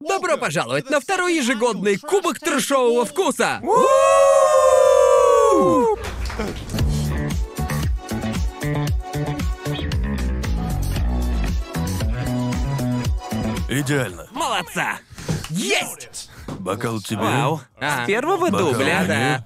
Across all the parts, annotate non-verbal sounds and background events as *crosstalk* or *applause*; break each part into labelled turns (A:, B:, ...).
A: Добро пожаловать на второй ежегодный Кубок трешового вкуса!
B: Идеально.
A: Молодца! Есть!
B: Бокал тебе.
A: Вау. С первого
B: Бокал
A: дубля,
B: мне.
A: да.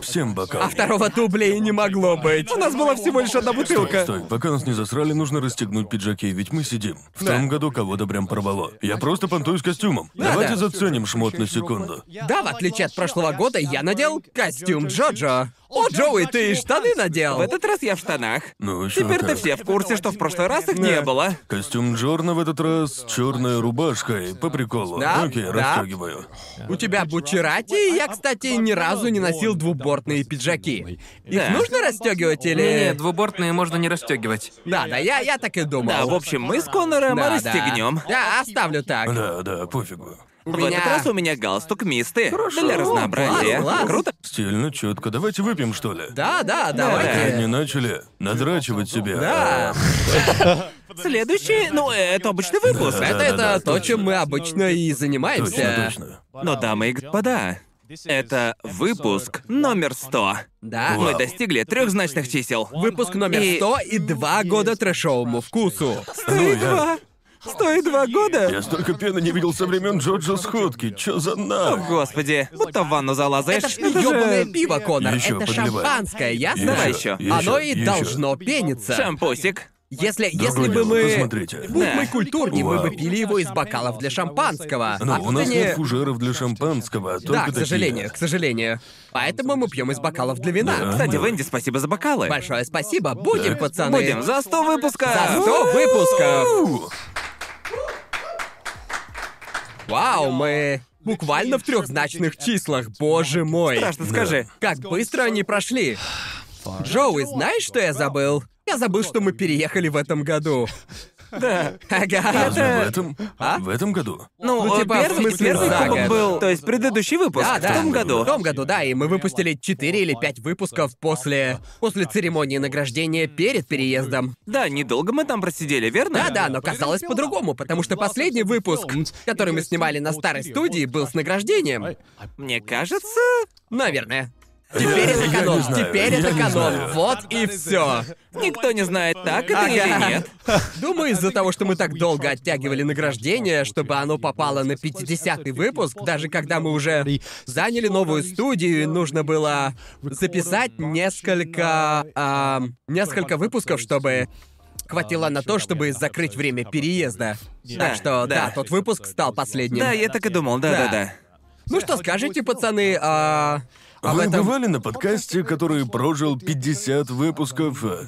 B: Всем бокал.
A: А второго дубля и не могло быть. У нас была всего лишь одна бутылка.
B: Стой, пока нас не засрали, нужно расстегнуть пиджаки, ведь мы сидим. В том году кого-то прям порвало. Я просто понтуюсь костюмом. Давайте
A: да.
B: заценим шмот на секунду.
A: Да, в отличие от прошлого года, я надел костюм Джоджо. О, Джоуи, ты и штаны надел!
C: В этот раз я в штанах.
B: Ну, еще
C: Теперь-то все в курсе, что в прошлый раз их не было.
B: Костюм Джорна в этот раз черная рубашка и по приколу.
A: Да,
B: Окей,
A: да.
B: расстегиваю.
A: У тебя бучерати, и я, кстати, ни разу не носил двубортные пиджаки. Их
C: Да.
A: нужно расстегивать или...
D: Не, не, двубортные можно не расстегивать.
A: Да, да, я, я так и думал.
C: Да, в общем, мы с Конором
A: Да, да.
C: расстегнем.
A: Да, оставлю так.
B: Да, да, пофигу.
A: У
C: В
A: меня...
C: этот раз у меня галстук мисты. Для разнообразия.
A: Класс, класс.
C: Круто.
B: Стильно, четко. Давайте выпьем, что ли?
A: Да, да,
B: Пока
A: давайте.
B: не начали надрачивать себя.
A: Да.
C: Следующий, ну, это обычный выпуск.
B: Да,
A: Это
B: да,
A: это
B: да,
A: то, чем мы обычно и
B: А, Точно,
A: занимаемся.
B: точно.
C: Но, дамы и господа, это выпуск номер 100.
A: Да.
C: Мы достигли трехзначных чисел.
A: Выпуск номер
C: И-
A: 100 и два года трэшовому вкусу.
B: Ну, я,
C: Стоит два года.
B: я столько пены не видел со времен Джорджа Сходки. Чё за на?
C: Господи, будто в ванну
A: Это
C: залазаешь.
A: ж не ёбаное пиво, Конор,
B: Ещё
A: это
B: подливай.
A: шампанское, ясно?
C: Давай
A: Ещё.
C: ещё.
A: Оно и
B: Ещё, ещё.
A: должно пениться.
C: Шампусик.
A: Если,
B: Другое
A: если бы
B: дело,
A: мы...
B: посмотрите.
A: Будь
C: Да.
A: мы культурнее, мы бы
B: Вау.
A: пили его из бокалов для шампанского.
B: Ну,
A: а
B: у
A: тут
B: нас
A: они-
B: нет фужеров для шампанского, а только
A: Да, к
B: такие.
A: сожалению, к сожалению. Поэтому мы пьем из бокалов для вина.
B: Да.
A: Кстати,
C: Кстати, Венди, спасибо за бокалы.
A: большое спасибо. Будем, пацаны.
C: Будем за 100 выпуска. Ну,
A: За 100 выпусков.
B: Фу, а
A: Вау, мы буквально в трехзначных числах, боже мой.
C: Страшно, скажи.
A: Как быстро они прошли. Джоуи, знаешь, что я забыл? Я забыл, что мы переехали в этом году. Да. Ага.
B: разве в этом?
A: А?
B: В этом году?
C: Ну,
A: Ну,
C: э,
A: типа, в
C: первый,
A: смысле,
C: первый
A: за
C: кубок
A: год.
C: был, то есть предыдущий выпуск
A: Да,
C: в
A: да.
C: том году.
A: В том году, да, и мы выпустили 4 или 5 выпусков после... после церемонии награждения перед переездом.
C: Да, недолго мы там просидели, верно?
A: Да-да, но касалось по-другому, потому что последний выпуск, который мы снимали на старой студии, был с награждением.
C: Мне кажется,
A: Наверное. Теперь это
B: Я не
A: канон,
B: знаю,
A: теперь
B: я
A: это
B: не
A: канон.
B: знаю.
A: Вот и все.
C: никто не знает, так это
A: Ага.
C: или нет.
A: Думаю, из-за того, что мы так долго оттягивали награждение, чтобы оно попало на 50-й выпуск, даже когда мы уже заняли новую студию, и нужно было записать несколько... а, несколько выпусков, чтобы хватило на то, чтобы закрыть время переезда. Так что, да,
C: Да.
A: тот выпуск стал последним.
C: Да, я так и думал, да-да-да.
A: Ну что скажете, пацаны, а, об
B: Вы
A: этом...
B: бывали на подкасте, который прожил 50 выпусков? э?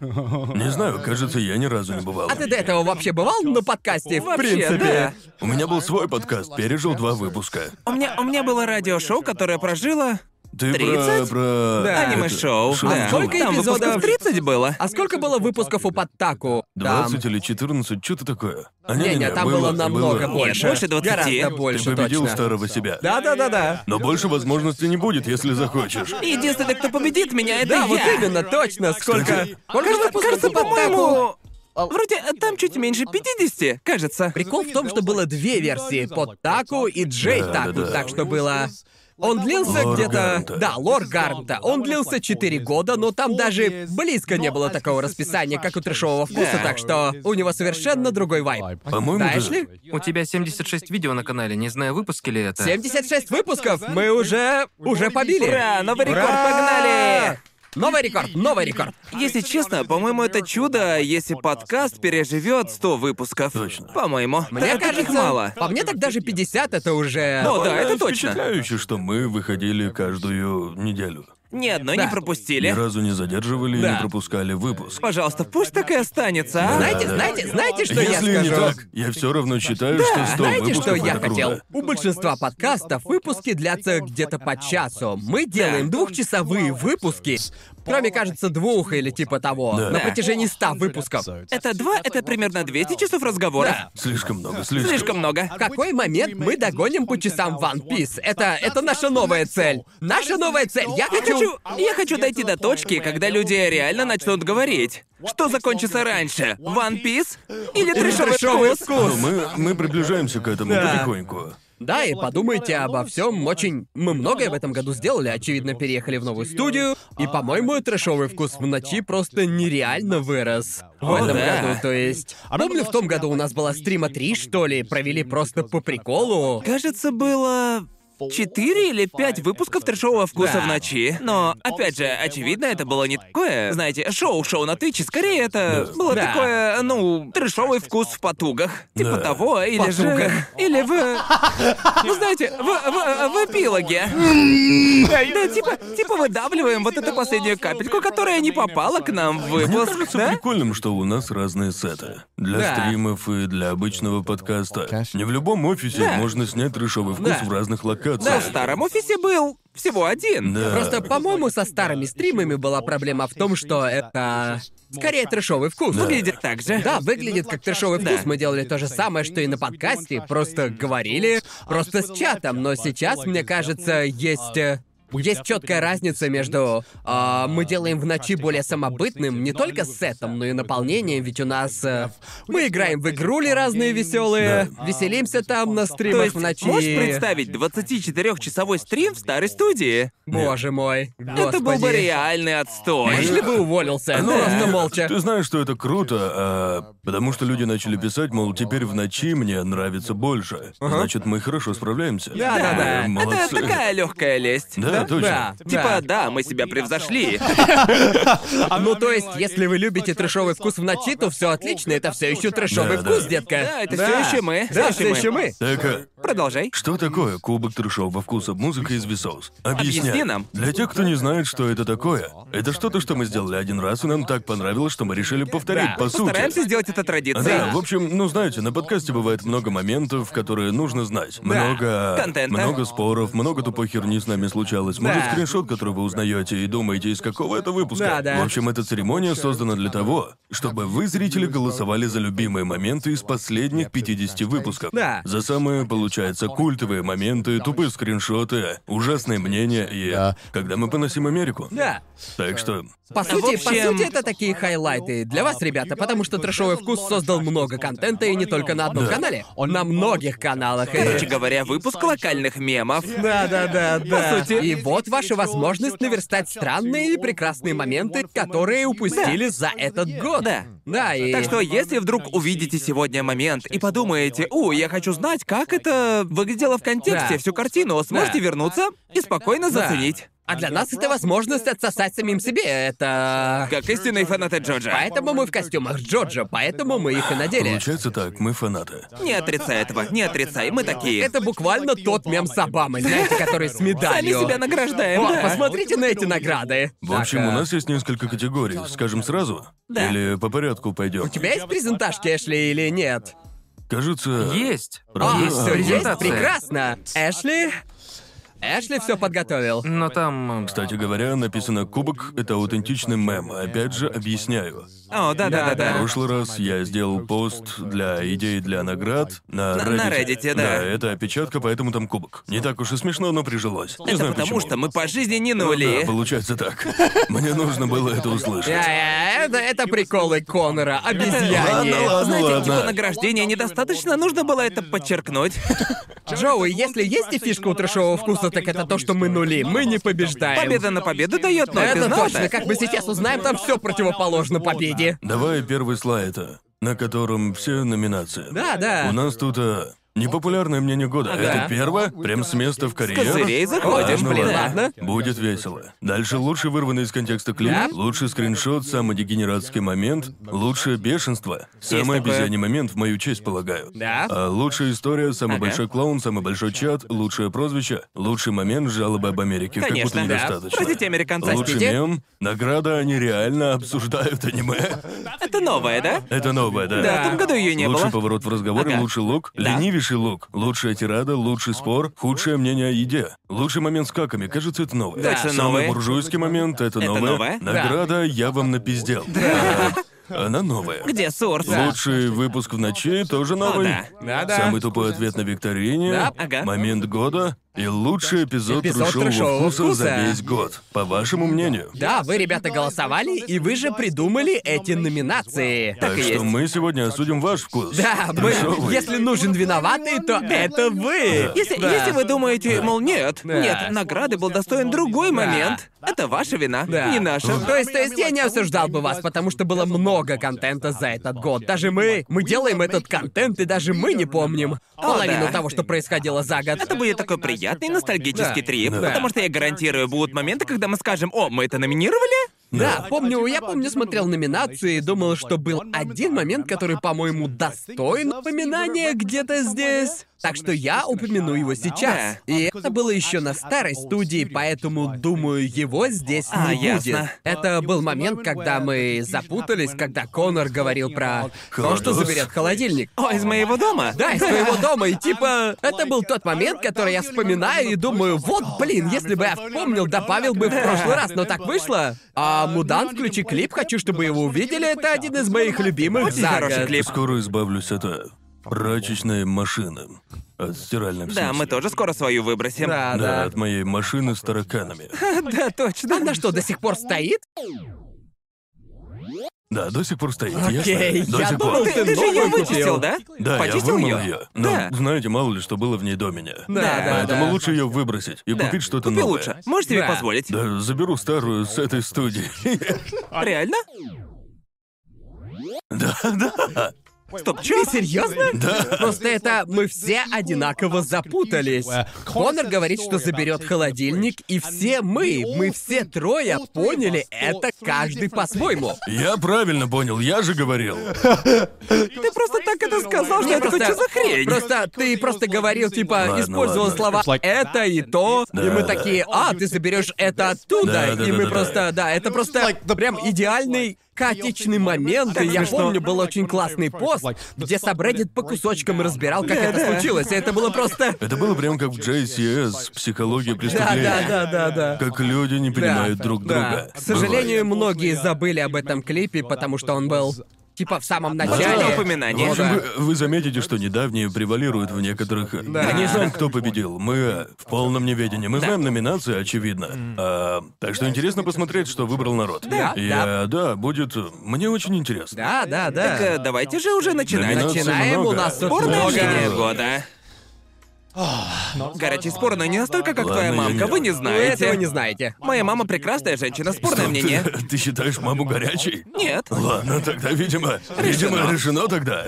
B: Не знаю, кажется, я ни разу не бывал.
A: А ты до этого вообще бывал на подкасте, в
C: Вообще,
A: принципе?
B: У меня был свой подкаст, пережил два выпуска.
C: У меня, у меня было радиошоу, которое прожило
B: Ты про...
C: 30?
B: про...
A: Да.
B: это,
C: аниме-шоу. да.
A: А сколько
C: Там
A: эпизодов?
C: выпусков 30 было.
A: А сколько было выпусков у Подтаку? Там-
B: 20 или 14, что-то такое. А
A: Не-не, там было намного
B: было.
A: больше.
C: больше 20.
A: Гораздо
C: Ты
B: Ты
A: больше,
B: победил
A: точно.
B: старого себя.
A: Да-да-да-да.
B: Но больше возможностей не будет, если захочешь.
C: Единственный, кто победит меня, это
A: Да,
C: я.
A: вот именно, точно. Сколько...
B: Кстати,
A: Сколько
C: Кажется,
A: выпусков
C: кажется,
A: у Подтаку?
C: по-моему... Вроде э, там чуть меньше 50, кажется.
A: Прикол в том, что было две версии. Под Таку и Джей Таку.
B: Да-да-да.
A: Так что было... Он длился
B: Лор
A: где-то...
B: Гарнта.
A: Да, Лор Гарнта. Он длился 4 года, но там даже близко не было такого расписания, как у трешового вкуса,
C: Да.
A: так что у него совершенно другой вайб.
B: По-моему,
A: А Знаешь
B: да.
A: ли?
D: У тебя 76 видео на канале, не знаю, выпуск ли это.
A: 76 выпусков мы уже... уже побили.
C: Ура, новый рекорд,
A: Ура!
C: погнали!
A: Новый рекорд, новый рекорд.
C: Если честно, по-моему, это чудо, если подкаст переживет 100 выпусков.
B: Точно.
C: По-моему.
A: Мне
C: Так, таких
A: кажется,
C: мало.
A: По мне так даже 50 это уже...
C: О, да, это
B: Довольно
C: точно.
B: Впечатляюще, что мы выходили каждую неделю.
C: Ни одной
A: Да.
C: не
B: Ни
C: пропустили.
B: разу не задерживали и
A: Да.
B: не пропускали выпуск.
C: Пожалуйста, пусть так и останется, а?
A: Знаете,
B: Да-да-да.
A: знаете, знаете, что
B: Если
A: я
B: не
A: скажу?
B: так, я все равно считаю, что 100
A: Знаете,
B: выпусков
A: что я
B: это круто.
A: хотел? У большинства подкастов выпуски длятся где-то по часу. Мы делаем двухчасовые выпуски, Кроме, кажется, двух или типа того.
B: Да.
A: На
B: Да.
A: протяжении ста выпусков.
C: Это два, это примерно 200 часов разговоров.
A: Да.
B: Слишком много, слишком.
C: Слишком много.
A: В какой момент мы догоним по часам One Piece? Это, это наша новая цель. Наша новая цель. Я
C: Я
A: хочу...
C: хочу, а я хочу дойти до точки, когда люди реально начнут говорить. Что закончится раньше? One Piece? Или трешовый
A: трешовый
C: вкус?
B: Но мы, мы приближаемся к этому потихоньку.
A: Да, и подумайте обо всем очень... Мы многое в этом году сделали. Очевидно, переехали в новую студию. И, по-моему, трэшовый вкус в ночи просто нереально вырос. В
C: О,
A: этом
C: да.
A: году, то есть... Помню, в том году у нас была стрима 3, что ли, провели просто по приколу.
C: Кажется, было... Четыре или пять выпусков трешового вкуса
A: Да.
C: в ночи. Но, опять же, очевидно, это было не такое, знаете, шоу-шоу на Твиче. Скорее, это
B: Да.
C: было
A: Да.
C: такое, ну, трешовый вкус в потугах. Типа
B: Да.
C: того, или
A: Потугах.
C: же... Или в... Ну, знаете, в, в, в эпилоге. Да, типа, типа выдавливаем вот эту последнюю капельку, которая не попала к нам в выпуск, да?
B: Прикольным, что у нас разные сеты. Для
A: Да.
B: стримов и для обычного подкаста. Не в любом офисе
C: Да.
B: можно снять трешовый вкус
A: Да.
B: в разных
C: Да,
B: локациях.
C: в старом офисе был всего один.
B: Да.
A: Просто, по-моему, со старыми стримами была проблема в том, что это... Скорее, трэшовый вкус.
C: Выглядит так же.
A: Да, выглядит как трешовый вкус. Мы делали то же самое, что и на подкасте, просто говорили, просто с чатом. Но сейчас, мне кажется, есть... э, Есть четкая разница между а, мы делаем в ночи более самобытным не только сетом, но и наполнением, ведь у нас э, мы играем в игрули разные веселые, веселимся там на
C: То
A: стримах
C: есть,
A: в ночи.
C: можешь представить 24-часовой стрим в старой студии?
A: Боже мой,
C: Это был бы
A: господи.
C: реальный отстой.
A: Эшли бы уволился, Ну, просто молча.
B: Ты знаешь, что это круто, а, потому что люди начали писать, мол, теперь в ночи мне нравится больше. Значит, мы хорошо справляемся.
A: Да, да, да.
B: Э,
C: Это
B: Молодцы.
C: такая легкая лесть.
B: Да, точно.
A: Да.
C: Типа, да, мы себя
A: *laughs*
C: превзошли. А
A: Ну, то есть, если вы любите трешовый вкус в ночи, то все отлично, это все еще трешовый
B: Да, да.
A: вкус, детка.
C: Да, это всё ещё мы,
A: Да,
C: всё ещё
A: все еще мы.
B: Так, а,
C: Продолжай.
B: что такое кубок трешового вкуса музыка из весов? Объясняй.
C: Объясни нам.
B: Для тех, кто не знает, что это такое, это что-то, что мы сделали один раз, и нам так понравилось, что мы решили повторить,
A: Да.
B: по сути.
C: Постараемся сделать это
B: Да, в
C: традицией.
B: общем, ну знаете, на подкасте бывает много моментов, которые нужно знать. Много...
C: Контента.
B: Много споров, много тупой херни с нами случалось. Может,
A: Да.
B: скриншот, который вы узнаете и думаете, из какого это выпуска.
A: Да, да.
B: В общем, эта церемония создана для того, чтобы вы, зрители, голосовали за любимые моменты из последних 50 выпусков.
A: Да.
B: За самые, получается, культовые моменты, тупые скриншоты, ужасные мнения и... Когда мы поносим Америку.
A: Да.
B: Так что...
A: По сути, по
C: общем- А,
A: сути, это такие хайлайты для вас, ребята, потому что трешовый вкус создал много контента и не только на одном
B: Да.
A: канале, на многих каналах. и-
C: Короче говоря, выпуск локальных мемов.
A: Да, да, да, да. И вот ваша возможность наверстать странные и прекрасные моменты, которые упустили за этот год.
C: Да.
A: Да, и...
C: Так что, если вдруг увидите сегодня момент и подумаете, «У, я хочу знать, как это выглядело в контексте,
A: Да.
C: всю картину», сможете
A: Да.
C: вернуться и спокойно
A: Да.
C: заценить.
A: А для нас это возможность отсосать самим себе, это...
C: Как истинные фанаты Джорджа.
A: Поэтому мы в костюмах Джорджа, поэтому мы их и надели.
B: Получается так, мы фанаты.
C: Не отрицай этого, не отрицай, мы такие.
A: Это буквально тот мем с Обамой, знаете, который с
C: Сами
A: медалью.
C: себя награждаем,
A: Вот,
C: да.
A: посмотрите на эти награды.
B: В общем,
A: Так,
B: у
A: а,
B: нас есть несколько категорий. Скажем сразу?
C: Да.
B: Или по порядку пойдем?
A: У тебя есть презентаж, Эшли, или нет?
B: Кажется...
D: Есть.
A: А,
B: Правда?
D: есть
A: всё есть?
D: презентация.
A: Прекрасно. Эшли? Эшли все подготовил.
D: Но там...
B: Кстати говоря, написано «Кубок» — это аутентичный мем. Опять же, объясняю.
C: О,
B: В
C: да-да-да-да.
B: прошлый раз я сделал пост для идей для наград на
C: На-
B: Reddit.
C: на Reddit, да.
B: это опечатка, поэтому там кубок. Не так уж и смешно, но прижилось. Не
C: Это
B: знаю
C: потому
B: почему.
C: что мы по жизни не
B: Ну
C: нули.
B: да, получается так. Мне нужно было это услышать.
A: Э, э, Это, это приколы Конора, обезьяне.
B: Ладно, ладно,
C: Знаете,
B: ладно.
C: типа награждения недостаточно, нужно было это подчеркнуть. *laughs*
A: Джоуи, если есть и фишка у трешового вкуса, так это то, что мы нули. Мы не побеждаем.
C: Победа на победу дает,
A: Но
C: но ты
A: это
C: знал
A: точно, как мы сейчас узнаем, там все противоположно победе.
B: Давай первый слайд, э, на котором все номинации.
A: Да, да.
B: У нас тут э, непопулярное мнение года.
A: Ага.
B: Это первое, прям с места в карьеру.
C: козырей заходишь,
B: Ладно,
A: блин, ладно.
B: Будет весело. Дальше лучше вырванный из контекста клип,
A: Да?
B: лучший скриншот, самый дегенератский момент, лучшее бешенство, самый
C: такое.
B: обезьяний момент в мою честь, полагаю.
A: Да.
B: А, лучшая история, самый
C: Ага.
B: большой клоун, самый большой чат, лучшее прозвище, лучший момент жалобы об Америке,
C: Конечно,
B: как будто
C: да.
B: недостаточно.
C: Простите, американцы,
B: Лучший
A: простите.
B: мем, награда, они реально обсуждают аниме.
C: Это новое, да?
B: Это новое, да.
C: Да, в том году ее не
B: лучший
C: было.
B: поворот в разговоре,
C: Ага.
B: лучший лук,
C: Да.
B: ленивейший лучший лук, лучшая тирада, лучший спор, худшее мнение о еде. Лучший момент с каками, кажется, это новое.
C: Да.
B: Самый
C: Это новое.
B: буржуйский момент, это,
C: Это
B: новое.
C: новое? Да.
B: Награда «Я вам напиздел». А, *laughs* Она новая.
C: Где сорт?
B: Лучший выпуск в ночи тоже новый.
C: да.
A: Да-да.
B: Самый тупой ответ на викторине.
A: Да.
C: Ага.
B: Момент года. И лучший эпизод,
A: Эпизод
B: трешового
A: трэшового
B: вкуса за
A: вкуса.
B: весь год. По вашему мнению.
A: Да, вы, ребята, голосовали, и вы же придумали эти номинации.
C: Так
B: Так
C: и
B: что
C: есть.
B: мы сегодня осудим ваш вкус.
A: Да, мы,
B: Трэшовый.
A: если нужен виноватый, то это вы.
C: Если,
A: Да.
C: если вы думаете, мол, нет,
A: Да.
C: нет, награды был достоин другой
A: Да.
C: момент, это ваша вина,
A: Да.
C: не наша.
A: То есть, то есть я не осуждал бы вас, потому что было много контента за этот год. Даже мы, мы делаем этот контент, и даже мы не помним половину
C: да.
A: того, что происходило за год.
C: Это будет такой приятный ностальгический
A: Да.
C: трип,
A: Да.
C: потому что я гарантирую, будут моменты, когда мы скажем, о, мы это номинировали?
A: Да, помню, я помню, смотрел номинации и думал, что был один момент, который, по-моему, достоин упоминания где-то здесь. Так что я упомяну его сейчас.
E: Да.
A: И это было еще на старой студии, поэтому, думаю, его здесь
C: А,
A: не будет.
C: ясно.
A: Это был момент, когда мы запутались, когда Конор говорил про то, что
B: Холодос.
A: заберет холодильник.
C: О, из моего дома.
A: Да, из своего дома, и типа, это был тот момент, который я вспоминаю и думаю, вот, блин, если бы я вспомнил, добавил бы в прошлый раз, но так вышло. А Мудан, включи клип, хочу, чтобы его увидели, это один из моих любимых
C: Очень
A: за
C: хороший
A: год.
C: клип.
B: Скоро избавлюсь от э, прачечной машины. От стиральной в
C: Да,
B: смысле.
C: мы тоже скоро свою выбросим.
A: Да,
B: Да,
A: а, да.
B: от моей машины с тараканами.
C: *laughs* Да, точно.
A: Она А что, до сих пор стоит?
B: Да, до сих пор стоит,
A: Окей,
B: ясно? До
A: я
B: сих
A: думал,
B: пор.
C: Ты,
A: ты
C: ты же
A: новую
C: ее
A: купил.
C: вычистил, да?
B: Да,
C: Почистил
B: я вымыл
C: ее?
B: ее. Но,
C: Да.
B: знаете, мало ли что было в ней до меня.
A: Да, да,
B: Поэтому
A: да.
B: лучше ее выбросить и
C: Да.
B: купить что-то
C: Купи
B: новое.
C: лучше. Можешь себе
A: Да.
C: позволить?
B: Да, заберу старую с этой студии. *laughs*
C: Реально?
B: Да, да.
C: Стоп, чё?
A: Ты серьезно? Да. Просто это мы все одинаково запутались. Конор говорит, что заберет холодильник, и все мы, мы все трое поняли это каждый по-своему.
B: Я правильно понял, я же говорил.
C: Ты просто так это сказал, что
A: Не,
C: я такой,
A: просто-
C: что за хрень?
A: Просто ты просто говорил, типа,
B: Ладно,
A: использовал
B: ладно.
A: слова
E: like-
A: «это» и «то», и мы
B: да.
A: такие «а, ты заберешь это оттуда»,
B: Да, да,
A: и
B: да,
A: мы
B: да,
A: просто, да.
B: да.
A: это просто прям идеальный хаотичный момент, и я
E: смешно.
A: помню, был очень классный пост, где Сабреддит по кусочкам разбирал, как это случилось, и это было просто...
B: Это было прям как в JCS, психология
A: Да,
B: преступления.
A: да, да, да, да.
B: Как люди не понимают друг
A: Да.
B: друга.
A: К сожалению, многие забыли об этом клипе, потому что он был типа в самом
C: Важное
A: начале.
C: упоминание.
B: В общем,
A: да.
B: вы, вы заметите, что недавние превалируют в некоторых...
A: Да.
B: Мы не знаем, кто победил. Мы э, в полном неведении. Мы знаем номинации, очевидно. А, так что интересно посмотреть, что выбрал народ.
A: Да,
B: Я, да. будет... э, Мне очень интересно.
A: Да, да, да.
C: Так, э, давайте же уже начинать.
B: Номинаций
A: Начинаем, у
B: много.
A: нас тут
C: Спорное
A: много.
C: мнение года. Горячий спор, но не настолько, как
B: Ладно,
C: твоя
B: я
C: мамка.
B: не-
C: Вы не
A: Вы
C: знаете.
A: этого не знаете.
C: Моя мама прекрасная женщина,
B: Что,
C: спорное мнение.
B: Ты, ты считаешь маму горячей?
C: Нет.
B: Ладно, тогда, видимо, видимо, решено тогда.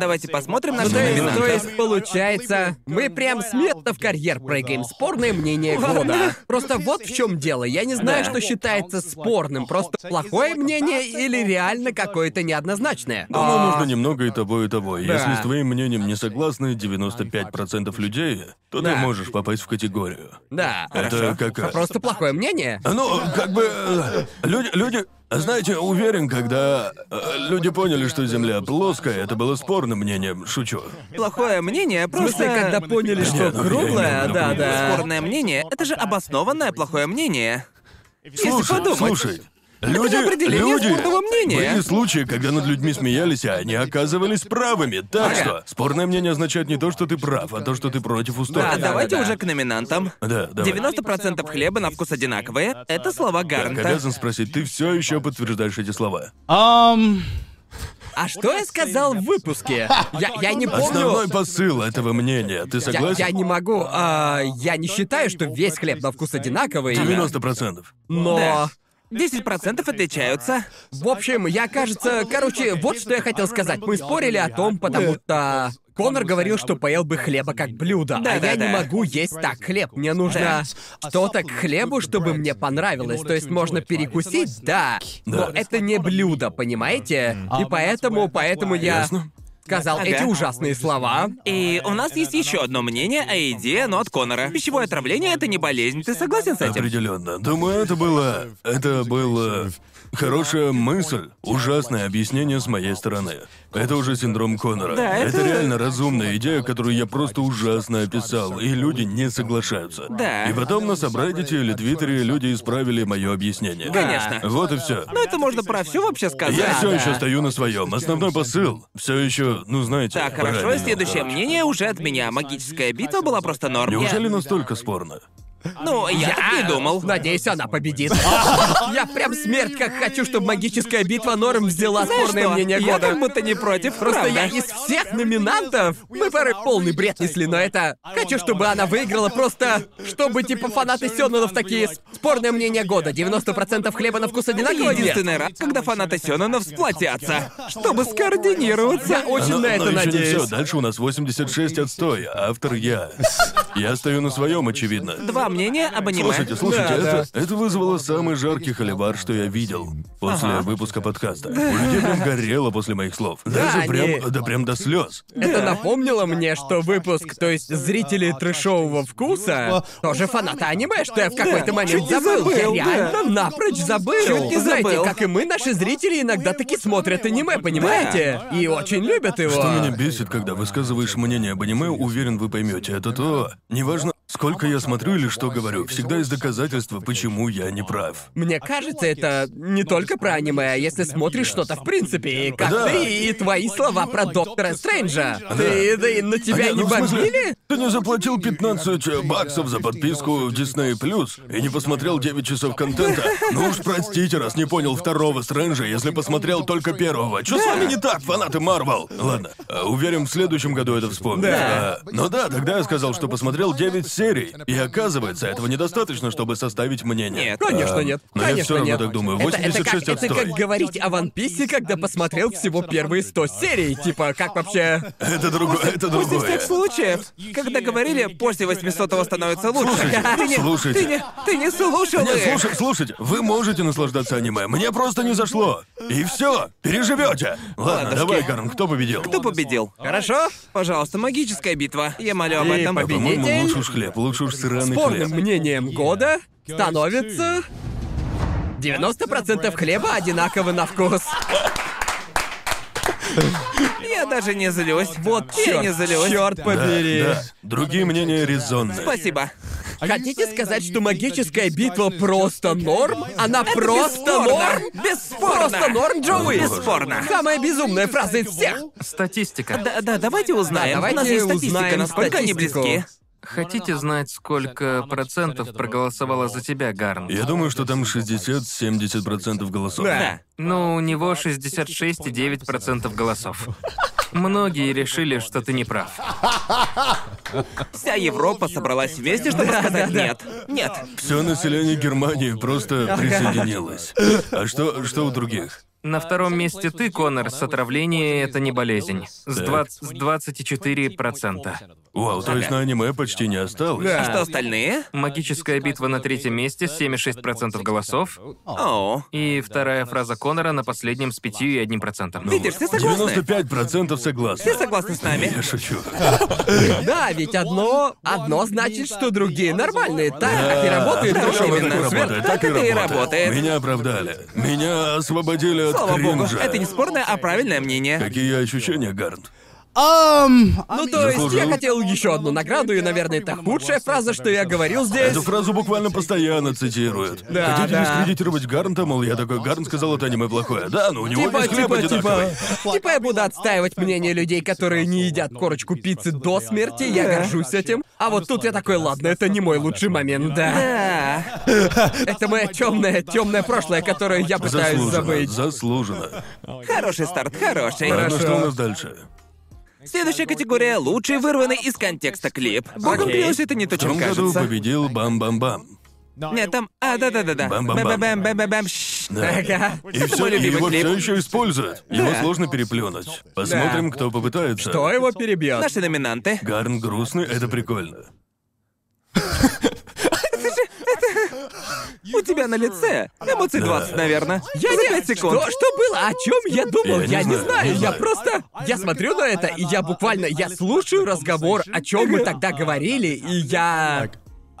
C: Давайте посмотрим наши
A: Ну, То есть, то
C: номинанты.
A: есть, получается, мы прям сметно в карьер прыгаем. Спорное мнение года. Просто вот в чем дело. Я не знаю,
C: Да.
A: что считается спорным. Просто плохое мнение или реально какое-то неоднозначное.
B: Думаю,
A: А,
B: можно немного и того, и того. Если с твоим мнением не согласны 95% людей, то
A: Да.
B: ты можешь попасть в категорию.
A: Да. А
B: Это как...
A: Просто плохое мнение.
B: Ну, как бы... э, Люди, люди... Знаете, уверен, когда э, люди поняли, что Земля плоская, это было спорным мнением, шучу.
C: Плохое мнение,
A: В смысле,
C: просто...
A: когда поняли, что
B: Нет, ну, я
A: круглое,
B: имею в виду
A: да,
B: круглое.
A: да.
C: Спорное мнение — это же обоснованное плохое мнение.
B: Слушай,
C: подумать.
B: слушай. Люди,
C: же определение
B: люди,
C: спорного мнения.
B: были случаи, когда над людьми смеялись, а они оказывались правыми. Так что спорное мнение означает не то, что ты прав, а то, что ты против
A: Да,
C: А
B: устоя.
A: да,
C: давайте
A: да.
C: уже к номинантам.
B: Да, давай.
C: 90% хлеба на вкус одинаковые — это слова
B: Так,
C: Гарнта.
B: обязан спросить, ты все еще подтверждаешь эти слова?
E: Ам,
A: А что я сказал в выпуске? Я, я не помню.
B: Основной посыл этого мнения, ты
A: Я,
B: согласен?
A: я не могу. а, я не считаю, что весь хлеб на вкус одинаковый.
B: 90%.
A: Но.
C: Да. 10% отличаются.
A: В общем, я, кажется, короче, вот что я хотел сказать. Мы спорили о том, потому что Конор говорил, что поел бы хлеба как блюдо, а я
C: Да-да-да.
A: не могу есть так хлеб. Мне нужно что-то к хлебу, чтобы мне понравилось. То есть можно перекусить, да, но
B: Да.
A: это не блюдо, понимаете? И поэтому, поэтому я
B: Ясно.
A: сказал
C: Ага.
A: эти ужасные слова.
C: И у нас есть еще одно мнение о еде, но от Конора. Пищевое отравление это не болезнь. Ты согласен с этим?
B: Определенно. Думаю, это было... Это было... Хорошая мысль. Ужасное объяснение с моей стороны. Это уже синдром Коннора.
C: Да, это-
B: реально разумная идея, которую я просто ужасно описал, и люди не соглашаются.
C: Да.
B: И потом на Сабреддите или Твиттере люди исправили мое объяснение.
C: Конечно.
B: Вот и все.
C: Ну это можно про все вообще сказать.
B: Я все
C: да.
B: еще стою на своем. Основной посыл все еще, ну знаете.
C: Так, хорошо,
B: правильно.
C: следующее мнение уже от меня. Магическая битва была просто норм. Я-
B: Неужели настолько спорно?
C: Ну, я так не думал.
A: Надеюсь, она *laughs* победит. Я прям смерть как хочу, чтобы магическая битва Норм взяла
C: Знаешь
A: спорное
C: что?
A: мнение
C: Я
A: года.
C: как будто не против,
A: Просто
C: правда.
A: я из всех номинантов... Мы порой полный бред несли, но это... Хочу, чтобы она выиграла просто... Чтобы типа фанаты Сёнонов такие... Спорное мнение года. 90% хлеба на вкус
C: Это
A: одинаково нет.
C: единственный раз, когда фанаты Сёнонов сплотятся, чтобы скоординироваться.
A: Очень
B: Но-
A: на это
B: но ещё не
A: надеюсь.
B: всё. Дальше у нас 86 отстой, а автор я. Я стою на своем, очевидно.
C: Два мнения об аниме.
B: Слушайте, слушайте, это, это вызвало самый жаркий холивар, что я видел после выпуска подкаста. У людей прям горело после моих слов. Даже
A: они-
B: прям, да прям до слез.
A: Это напомнило мне, что выпуск, то есть зрители трешового вкуса, тоже фанаты аниме, что я в какой-то момент
C: чуть не
A: забыл. Я
C: забыл,
A: реально
C: да.
A: напрочь забыл.
C: Чуть не
A: Знаете,
C: забыл.
A: как и мы, наши зрители иногда таки смотрят аниме, понимаете? И очень любят его.
B: Что меня бесит, когда высказываешь мнение об аниме, уверен, вы поймете. Это то, неважно, сколько я смотрю или что говорю, всегда есть доказательства, почему я не прав.
A: Мне кажется, это не только про аниме, а если смотришь что-то в принципе, и как
B: Да.
A: ты и твои слова про Доктора Стрэнджа. Ты, да и на
C: А
A: тебя
B: Они-
A: не
B: ну, в смысле,
A: бомбили?
B: Ты не заплатил 15 баксов за подписку в Disney Plus и не посмотрел 9 часов контента. Ну уж простите, раз не понял второго Стрэнджа, если посмотрел только первого. Что с вами не так, фанаты Марвел? Ладно, э, уверен, в следующем году это вспомню.
E: Да.
B: Э, Но да, тогда я сказал, что посмотрел 9 серий. И оказывается, этого недостаточно, чтобы составить мнение.
C: Нет.
A: Конечно,
B: Э,
A: нет.
B: Но я
A: Конечно,
B: все равно
A: нет.
B: так думаю.
A: Это, это,
B: 86
A: как, это
B: отстой.
A: как говорить о One Piece, когда посмотрел всего первые 100 серий. Типа, как вообще...
B: Это другое, это
C: После
B: другое.
C: всех случаев, когда говорили, после 800-го становится лучше.
A: *laughs*
B: Слушайте,
C: ты не,
B: слушайте.
C: Ты не, ты не слушал
B: Нет,
C: их.
B: слушай- слушайте, вы можете наслаждаться аниме. Мне просто не зашло. И все, переживете. Ладно,
C: Ладушки.
B: давай, Карн, кто победил?
C: Кто победил? Хорошо? Пожалуйста, магическая битва. Я молю об
A: И
C: этом.
A: победил.
B: Э, По-моему,
A: победитель?
B: лучше уж хлеб, лучше уж сраный
A: Спорным
B: хлеб. Э,
A: мнением года становится... 90% хлеба одинаково на вкус.
C: Я даже не злюсь. Вот *laughs* Я
A: Чёрт,
C: не злюсь.
A: Чёрт побери.
B: Да, другие мнения резонные.
C: Спасибо. А
A: Хотите сказать, что магическая битва просто норм? Она просто
C: бесспорно.
A: норм?
C: Бесспорно.
A: Просто норм, Джоуи?
C: Бесспорно.
A: Самая безумная фраза из всех.
D: Статистика.
C: Да, да, давайте узнаем.
A: Да,
C: У нас есть
A: давайте
C: статистика,
A: узнаем
C: насколько они
A: статистику.
C: близки.
D: Хотите знать, сколько процентов проголосовало за тебя, Гарн?
B: Я думаю, что там 60-70% голосов.
C: Да.
D: Но Ну, у него 66,9% голосов. Многие решили, что ты не прав.
C: Вся Европа собралась вместе, чтобы сказать нет. Нет.
B: Все население Германии просто присоединилось. А что, что у других?
D: На втором месте ты, Конор, с отравлением это не болезнь. С,
B: Так.
D: 20, с 24%.
B: Вау, то есть на аниме почти не осталось.
C: А что остальные?
D: Магическая битва на третьем месте, 7,6% голосов.
C: О.
D: И вторая фраза Конора на последнем с 5 и 1%.
B: Ну
C: Видишь, все согласны?
B: 95% согласны.
C: Все согласны с
B: Я
C: нами.
B: шучу.
A: Да, ведь одно, одно значит, что другие нормальные. Так, как и
B: Да,
A: работает
B: так
A: тоже
B: и
A: в этом
B: работает,
A: свет.
B: так
C: Так
B: и
C: это и
B: работает.
C: работает.
B: Меня оправдали. Меня освободили от
C: Слава богу,
B: кринжа.
C: это не спорное, а правильное мнение.
B: Какие ощущения, Гарнт?
A: Ну, то есть я
B: Заслужил.
A: хотел еще одну награду, и, наверное, это худшая фраза, что я говорил здесь.
B: Эту фразу буквально постоянно цитируют.
A: Да,
B: Хотите
A: да.
B: дискредитировать Гарнта, мол, я такой, Гарн сказал, это аниме плохое. Да, но у него
A: Типа,
B: есть хлеб
A: типа,
B: одинаковый.
A: типа, типа я буду отстаивать мнение людей, которые не едят корочку пиццы до смерти, я
E: Да.
A: горжусь этим. А вот тут я такой, ладно, это не мой лучший момент, да.
C: Да.
A: Это мое темное, темное прошлое, которое я пытаюсь
B: Заслуженно,
A: забыть.
B: заслуженно.
C: Хороший старт, хороший.
B: Ладно, что у нас дальше?
C: Следующая категория — лучший вырванный из контекста клип. Богом
A: Окей.
C: клянусь, это не то,
B: В том
C: чем
B: году
C: кажется.
B: победил Бам-Бам-Бам.
C: Нет, там... А, да-да-да-да.
B: Бам-бам-бам.
C: Бэм-бэм-бэм-бэм-бэм.
B: Да.
A: Ага.
B: И все,
C: мой любимый
B: его
C: клип.
B: все еще используют. Его
C: Да.
B: сложно переплюнуть. Посмотрим, кто попытается.
A: Кто его перебьет?
C: Наши номинанты.
B: Гарн грустный, это прикольно.
C: У тебя на лице эмоций 20, наверное.
A: Я
C: За
A: не...
C: 5 секунд.
A: Что, что было? О чем я думал?
B: Я не
A: Я, не
B: знаю,
A: знаю.
B: не
A: Я
B: знаю.
A: просто... Я смотрю на это, и я буквально... Я слушаю разговор, о чем мы тогда говорили, и я...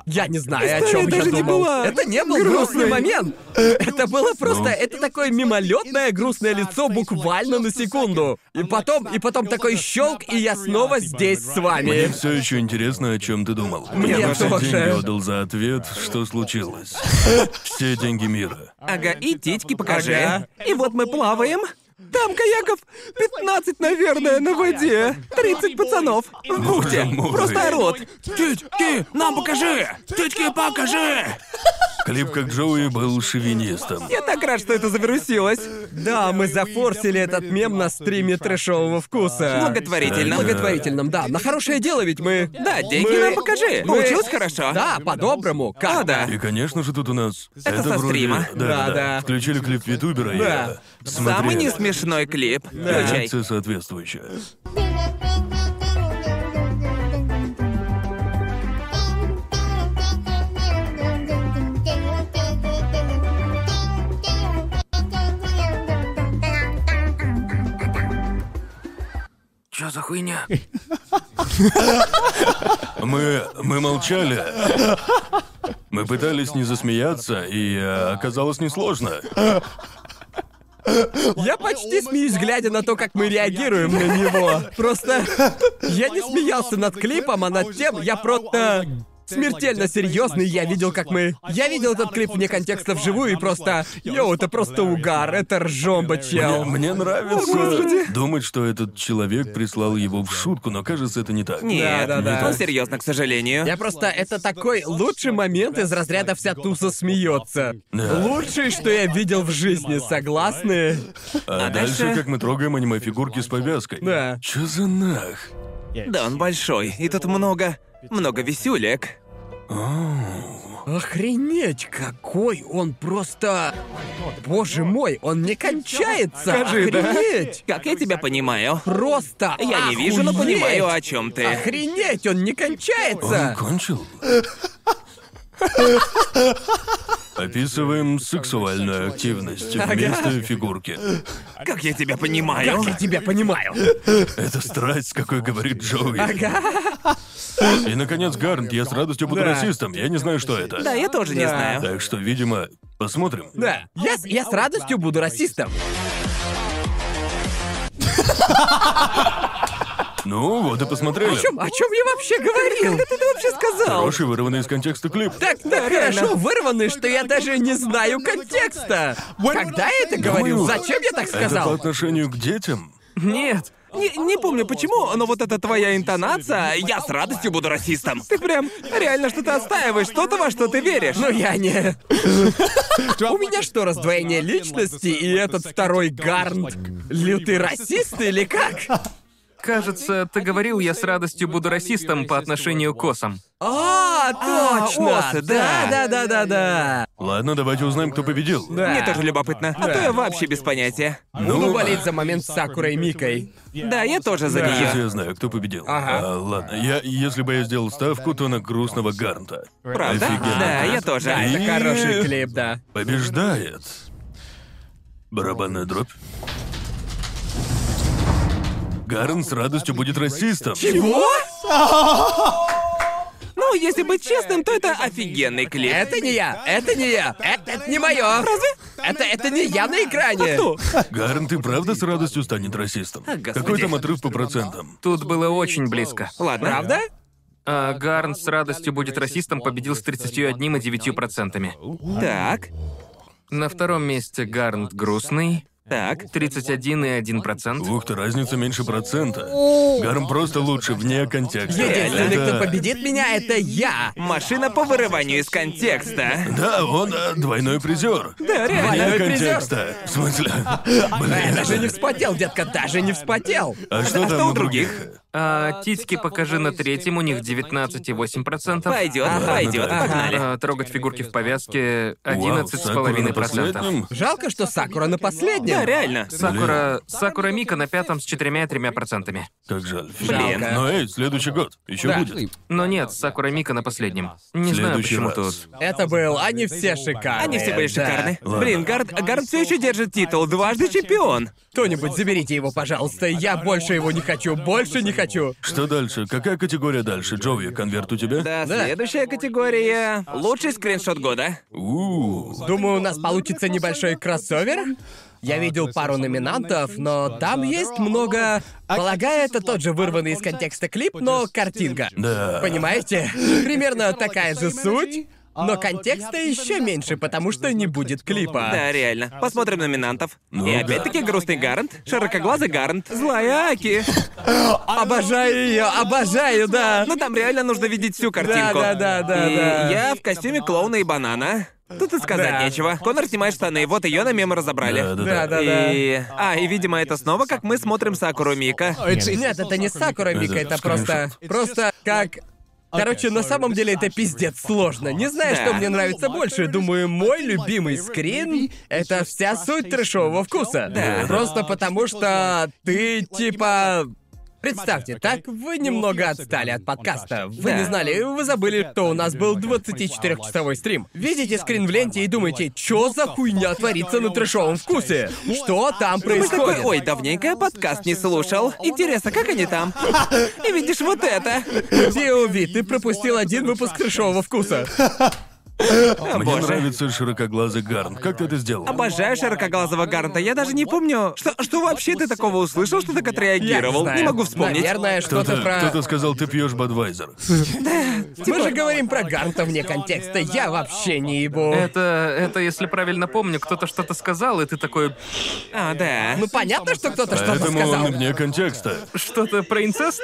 A: Я не знаю, о
C: История
A: чем я
C: даже не
A: думал.
C: была Ну.
A: Это не был грустный
C: *laughs*
A: момент. Это было просто, это такое мимолетное грустное лицо буквально на секунду. И потом, и потом такой щелк, и я снова здесь с
B: Мне
A: вами.
B: все еще интересно, о чем ты думал.
A: Мне
B: я бы все
A: тоже.
B: деньги отдал за ответ, что случилось. Все деньги мира.
C: Ага, и титьки покажи.
A: Ага.
C: И вот мы плаваем. Там каяков 15, наверное, на воде. 30 пацанов. В
B: Боже
C: бухте.
B: мой.
C: Просто рот. Титьки, нам покажи! Титьки, покажи!
B: Клип как Джоуи был шовинистом.
C: Я так рад, что это завирусилось.
A: Да, мы зафорсили этот мем на стриме трэшового вкуса.
C: Благотворительно.
A: Благотворительном, да. На хорошее дело ведь мы...
C: Да, деньги
A: Мы-
C: нам покажи.
A: мы-
C: Получилось хорошо.
A: Да, по-доброму. Как?
C: А, да.
B: И, конечно же, тут у нас...
C: Это со
B: вроде-
C: стрима.
B: Да, да,
A: Да, да.
B: Включили клип ютубера, и
A: Да.
B: я смотрел.
C: Самый не смешной клип. Включай.
B: Реакция соответствующая.
D: Чё за хуйня?
B: Мы... мы молчали. Мы пытались не засмеяться, и э, оказалось несложно.
A: Я почти смеюсь, глядя на то, как мы реагируем на него. Просто я не смеялся над клипом, а над тем, я просто смертельно серьезный, я видел, как мы... Я видел этот клип вне контекста вживую и просто... Йоу, это просто угар, это ржомба,
B: Мне,
A: чел.
B: мне нравится думать, что этот человек прислал его в шутку, но кажется, это не так.
C: Нет,
A: Да, да, да.
C: он серьезно, к сожалению.
A: Я просто... Это такой лучший момент из разряда «Вся туса смеется».
B: Да.
A: Лучший, что я видел в жизни, согласны?
B: А,
C: А
B: дальше...
C: дальше-
B: как мы трогаем аниме-фигурки с повязкой.
A: Да.
B: Чё за нах?
C: Да, он большой, и тут много, много весюлек.
A: Охренеть, какой он просто... Боже мой, он не кончается! Охренеть!
C: Как я тебя понимаю?
A: Просто
C: Я не вижу, но
A: охуеть!
C: понимаю, о чем ты.
A: Охренеть, он не
B: Он
A: кончается!
B: кончил? Описываем сексуальную активность вместо фигурки.
C: Как я тебя понимаю?
A: Как я тебя понимаю?
B: Это страсть, какой говорит Джоуи. И, наконец, Гарнт, я с радостью буду
A: Да.
B: расистом. Я не знаю, что это.
C: Да, я тоже не
A: Да.
C: знаю.
B: Так что, видимо, посмотрим.
A: Да, я, с- я с радостью буду расистом.
B: Ну, вот и
A: О
B: посмотрели.
A: чем, о чем я вообще говорил?
C: Ты вообще сказал?
B: Хороший, вырванный из контекста клип.
A: Так, так хорошо вырваны, что я даже не знаю контекста. Когда я это говорил? Зачем я так
B: Это по
A: сказал?
B: отношению к детям?
C: Нет. Не, не помню почему, но вот эта твоя интонация, я с радостью буду расистом. Ты прям реально что-то отстаиваешь, что-то во что ты веришь. Ну,
A: Но Ну, я не... У меня что, раздвоение личности и этот второй Гарнт лютый расист или как?
D: Кажется, ты говорил, я с радостью буду расистом по отношению к косам.
A: А, точно!
C: осы,
A: да,
C: да.
A: да, да, да, да.
B: Ладно, давайте узнаем, кто победил.
A: Да.
C: Мне тоже любопытно, а то я вообще без понятия. Ну,
A: Буду болеть за момент с Сакурой и Микой.
C: Да, я тоже за
A: Ну, Да.
B: Сейчас
C: нее.
B: я знаю, кто победил.
A: Ага.
B: А, ладно, я, если бы я сделал ставку, то на грустного Гарнта.
C: Правда?
B: Офигенно.
C: Да, я тоже.
A: Да, это
B: И-
A: хороший клип, да.
B: Побеждает. Барабанная дробь. Гарн с радостью будет расистом.
A: Чего?
C: Ну, если быть честным, то это офигенный клип.
A: Это не я, это не я, это, это не мое. Разве? Это, это не я на экране.
B: Гарн, ты правда с радостью станет расистом? Какой там отрыв по процентам?
D: Тут было очень близко.
C: Ладно.
A: Правда?
D: А Гарн с радостью будет расистом победил с 31,9%.
C: Так,
D: На втором месте Гарнт грустный,
C: так.
D: 31,1%.
B: Ух ты, разница меньше процента. Гарн просто лучше, вне контекста.
A: Единственный,
B: Это-
A: кто победит меня, это я.
C: Машина по вырыванию из контекста.
B: Да, он э, двойной призер. Да,
A: реально. Двойной
B: Вне
A: призер.
B: контекста. В смысле?
A: Я даже не
B: Блин.
A: вспотел, детка, даже не вспотел.
B: А что
C: что
B: там
C: у
B: у
C: других?
B: других?
D: А титьки покажи на третьем, у них 19,8%.
C: Пойдет, пойдет,
B: да.
C: погнали.
D: А трогать фигурки в повязке
B: Вау, Сакура на
D: 11,5%.
B: последнем?
A: Жалко, что Сакура на последнем.
C: Да, реально.
D: Сакура... Сакура Мика на пятом с четырьмя-тремя процентами.
B: Как жаль.
A: Блин.
B: Но эй, следующий год. Еще
A: Да.
B: будет.
D: Но нет, Сакура Мика на последнем. Не знаю,
B: Следующий
D: почему
B: раз.
D: тут.
A: Это был, они все шикарные.
C: Они все были
A: да.
C: шикарны.
B: Ладно.
C: Блин, Гард, Гард все еще держит титул, дважды чемпион.
A: Кто-нибудь заберите его, пожалуйста. Я больше его не хочу, больше не передачу.
B: Что дальше? Какая категория дальше? Джоуи, конверт у тебя?
C: Да,
A: Да.
C: следующая категория. Лучший скриншот года.
B: У,
A: Думаю, у нас получится небольшой кроссовер. Я видел пару номинантов, но там есть много... Полагаю, это тот же вырванный из контекста клип, но картинка.
B: Да.
A: Понимаете? *laughs* Примерно такая же суть, но контекста еще меньше, потому что не будет клипа.
C: Да, реально. Посмотрим номинантов. И
B: да.
C: опять-таки грустный Гарант, широкоглазый Гарант, злая Аки.
A: Обожаю ее, обожаю, да.
C: Ну там реально нужно видеть всю картинку.
A: Да, да, да, да,
C: И
A: да.
C: я в костюме клоуна и банана. Тут и сказать
A: Да.
C: нечего. Конор снимает штаны, вот ее на мем разобрали.
B: Да, да,
A: Да,
B: да.
A: да, да.
C: И... А, и, видимо, это снова как мы смотрим Сакуру Мика.
A: Нет, это не Сакура Мика, это
B: Это
A: просто... Просто как... Короче, на самом деле это пиздец сложно. Не знаю,
C: Да.
A: что мне нравится больше. Думаю, мой любимый скрин — это вся суть трэшового вкуса.
C: Да.
A: Просто потому что ты, типа... Представьте, так вы немного отстали от подкаста. Вы
C: Да.
A: не знали, вы забыли, что у нас был 24-часовой стрим. Видите скрин в ленте и думаете, что за хуйня творится на трэшовом вкусе? Что там
C: Думаешь такой,
A: происходит?
C: ой, давненько я подкаст не слушал. Интересно, как они там? И видишь вот это.
A: Диови, ты пропустил один выпуск трешового вкуса.
B: Мне нравится широкоглазый Гарн. Как ты это сделал?
C: Обожаю широкоглазого Гарнта. Я даже не помню, что, что вообще ты такого услышал, что так отреагировал.
A: Я
C: Не
A: знаю.
C: могу вспомнить.
A: Наверное, что-то
B: Кто-то, кто-то
A: про...
B: сказал, ты пьешь Бадвайзер.
A: Мы же говорим про Гарнта вне контекста, я вообще не ебу.
D: Это, это, если правильно помню, кто-то что-то сказал, и ты такой,
C: А, да.
A: Ну понятно, что кто-то что-то
B: Поэтому
A: сказал.
B: он вне контекста.
D: что-то про инцест?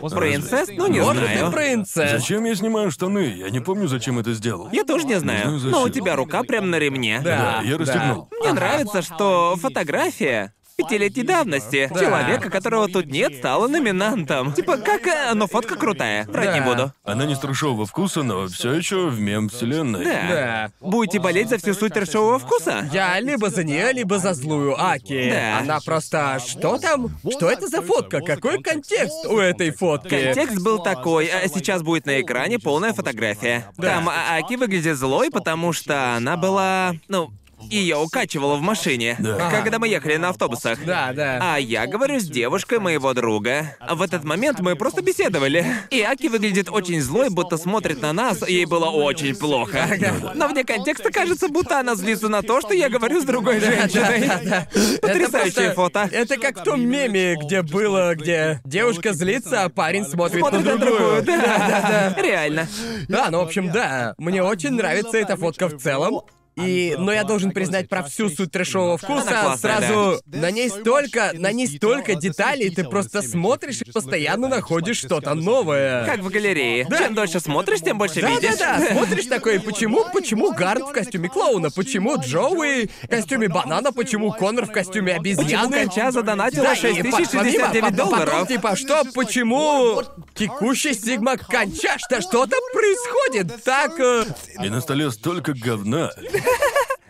C: про инцест? Ну, не
A: Может,
C: знаю.
A: и принцесс.
B: Зачем я снимаю штаны? Я не помню, зачем это сделал.
C: Я тоже не знаю.
B: Не знаю,
C: Но у
B: зачем.
C: тебя рука прям на ремне.
A: Да,
B: Да, я расстегнул.
C: Мне нравится, что фотография пятилетней давности
A: Да.
C: человека, которого тут нет, стала номинантом. Типа, как... э, Но фотка крутая. Брать не
A: Да.
C: буду.
B: Она не страшного вкуса, но все еще в мем вселенной.
C: Да.
A: Да.
C: Будете болеть за всю суть трешового вкуса?
A: Я либо за нее, либо за злую Аки.
C: Да.
A: Она просто... Что там? Что это за фотка? Какой контекст у этой фотки?
C: Контекст был такой, а сейчас будет на экране полная фотография.
A: Да.
C: Там А- Аки выглядит злой, потому что она была... Ну, ее укачивала в машине,
B: Да.
C: когда мы ехали на автобусах.
A: Да, да.
C: А я говорю с девушкой моего друга. А В этот момент мы просто беседовали. И Аки выглядит очень злой, будто смотрит на нас, ей было очень плохо. Но вне контекста кажется, будто она злится на то, что я говорю с другой женщиной. Потрясающее
A: Это просто-
C: фото.
A: Это как в том меме, где было, где девушка злится, а парень смотрит на
C: Смотрит на другую,
A: другую.
C: да, да, да. Реально.
A: Да, ну в общем, да. Мне очень нравится эта фотка в целом. И, но я должен признать про всю суть трэшового
C: Она
A: вкуса,
C: классная,
A: сразу
E: да.
A: на ней столько, на ней столько деталей, ты просто смотришь и постоянно находишь что-то новое.
C: Как в галерее. Чем дольше смотришь, тем больше
A: да,
C: видишь.
A: да, да, смотришь такой, почему, почему Гард в костюме клоуна, почему Джоуи в костюме банана, почому Конор в костюме
C: Почему
A: обезьяны?
C: Конча задонатила
A: Да, и по-
C: 6069
A: помимо- по-
C: долларов?
A: Потом, типа, что, почему текущий Сигма Конча, что что-то происходит? Так, э,
B: И на столе столько говна.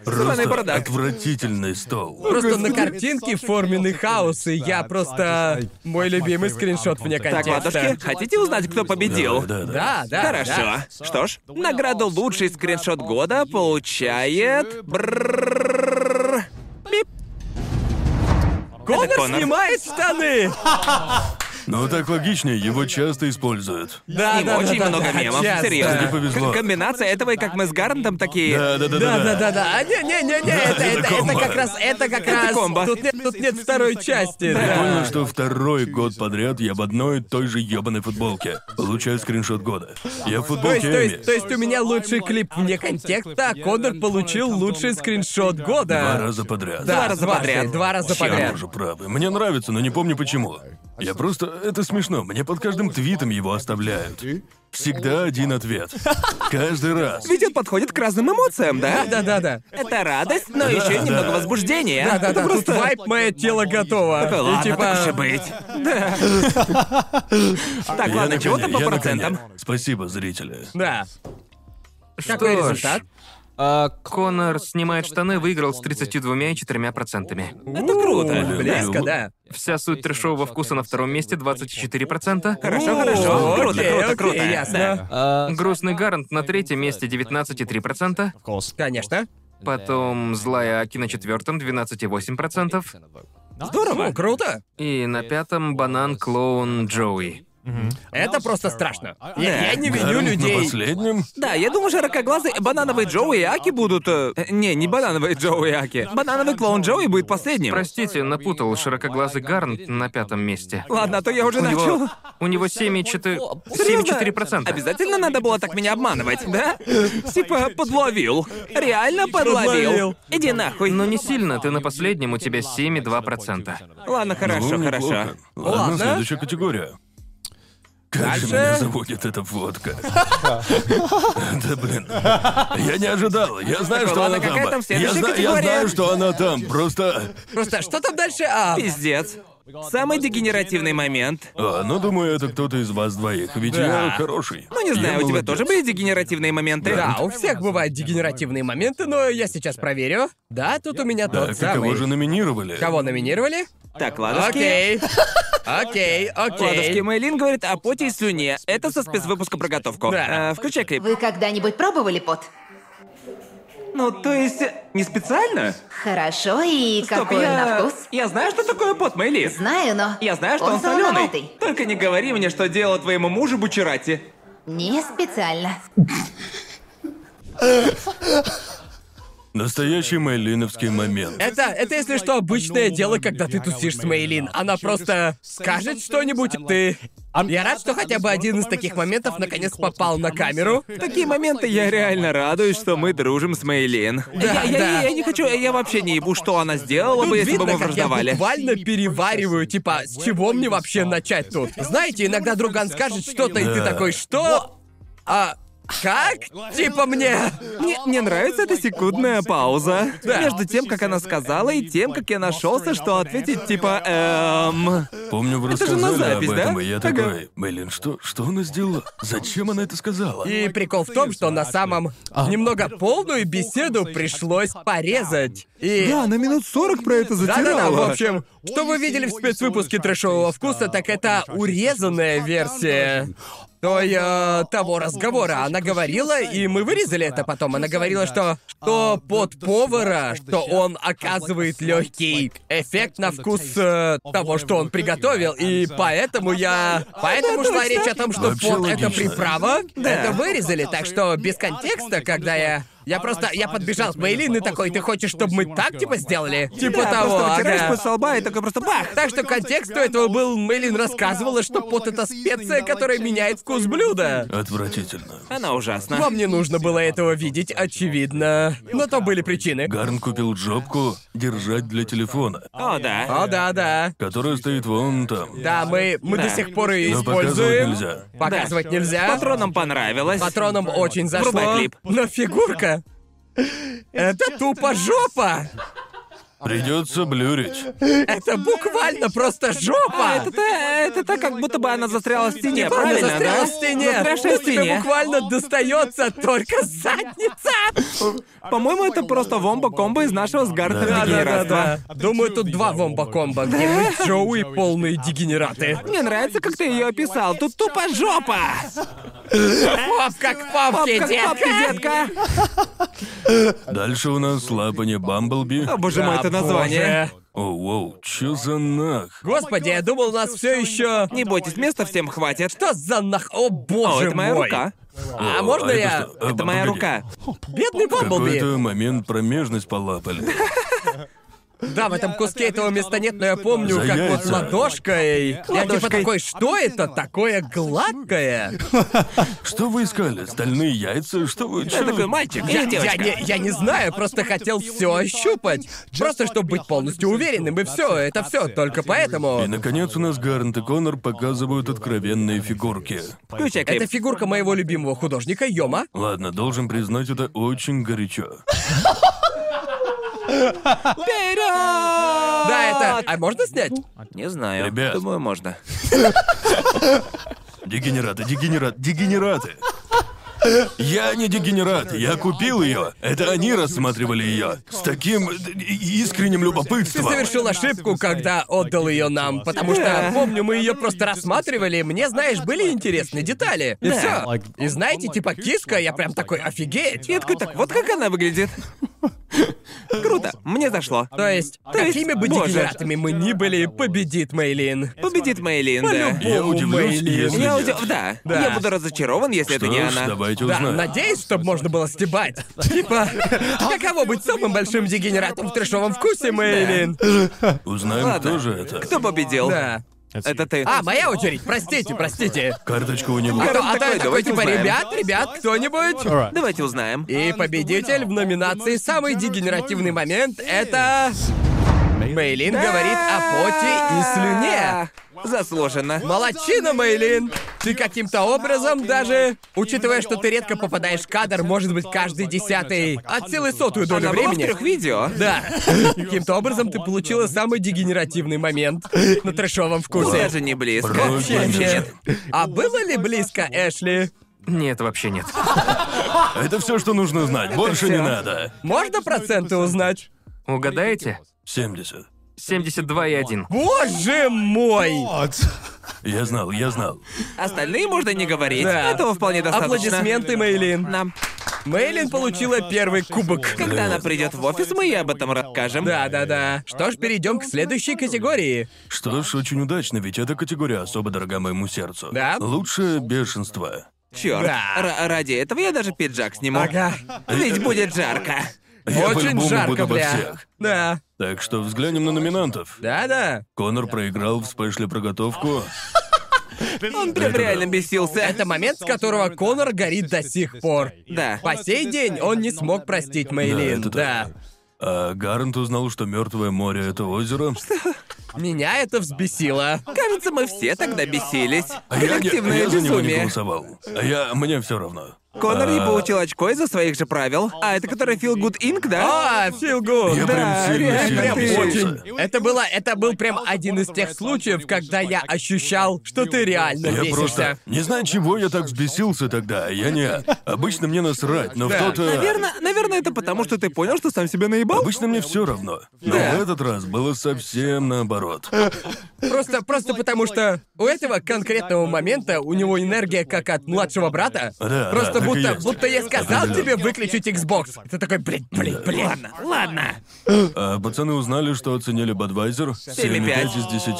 C: Сраный
B: Просто
C: бардак.
B: отвратительный стол.
A: Просто на картинке форменный хаос, и я просто... Мой любимый скриншот вне
C: Так,
A: контекста.
C: ладушки, хотите узнать, кто победил?
B: Да, да, да.
A: Да, да,
C: Хорошо.
A: да.
C: Что ж, награду лучший скриншот года получает. Брррррррр. Бип.
A: Конор,
C: Это Конор.
A: снимает штаны!
B: Но так логичнее, его часто используют.
A: Да,
C: И
A: да,
C: очень
A: да, да,
C: много
A: да,
C: мемов.
A: часто.
C: Серьезно.
B: Тебе повезло.
C: К- Комбинация этого и как мы с Гарантом такие.
B: Да, да,
A: Да,
B: да,
A: да,
B: да.
A: да, да. А не, не, не, не, это, это,
B: это
A: это
B: комбо.
A: как раз, это как раз.
C: комбо.
A: Тут нет, тут нет второй части.
B: Прикольно,
A: Да.
B: что второй год подряд я в одной и той же ебаной футболке. Получаю скриншот года. Я в
A: То
B: футболке
A: есть, то есть, э,
B: Эми.
A: то есть у меня лучший клип вне контекста, а Конор получил лучший скриншот года.
B: Два раза
A: Да,
B: подряд.
C: Два раза
A: дважды,
C: подряд.
A: Два раза
B: Там
A: подряд.
B: уже правы. Мне нравится, но не помню почему. Я просто... Это смешно. Мне под каждым твитом его оставляют. Всегда один ответ. Каждый раз.
C: Ведь он подходит к разным эмоциям, да?
A: Да, да, да.
C: Это радость, но еще и немного возбуждения.
A: Да, да, да.
C: Это
A: Тут
C: просто.
A: вайп, мое тело готово.
C: Да ладно,
A: И типа-
C: так уж и быть. Да. Так,
B: Я
C: ладно,
B: на
C: чего там
B: коне,
C: по
B: я на
C: процентам?
B: коне. Спасибо, зрители.
A: Да. Какой
D: Что ж,
A: результат?
D: Конор снимает штаны, выиграл с 32,4 процентами.
C: Это круто.
A: У, Близко,
B: Люблю.
A: да.
D: Вся суть трешового вкуса на втором месте 24 процента.
C: Хорошо,
A: О,
C: хорошо. Круто,
A: окей,
C: круто,
A: окей,
C: круто.
A: Ясно.
D: Грустный Гарант на третьем месте 19,3 процента.
A: Конечно.
D: Потом злая Аки на четвертом 12,8 процентов.
A: Здорово, круто.
D: И на пятом банан-клоун Джоуи.
A: Это просто страшно. Я, я не виню
B: Гарольд на
A: людей.
B: последнем?
C: Да, А, я думаю, широкоглазый банановый Джоуи и Аки будут... э, не, не банановый Джоуи и Аки. Банановый клоун Джоуи будет последним.
D: Простите, напутал широкоглазый Гарн на пятом месте.
C: Ладно, а то я уже
D: У
C: начал.
D: него, у него 7,4...
C: *laughs* Серьёзно?
D: 7,4%.
C: Обязательно надо было так меня обманывать, да? Типа подловил. Реально подловил.
A: Подловил.
C: Иди нахуй.
D: Но не сильно, ты на последнем, у тебя 7,2%.
C: Ладно, хорошо,
B: Ну, неплохо.
C: хорошо.
B: Ладно,
A: Ладно.
B: следующая категория. Как
A: Дальше.
B: же меня заводит эта водка. Да блин. Я не ожидал. Я знаю, что
C: ладно,
B: она
C: какая
B: там.
C: там
B: Я
C: следующая
B: зна- я
C: категория?
B: знаю, что она там. Просто...
A: Просто что там дальше? А,
C: Пиздец. Самый дегенеративный момент.
B: А, ну, думаю, это кто-то из вас двоих. Ведь я
A: Да.
B: хороший.
C: Ну, не
B: Я
C: знаю, у тебя
B: молодец.
C: тоже были дегенеративные моменты?
A: да, у всех бывают дегенеративные моменты, но я сейчас проверю. Да, тут у меня
B: А
A: тот
B: кого
A: самый.
B: же номинировали?
A: Кого номинировали?
C: Так, ладушки.
A: Окей. Окей,
C: Ладушки,
A: окей.
C: Мэйлин говорит о поте и слюне. Это со спецвыпуска про готовку.
A: Да.
C: Э, включай клип.
E: Вы когда-нибудь пробовали пот?
C: Ну, то есть, не специально?
E: Хорошо, и
C: Стоп,
E: какой он
C: я...
E: на вкус?
C: Я знаю, что такое пот, Мэйлин.
E: Знаю, но...
C: Я знаю, что он, соленый.
E: солоноватый.
C: Только не говори мне, что делал твоему мужу Бучерати.
E: Не специально.
B: Настоящий майлиновский момент.
A: Это, это, если что, обычное дело, когда ты тусишь с Мейлин. Она просто скажет что-нибудь, и ты... Я рад, что хотя бы один из таких моментов наконец попал на камеру.
C: В такие моменты я реально радуюсь, что мы дружим с Мейлин. я,
A: Да,
C: я-
A: да.
C: я не хочу, я вообще не ебу, что она сделала
A: Тут
C: бы, если
A: видно,
C: бы мы
A: как я
C: враждовали.
A: буквально перевариваю, типа, с чего мне вообще начать тут? Знаете, иногда друган скажет что-то, и ты
B: Да.
A: такой, что? А как? Типа мне...
C: Мне, мне нравится эта секундная пауза.
A: Да.
C: Между тем, как она сказала, и тем, как я нашелся, что ответить типа эм.
B: Помню, вы
C: Это же на
B: рассказали
C: запись,
B: об этом,
C: да?
B: и я
C: Ага.
B: такой, Мэйлин, что, что она сделала? Зачем она это сказала?
A: И прикол в том, что на самом немного полную беседу пришлось порезать. И...
C: на минут сорок про это
A: Да-да-да, в общем, что вы видели в спецвыпуске трэшового вкуса, так это урезанная версия той, э, того разговора. Она говорила, и мы вырезали это потом. Она говорила, что что под повара, что он оказывает легкий эффект на вкус э, того, что он приготовил, и поэтому я... Поэтому шла речь о том, что
B: Вообще
A: под
B: логично.
A: это приправа, это вырезали, так что без контекста, когда я... Я просто... Я подбежал к Мейлин и такой, ты хочешь, чтобы мы так, типа, сделали? Типа того,
C: просто вытираешь
A: ага.
C: под со лба и такой просто бах!
A: Так что контекст у этого был, Мейлин рассказывала, что пот — это специя, которая меняет вкус блюда.
B: Отвратительно.
C: Она ужасна.
A: Вам не нужно было этого видеть, очевидно. Но то были причины.
B: Гарн купил джобку держать для телефона,
C: О, да.
A: О, да, да.
B: которая стоит вон там.
A: Да, мы, мы до
C: Да.
A: сих пор ее
B: Но Ну, показывать
A: используем.
B: нельзя.
A: Показывать
C: Да.
A: нельзя.
C: Патронам понравилось.
A: Патронам очень зашло.
C: Врубай клип.
A: Но фигурка... Это тупо жопа!
B: Придется блюрить.
A: Это буквально просто жопа!
C: А, Это, та- это так, как будто бы она застряла в стене,
A: Типа, она
C: правильно,
A: застряла
C: да?
A: в стене.
C: Застрявшая в
A: Тебе
C: стене.
A: буквально достается только задница.
C: По-моему, это просто вомбо-комбо из нашего с Гарнера
B: Да, да,
C: дегенератства.
A: Думаю, тут два вомба-комба, где мы с Джоуи полные дегенераты.
C: Мне нравится, как ты ее описал. Тут тупо жопа!
A: Пап, как папки,
C: Как папки, детка!
B: Дальше у нас лапание Бамблби.
C: О, боже мой, это название.
B: О, воу, чё за нах?
A: Господи, я думал, у нас все еще...
C: Не бойтесь, места всем хватит.
A: Что за нах... О,
C: О,
A: боже
C: это моя
A: мой.
C: рука.
A: А
B: О,
A: можно
B: это
A: я...
B: что? А,
C: Это
B: погоди.
C: моя рука.
A: Бедный Бамблби.
B: Какой-то момент промежность
C: *laughs*
B: полапали.
A: Да, в этом куске этого места нет, но я помню,
B: За
A: как вот
B: яйца.
A: ладошкой... Я типа
C: Ладошкой.
A: такой, что это такое гладкое?
B: Что вы искали? Стальные яйца? Что вы...
C: Я
B: чё?
C: такой мальчик,
A: Я,
C: я
A: я
C: девочка.
A: не, я не знаю, просто хотел все ощупать. Просто чтобы быть полностью уверенным, и все, это все, только
B: И,
A: поэтому.
B: наконец, у нас Гарнт и Коннор показывают откровенные фигурки.
C: Включай клип.
A: Это фигурка моего любимого художника Йома.
B: Ладно, должен признать, это очень горячо.
C: Вперед!
A: Да, это. А можно снять?
C: Не знаю.
B: Ребят.
C: Думаю, можно.
B: Дегенераты, дегенерат, дегенераты. Я не дегенерат, я купил ее. Это они рассматривали ее с таким э, искренним
A: Ты
B: любопытством.
A: совершил ошибку, когда отдал ее нам, потому что
C: Да.
A: помню, мы ее просто рассматривали. Мне, знаешь, были интересные детали. И все. И знаете, типа киска, я прям такой офигеть.
C: А *laughs* Я такой, так вот как она выглядит. Круто, мне зашло.
A: То есть,
C: То есть,
A: какими бы
C: боже.
A: дегенератами мы ни были, победит Мейлин.
C: Победит Мейлин, да.
A: По-любому
B: Я удивлюсь,
A: Мейлин.
B: если
C: Я
B: нет.
C: удив- Да.
A: Да.
C: Я буду разочарован, если это
B: Что
C: не
B: ж,
C: она.
B: давайте
A: Да,
B: узнаем.
A: надеюсь, чтобы можно было стебать. Типа, каково быть самым большим дегенератом в трешовом вкусе, Мейлин?
B: Узнаем,
C: Ладно.
B: кто же это.
C: Кто победил?
A: Да.
C: Это ты.
A: А, моя очередь, простите, простите.
B: Карточку у него.
A: А то, а то
C: такой,
A: я такой,
C: давайте
A: типа,
C: узнаем.
A: ребят, ребят, кто-нибудь?
C: А, Давайте узнаем.
A: И победитель в номинации «Самый дегенеративный момент» — это... Мейлин говорит о поте и слюне.
C: Заслуженно.
A: Молодчина, Мейлин! Ты каким-то образом даже... Учитывая, что ты редко попадаешь в кадр, может быть, каждый десятый... От силы сотую долю
C: Она была в
A: времени.
C: трех видео. *laughs*
A: Да. Каким-то образом ты получила самый дегенеративный момент на трэшовом вкусе.
C: Даже не близко.
B: Вообще
A: Вообще
B: нет.
A: нет. А было ли близко, Эшли?
D: Нет, вообще нет.
B: Это все, что нужно знать. Больше не надо.
A: Можно проценты узнать?
D: Угадаете?
B: 70.
D: 72,1.
A: Боже мой!
B: Я знал, я знал.
C: Остальные можно не говорить.
A: Да.
C: Этого вполне достаточно.
A: Аплодисменты, Мейлин.
C: Нам.
A: Мейлин получила первый кубок.
C: Когда она придет в офис, мы ей об этом расскажем.
A: Да, да, да. Что ж, перейдем к следующей категории.
B: Что ж, очень удачно, ведь эта категория особо дорога моему сердцу.
A: Да?
B: Лучшее бешенство.
C: Черт.
A: Да.
C: ради этого я даже пиджак сниму.
A: Ага.
C: Ведь будет жарко.
B: Я
A: Очень
B: по-любому
A: жарко,
B: буду во
A: бля.
B: всех.
A: Да.
B: Так что взглянем на номинантов.
A: Да, да.
B: Конор проиграл в спешле проготовку.
A: *laughs*
C: Он прям реально бесился.
A: Это момент, с которого Конор горит до сих пор.
C: Да.
A: По сей день он не смог простить Мейлин.
B: Да, это
A: Да.
B: А Гарнт узнал, что Мертвое море это озеро.
A: Меня это взбесило.
C: Кажется, мы все тогда бесились.
B: А я, не-
C: Коллективное
B: я за него не
C: безумие.
B: голосовал. А я. мне все равно.
C: Конор не
B: А,
C: получил очко из-за своих же правил. А это который Feel Good Inc., да?
A: А, feel good.
B: Я
A: да.
B: прям сильно,
C: реально,
B: сильно
A: Прям
C: бесился.
B: бесился.
A: очень. Это было, это был прям один из тех случаев, когда я ощущал, что ты реально
B: Я
A: бесишься.
B: просто не знаю, чего я так взбесился тогда. Я не. Обычно мне насрать, но в
A: Да.
B: то-то.
C: Наверное, наверное, это потому, что ты понял, что сам себя наебал.
B: Обычно мне все равно. Но
A: Да.
B: в этот раз было совсем наоборот.
A: Просто, просто потому что у этого конкретного момента у него энергия как от младшего брата.
B: да,
A: просто
B: так и
A: будто,
B: есть.
A: будто я сказал
B: Определенно.
A: тебе выключить Xbox. Ты такой, блин, блин, блин. Ладно, ладно.
B: А пацаны узнали, что оценили Бадвайзер 7,5 из 10.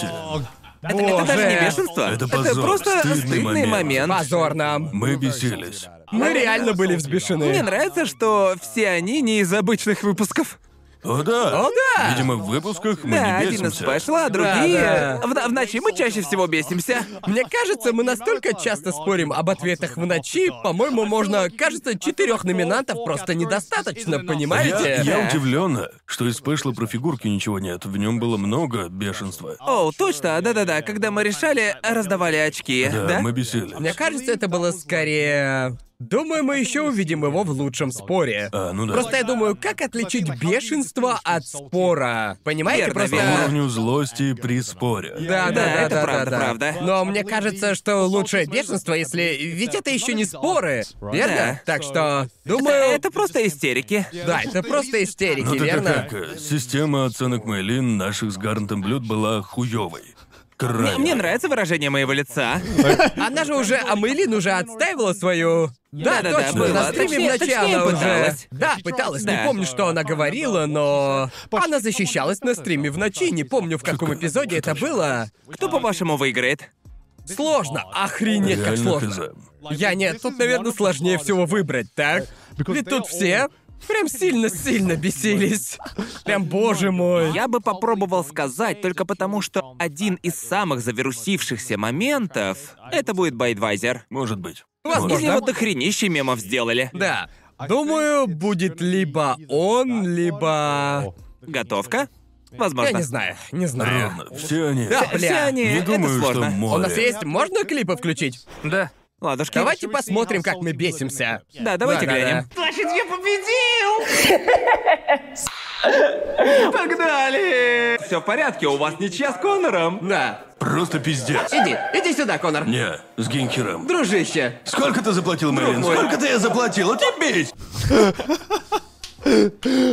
C: Это, это даже не
A: Боже.
C: бешенство.
B: Это позор,
C: просто
B: стыдный
C: стыдный
B: момент.
C: момент.
A: Позор нам.
B: Мы бесились.
A: Мы реально были взбешены.
C: Мне нравится, что все они не из обычных выпусков.
B: О да!
A: О, да!
B: Видимо, в выпусках мы
C: да,
B: не
C: один из
B: бесимся.
C: спешла, а другие...
A: Да, да.
C: В, в ночи мы чаще всего бесимся.
A: Мне кажется, мы настолько часто спорим об ответах в ночи, по-моему, можно, кажется, четырех номинантов просто недостаточно,
B: Я,
A: понимаете?
B: я удивлен, что из спешла про фигурки ничего нет. В нем было много бешенства.
C: О, точно, да-да-да, когда мы решали, раздавали очки, да?
B: Да, мы бесились.
A: Мне кажется, это было скорее. Думаю, мы еще увидим его в лучшем споре.
B: А, ну да.
A: Просто я думаю, как отличить бешенство от спора? Понимаете,
C: Верно,
A: просто.
B: По
C: верно.
B: уровню злости при споре.
A: Да, да,
C: Да,
A: да,
C: это
A: да,
C: правда,
A: да, да.
C: правда.
A: Но мне кажется, что лучшее бешенство, если. Ведь это еще не споры, верно?
C: Да.
A: Так что.
C: Это,
A: Думаю.
C: это просто истерики.
A: Да, это просто истерики,
B: Ну
A: верно?
B: это как? э, Система оценок Мэйлин наших с Гарнтом блюд была хуёвой. Крайне.
C: Мне нравится выражение моего лица.
A: Она же уже, а Мэйлин уже отстаивала свою... Да,
C: Да-да-да,
A: точно,
C: было.
A: на стриме
C: Точнее-
A: в начале
C: точнее
A: она уже...
C: пыталась.
A: Да, пыталась, не
C: Да.
A: помню, что она говорила, но... Она защищалась на стриме в ночи, не помню, в каком эпизоде это было.
C: Кто, по-вашему, выиграет?
A: Сложно, охренеть как
B: Реально
A: сложно.
B: хз.
A: Я нет, тут, наверное, сложнее всего выбрать, так? Ведь тут все прям сильно-сильно бесились. Прям, боже мой.
C: Я бы попробовал сказать только потому, что один из самых завирусившихся моментов — это будет Байдвайзер.
B: Может быть.
A: Возможно.
C: Из него дохренище мемов сделали.
A: Да. Думаю, будет либо он, либо...
C: Готовка?
A: Я
C: Возможно.
A: не знаю, не знаю.
B: Может. Ладно, все они.
A: А. Да,
C: Все
A: бля.
C: они...
B: Не
C: это
B: думаю, что
C: сложно.
B: море.
A: У нас есть... Можно клипы включить?
D: Да.
C: Ладушки.
A: Давайте посмотрим, как мы бесимся.
C: Да, давайте
A: Да-да-да.
C: глянем.
F: Значит, я победил!
C: *laughs* Погнали! Все в порядке, у вас ничья с Конором.
A: Да.
B: Просто пиздец.
A: Иди, иди сюда, Конор.
B: Не, с Гинкером.
A: Дружище.
B: Сколько ты заплатил, Мэйлин?
A: мой.
B: Сколько ты я заплатил? Отъебись!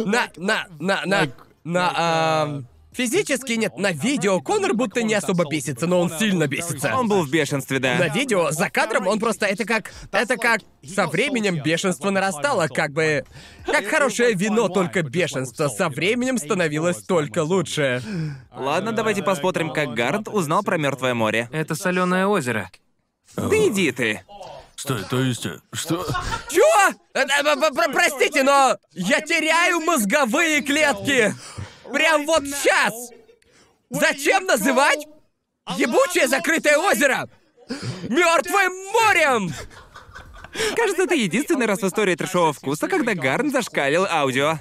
A: На, на, на, на. На, ам, Физически нет, на видео Конор будто не особо бесится, но он сильно бесится.
C: Он был в бешенстве, да.
A: На видео, за кадром, он просто... Это как... Это как... Со временем бешенство нарастало, как бы... Как хорошее вино, только бешенство. Со временем становилось только лучше.
C: Ладно, давайте посмотрим, как Гарнт узнал про Мертвое море.
D: Это соленое озеро.
C: Да иди ты.
B: Стой, то есть... э, Что?
A: Чё? Э, э, про- про- Простите, но я теряю мозговые клетки. Прям вот сейчас. Зачем называть ебучее закрытое озеро мертвым морем?
C: Кажется, это единственный раз в истории трешового вкуса, когда Гарн зашкалил аудио.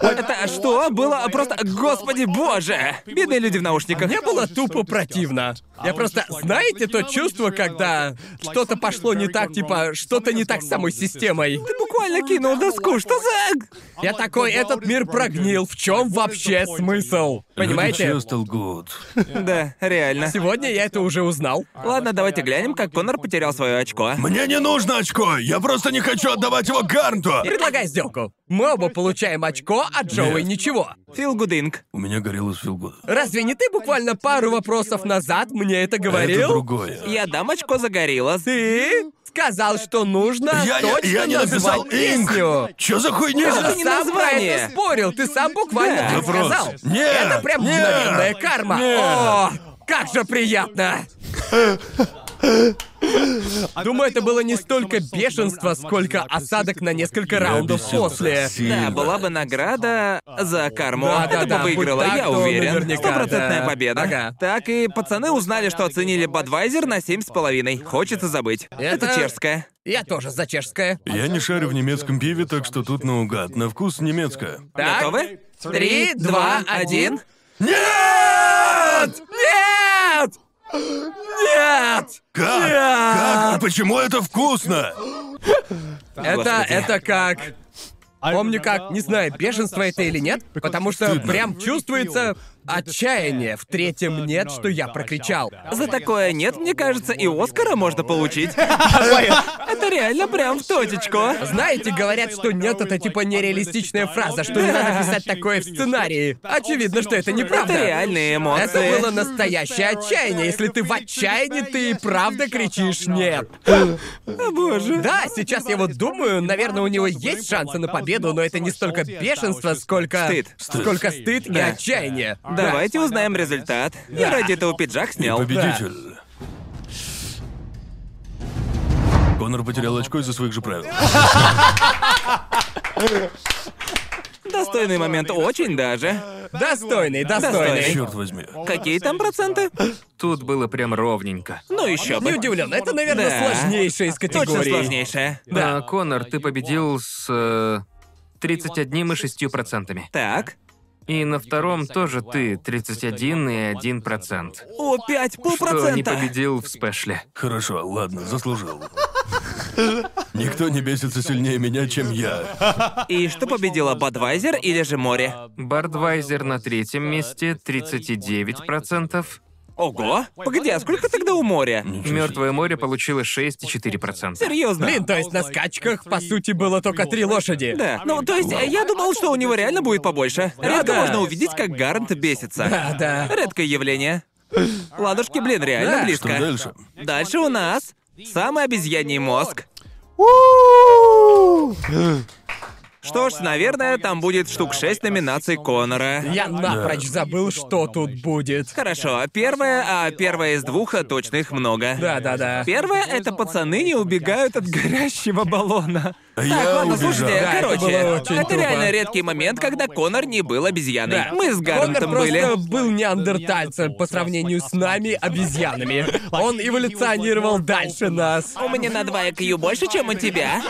C: Это что было? Просто, господи боже! Бедные люди в наушниках.
A: Мне было тупо противно. Я просто, знаете, то чувство, когда что-то пошло не так, типа, что-то не так с самой системой.
C: Ты буквально кинул доску, что за...
A: Я такой, этот мир прогнил, в чем вообще смысл? Понимаете?
B: Люди часто лгут.
C: Да, реально.
A: Сегодня я это уже узнал.
C: Ладно, давайте глянем, как Конор потерял свое очко.
B: Мне не нужно очко! Я просто не хочу отдавать его Гарнту!
A: Предлагай сделку. Мы оба получаем очко, а Джоуи
B: Нет.
A: ничего.
C: Фил Гудинг.
B: У меня горело Филгуд.
A: Разве не ты буквально пару вопросов назад мне это
B: А Это
A: говорил?
B: другое.
C: Я дам очко за гориллас.
A: Ты сказал, что нужно
B: Я, не-
A: точно
B: я не написал
A: назвать
B: инк!
A: песню.
B: Чё за хуйня?
A: Ты же
C: Это
A: ну,
C: не
A: сам про
C: название.
A: это спорил, ты сам буквально
C: Да.
A: так
B: Вопрос.
A: сказал.
B: Нет,
A: Это прям
B: нет,
A: мгновенная карма.
B: нет.
A: О, как же приятно. Думаю, это было не столько бешенство, сколько осадок на несколько раундов
B: бесился.
A: после.
B: Сильно.
C: Да, была бы награда за карму.
A: Да, да,
C: Это
A: да,
C: бы выиграла,
A: будь так,
C: я
A: то
C: уверен.
A: наверняка,
C: Стопроцентная
A: да.
C: победа.
A: Ага.
C: Так и пацаны узнали, что оценили Бадвайзер на 7,5. Хочется забыть. Это,
A: Это-
C: чешская.
A: Я тоже за чешское.
B: Я не шарю в немецком пиве, так что тут наугад. На вкус немецкое.
A: Так.
C: Готовы?
A: Три, два, один.
B: Нет!
A: Нет! Нет!
B: Как? Как? А Почему это вкусно?
A: Это,
C: Господи.
A: это как... Помню как, не знаю, бешенство это или нет, потому что прям чувствуется отчаяние в третьем «нет», что я прокричал.
C: За такое нет, мне кажется, и Оскара можно получить. Это реально прям в точечку.
A: Знаете, говорят, что «нет» — это типа нереалистичная фраза, что не надо писать такое в сценарии. Очевидно, что это неправда.
C: Это реальные эмоции.
A: Это было настоящее отчаяние. Если ты в отчаянии, ты и правда кричишь «нет».
C: боже.
A: Да, сейчас я вот думаю, наверное, у него есть шансы на победу, но это не столько бешенство, сколько...
C: Стыд.
A: Сколько стыд и
C: Да.
A: отчаяние.
C: Давайте узнаем результат. Я ради этого пиджак снял.
B: Победитель. Конор потерял очко из-за своих же правил.
C: Достойный момент, очень даже.
A: Достойный, достойный.
C: Достойный.
B: Черт возьми.
C: Какие там проценты?
D: Тут было прям ровненько.
C: Ну еще бы.
A: Не удивлен, это, наверное,
C: Да.
A: сложнейшая из категорий.
C: Точно сложнейшая.
D: А, Конор, ты победил с э, 31,6%.
C: Так.
D: И на втором тоже ты 31,1%.
C: О, пять
D: Что не
C: полпроцента.
D: победил в спешле.
B: Хорошо, ладно, заслужил. Никто не бесится сильнее меня, чем я.
C: И что победила, Бадвайзер или же море?
D: Бардвайзер на третьем месте 39%.
C: Ого! Погоди, а сколько тогда у моря?
D: Мертвое море получило 6,4%.
C: Серьезно.
A: Блин, то есть на скачках, по сути, было только три лошади.
C: Да. Ну, то есть, э, я думал, что у него реально будет побольше. Редко
A: да.
C: можно увидеть, как Гарнт бесится.
A: Да, да.
C: Редкое явление. Ладушки, блин, реально
A: Да.
B: Что
C: близко.
B: дальше?
C: Дальше у нас самый обезьяний мозг. Что ж, наверное, там будет штук шесть номинаций Конора.
A: Я напрочь забыл, что тут будет.
C: Хорошо, первое, а первое из двух, а точно их много.
A: Да, да, да.
C: Первое — это пацаны не убегают от горящего баллона.
B: А
C: Так,
B: я
C: ладно,
B: убежал.
C: слушайте,
A: Да, это
C: короче,
A: было очень тупо.
C: реально редкий момент, когда Конор не был обезьяной.
A: Да.
C: Мы с Гарнтом
A: Коннор
C: были.
A: просто был неандертальцем по сравнению с нами, обезьянами. Он эволюционировал дальше нас.
C: У меня на 2 IQ больше, чем
A: *laughs*
C: у тебя.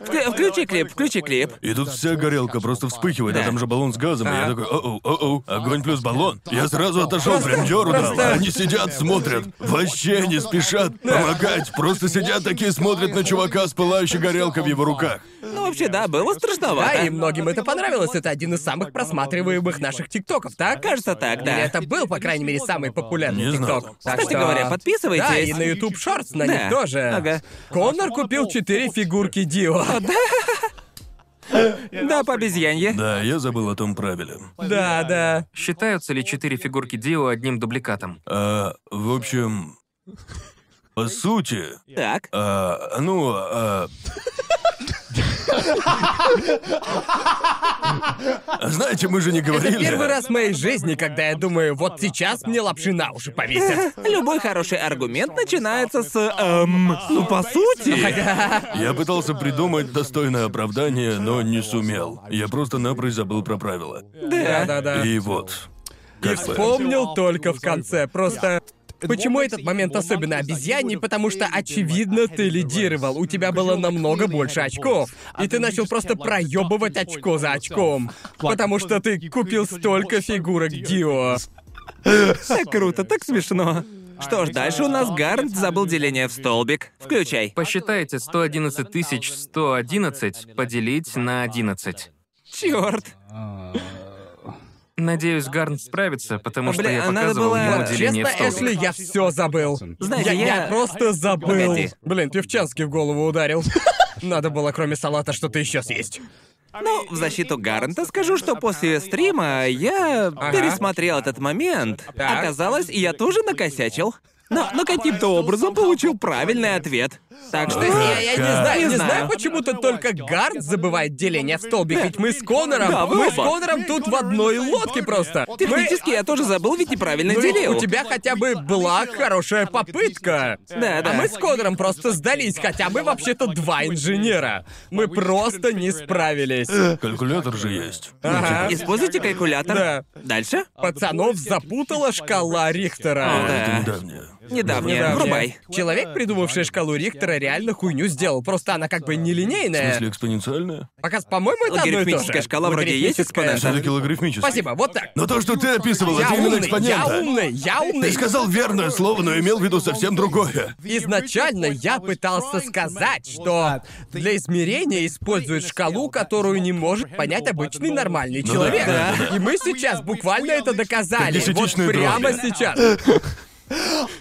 C: Вк- Включи клип, включи клип.
B: И тут вся горелка просто вспыхивает, а там же баллон с газом, и я такой, о-оу, о-оу, огонь плюс баллон. Я сразу отошел, прям дёру дал.
A: просто-
B: Они сидят, смотрят, вообще не спешат помогать, просто сидят такие, смотрят на чувака с пылающей горелкой в его руках.
C: Ну, вообще, да, было страшновато.
A: Да, и многим это понравилось. Это один из самых просматриваемых наших тиктоков, так?
C: Кажется, так, да.
A: Или это был, по крайней мере, самый популярный
B: Не знал.
A: тикток. Так
C: Кстати
A: что-
C: говоря, подписывайтесь.
A: Да, и на YouTube Shorts на
C: Да.
A: них тоже.
C: Ага.
A: Коннор купил четыре фигурки Дио.
C: Да, по обезьянье.
B: Да, я забыл о том правиле.
A: *laughs* Да, да.
D: Считаются ли четыре фигурки Дио одним дубликатом?
B: А, в общем, по сути,
C: Так.
B: а, ну, а... *laughs* Знаете, мы же не говорили.
A: Это первый раз в моей жизни, когда я думаю, вот сейчас мне лапши на уши повесят.
C: *laughs* Любой хороший аргумент начинается с эм. Ну, по сути.
B: Я пытался придумать достойное оправдание, но не сумел. Я просто-напрочь забыл про правила.
A: *laughs* Да, да, да.
B: И вот. Как бы.
A: Вспомнил только в конце. Просто Почему этот момент особенно обезьяний? Потому что, очевидно, ты лидировал. У тебя было намного больше очков. И ты начал просто проебывать очко за очком. Потому что ты купил столько фигурок Дио.
C: Так круто, так смешно. Что ж, дальше у нас Гарнт забыл деление в столбик. Включай.
D: Посчитайте 111 тысяч 111 поделить на 11.
C: Черт.
D: Надеюсь, Гарн справится, потому
C: А,
D: что
C: бля,
D: я
C: а надо
D: показывал
C: было-
D: ему деление
A: Честно,
D: в столбик.
A: Эшли, я все забыл.
C: Знаете,
A: я,
C: я-
A: просто забыл.
C: Погоди.
A: Блин, ты в Чанский в голову ударил. Надо было, кроме салата, что-то еще съесть.
C: Ну, в защиту Гарнта скажу, что после стрима я пересмотрел этот момент.
A: Так.
C: Оказалось, я тоже накосячил. Но, но каким-то образом получил правильный ответ. Так что ну,
A: То есть я,
C: я...
A: я не
B: Ага.
A: знаю, не
C: Не
A: знаю,
C: знаю.
A: почему-то только Гард забывает деление в столбик, ведь мы с Конором,
C: Да, вы
A: мы с
C: оба.
A: Конором тут в одной лодке просто. Мы-
C: Технически я тоже забыл, А ведь неправильно
A: Ну, ведь
C: делил.
A: у тебя хотя бы была хорошая попытка.
C: Да, да.
A: А мы с Конором просто сдались, хотя мы вообще-то два инженера. Мы просто не справились.
B: Калькулятор же есть. Ну, типа,
A: Ага.
C: Используйте калькулятор.
A: Да. А,
C: Дальше?
A: Пацанов запутала шкала
C: О,
A: Рихтера.
C: да.
B: Это недавнее.
C: Недавнее.
A: Недавнее.
C: Врубай.
A: Человек, придумавший шкалу Рихтера, реально хуйню сделал. Просто она как бы
B: В
A: нелинейная.
B: смысле экспоненциальное?
A: Пока, по-моему, это одно и то
C: Логарифмическая
A: же.
C: шкала вроде есть
A: Логарифмическая.
B: Это же
C: экспонента?
B: логарифмический.
A: Спасибо, вот так.
B: Но то, что ты описывал,
A: Я
B: это именно
A: умный, я
B: экспонента.
A: умный, я умный.
B: Ты сказал верное слово, но имел в виду совсем другое.
A: Изначально я пытался сказать, что для измерения используют шкалу, которую не может понять обычный нормальный
B: да,
A: человек.
B: да,
A: *laughs* И мы сейчас буквально это доказали.
B: Как
A: Вот
B: десятичные
A: прямо
B: дроби.
A: сейчас.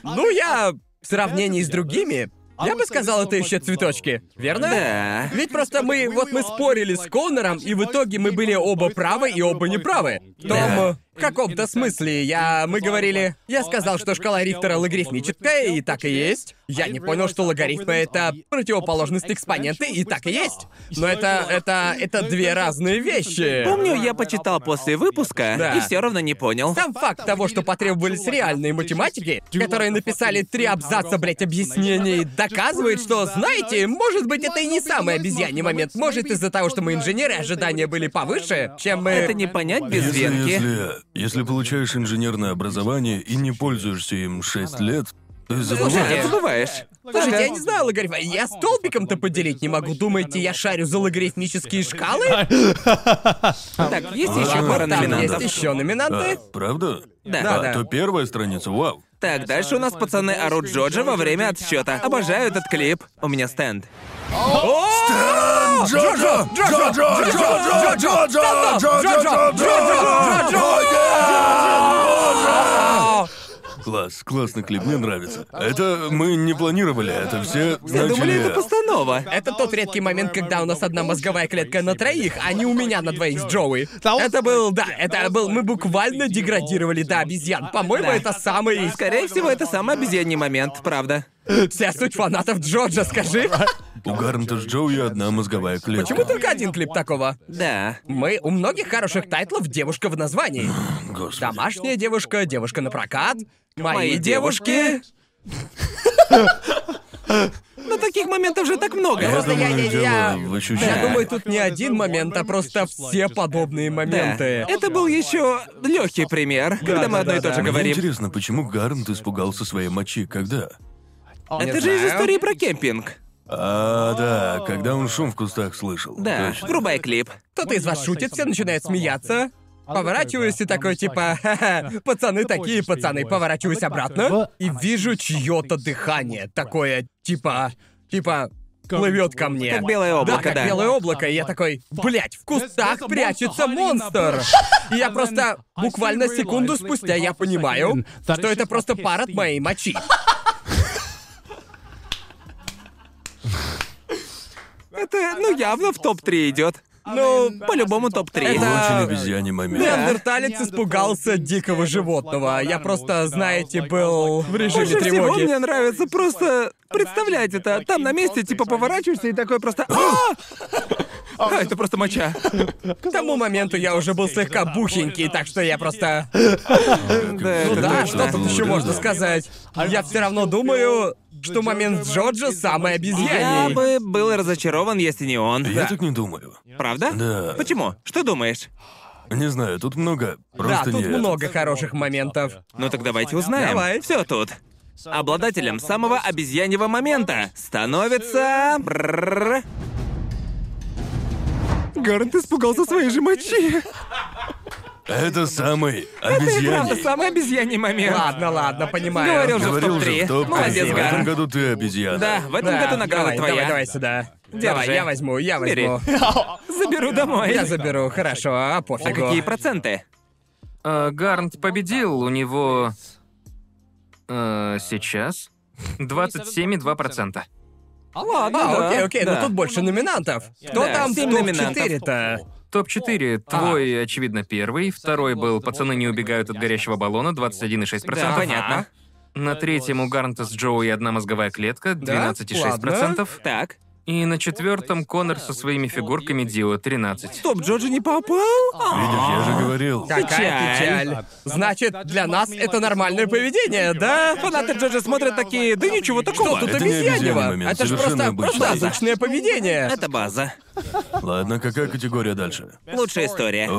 A: Ну, я в сравнении с другими, я бы сказал, это еще цветочки, верно?
C: Да.
A: Ведь просто мы, вот мы спорили с Конором, и в итоге мы были оба правы и оба неправы. В том,
C: Да.
A: в каком-то смысле, я... Мы говорили... Я сказал, что шкала Рихтера логарифмическая, и так и есть. Я не понял, что логарифмы — это противоположность экспоненты, и так и есть. Но это... это... это две разные вещи.
C: Помню, я почитал после выпуска
A: Да.
C: и все равно не понял.
A: Сам факт того, что потребовались реальные математики, которые написали три абзаца, блядь, объяснений, доказывает, что, знаете, может быть, это и не самый обезьяний момент. Может, из-за того, что мы инженеры, ожидания были повыше, чем мы...
C: Это не понять без
B: Если,
C: венки.
B: если, если получаешь инженерное образование и не пользуешься им 6 лет, ты
C: Слушай,
B: забываешь.
C: забываешь.
A: Слушайте,
C: Ага.
A: я не знаю
C: а
A: логарифма. Я столбиком-то поделить не могу. Думаете, я шарю за логарифмические
C: *laughs*
A: шкалы?
C: Так, есть еще
B: А,
C: пара
A: Там
C: номинантов.
A: есть еще
B: А,
A: номинанты.
B: правда?
C: Да.
A: Да,
B: а,
A: да.
B: то первая страница, вау.
C: Так, дальше у нас пацаны орут Джорджа во время отсчета. Обожаю этот клип. У меня стенд.
B: Джоджо! Джоджо! Джоджо! Джоджо!
A: Джоджо! Джоджо! Джоджо!
B: Класс, классный клип, мне нравится. Это мы не планировали, это все
C: Все думали,
B: начали...
C: это постанова.
A: Это тот редкий момент, когда у нас одна мозговая клетка на троих, а не у меня на двоих с Джоуи. Это был, да, это был, мы буквально деградировали до обезьян. По-моему,
C: Да.
A: это самый...
C: Скорее всего, это самый обезьянный момент, правда.
A: Вся суть фанатов Джорджа, скажи.
B: У Гарнта с Джоуи одна мозговая клетка.
A: Почему только один клип такого?
C: Да.
A: Мы у многих хороших тайтлов девушка в названии.
B: Господи.
A: Домашняя девушка, девушка на прокат, мои
C: Мои
A: девушки.
C: девушки. Но таких моментов же так много.
B: Я
A: Просто я-
B: думаю,
A: я-
B: дело
A: я-
B: в
A: Я
B: ощущениях.
A: думаю, тут не один момент, а просто все подобные
C: Да.
A: моменты.
C: Это был еще легкий пример, когда мы
A: да,
C: одно и
A: да,
C: то же
A: да.
B: Мне
C: говорим.
B: интересно, почему Гарнт испугался своей мочи, когда?
C: Это же из
A: знаю.
C: истории про кемпинг.
B: А, да, когда он шум в кустах слышал.
C: Да,
B: Точно.
C: врубай клип.
A: Кто-то из вас шутит, все начинают смеяться.
C: А
A: Поворачиваюсь и такой типа,
C: *laughs*
A: «Ха-ха, пацаны такие, пацаны,
C: А
A: поворачиваюсь обратно и вижу чье-то дыхание, такое типа, типа плывет ко мне.
C: Как белое облако,
A: да. Как
C: да.
A: белое облако, и я такой, блять, в кустах прячется монстр. И я просто
C: а
A: буквально секунду спустя я понимаю, что это просто пар от моей
C: *laughs*
A: мочи.
C: Это, ну, явно в топ-3 идет. Ну, по-любому топ-3.
A: Это-
B: Очень обезьяний момент.
A: Неандерталец испугался дикого животного. Я просто, знаете, был в режиме
C: Больше всего
A: тревоги.
C: мне нравится просто... Представляете это, там на месте, типа, поворачиваешься и такой просто... «А!» А, это просто моча.
A: К тому моменту я уже был слегка бухенький, так что я просто...
C: Да,
A: Ну
C: это
A: да,
C: точно.
A: что тут еще можно сказать?
C: А
A: Я все равно думаю, что момент с Джорджа самый
C: Я
A: обезьянный.
C: бы был разочарован, если не он.
B: Я так не думаю.
C: Правда?
B: Да.
C: Почему? Что думаешь?
B: Не знаю, тут много.
A: Да,
B: Просто
A: тут
B: нет.
A: много хороших моментов.
C: Ну так давайте узнаем.
A: Давай.
C: Все тут. Обладателем самого обезьяньего момента становится... Бррррр. Гарнт испугался своей же мочи.
B: Это самый
C: Ты правда
B: обезьяний.
C: самый обезьяний момент.
A: Ладно, ладно, понимаю.
C: Говорил же.
B: Говорил
C: в топ-3.
B: же в топ
C: Молодец,
B: В этом
C: Гар.
B: году ты обезьяна.
C: Да, в этом
A: Да,
C: году награда
A: давай,
C: твоя.
A: Давай, давай сюда. Давай,
C: Держи.
A: я возьму, я
C: Бери.
A: возьму.
C: Заберу домой.
A: Я заберу, хорошо, а пофигу.
C: А какие проценты?
D: Э, Гарнт победил, у него... э, сейчас? 27,2%.
C: Ладно,
A: А,
C: ну да,
A: окей, окей,
C: да.
A: но тут больше номинантов. Кто
C: Да,
A: там
C: семь номинантов.
A: 4-то?
D: Топ-4. Твой, очевидно, первый. Второй был «Пацаны не убегают от горящего баллона» 21,6%.
C: Да, понятно.
D: На третьем у Гарнта с Джоуи одна мозговая клетка, 12,6%.
C: Так.
D: И на четвертом Конор со своими фигурками Дио, 13.
C: Топ Джорджи не попал? А.
B: Видишь, я же говорил.
A: Какая
C: Печаль.
A: печаль. Значит, для нас это нормальное поведение, да?
C: Фанаты Джорджа смотрят такие, да ничего такого.
A: Что тут
B: Это не обезьянный
A: обезьяньего?
B: момент,
A: Это же просто,
B: совершенно
A: просто
B: обычный.
A: обычное поведение.
C: Это база.
B: Ладно, какая категория дальше?
C: Лучшая история.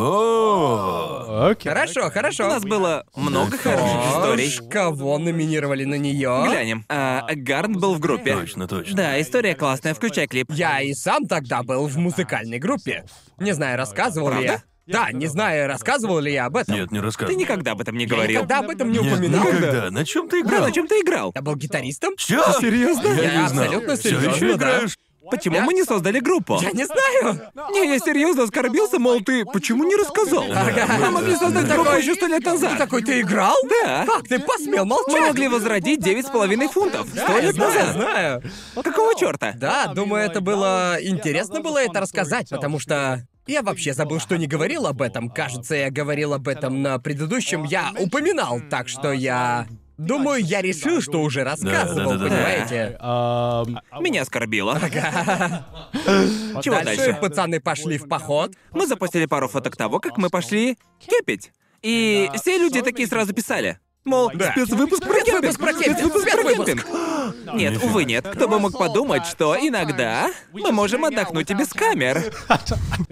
B: О,
A: Хорошо, хорошо.
C: У нас было много хороших
A: Аж
C: историй.
A: кого номинировали на нее?
C: Глянем. А, Гарнт был в группе.
B: точно, точно.
C: Да, история классная, включай клип.
A: Я и сам тогда был в музыкальной группе. Не знаю, рассказывал ли я.
C: Правда?
A: Да, не знаю, рассказывал ли я об этом.
B: Нет, не рассказывай.
C: Ты никогда об этом не
A: Я
C: говорил.
A: никогда об этом не
B: Нет,
A: упоминал.
B: никогда. На чем ты
C: Да,
B: играл?
C: на чем ты играл?
A: Я был гитаристом?
B: Чё? Серьезно? Я,
A: Я
B: не знал.
A: абсолютно
B: Всё
A: серьёзно,
B: ещё
A: да.
B: играешь?
C: Почему мы не создали группу?
A: Я не
B: *laughs*
A: знаю.
C: Не, я серьезно оскорбился, мол, ты почему не рассказал?
A: Ага.
C: Мы могли создать группу еще сто лет
A: Ты
C: назад.
A: такой, ты играл?
C: Да.
A: Как ты посмел
C: Мы
A: молчать?
C: могли возродить девять с половиной фунтов.
A: Да,
C: Сто
A: я
C: лет
A: знаю,
C: назад.
A: знаю.
C: Какого черта?
A: Да, думаю, это было... Интересно было это рассказать, потому что... Я вообще забыл, что не говорил об
B: а
A: этом. Кажется, я говорил об этом на предыдущем. Я упоминал, так что я... Думаю, я решил, что уже рассказывал,
B: да, да, да.
A: понимаете?
C: Меня оскорбило. Чего
A: Дальше
C: дальше?
A: пацаны пошли в поход.
C: Мы запустили пару фоток того, как мы пошли кепить. И все люди такие сразу писали. Мол, спецвыпуск про кемпинг!
A: Спецвыпуск про кемпинг!
C: Спецвыпуск про
A: Спецвыпуск!»
C: кемпинг! Нет, увы, нет. Кто бы мог подумать, что иногда мы можем отдохнуть и без камер.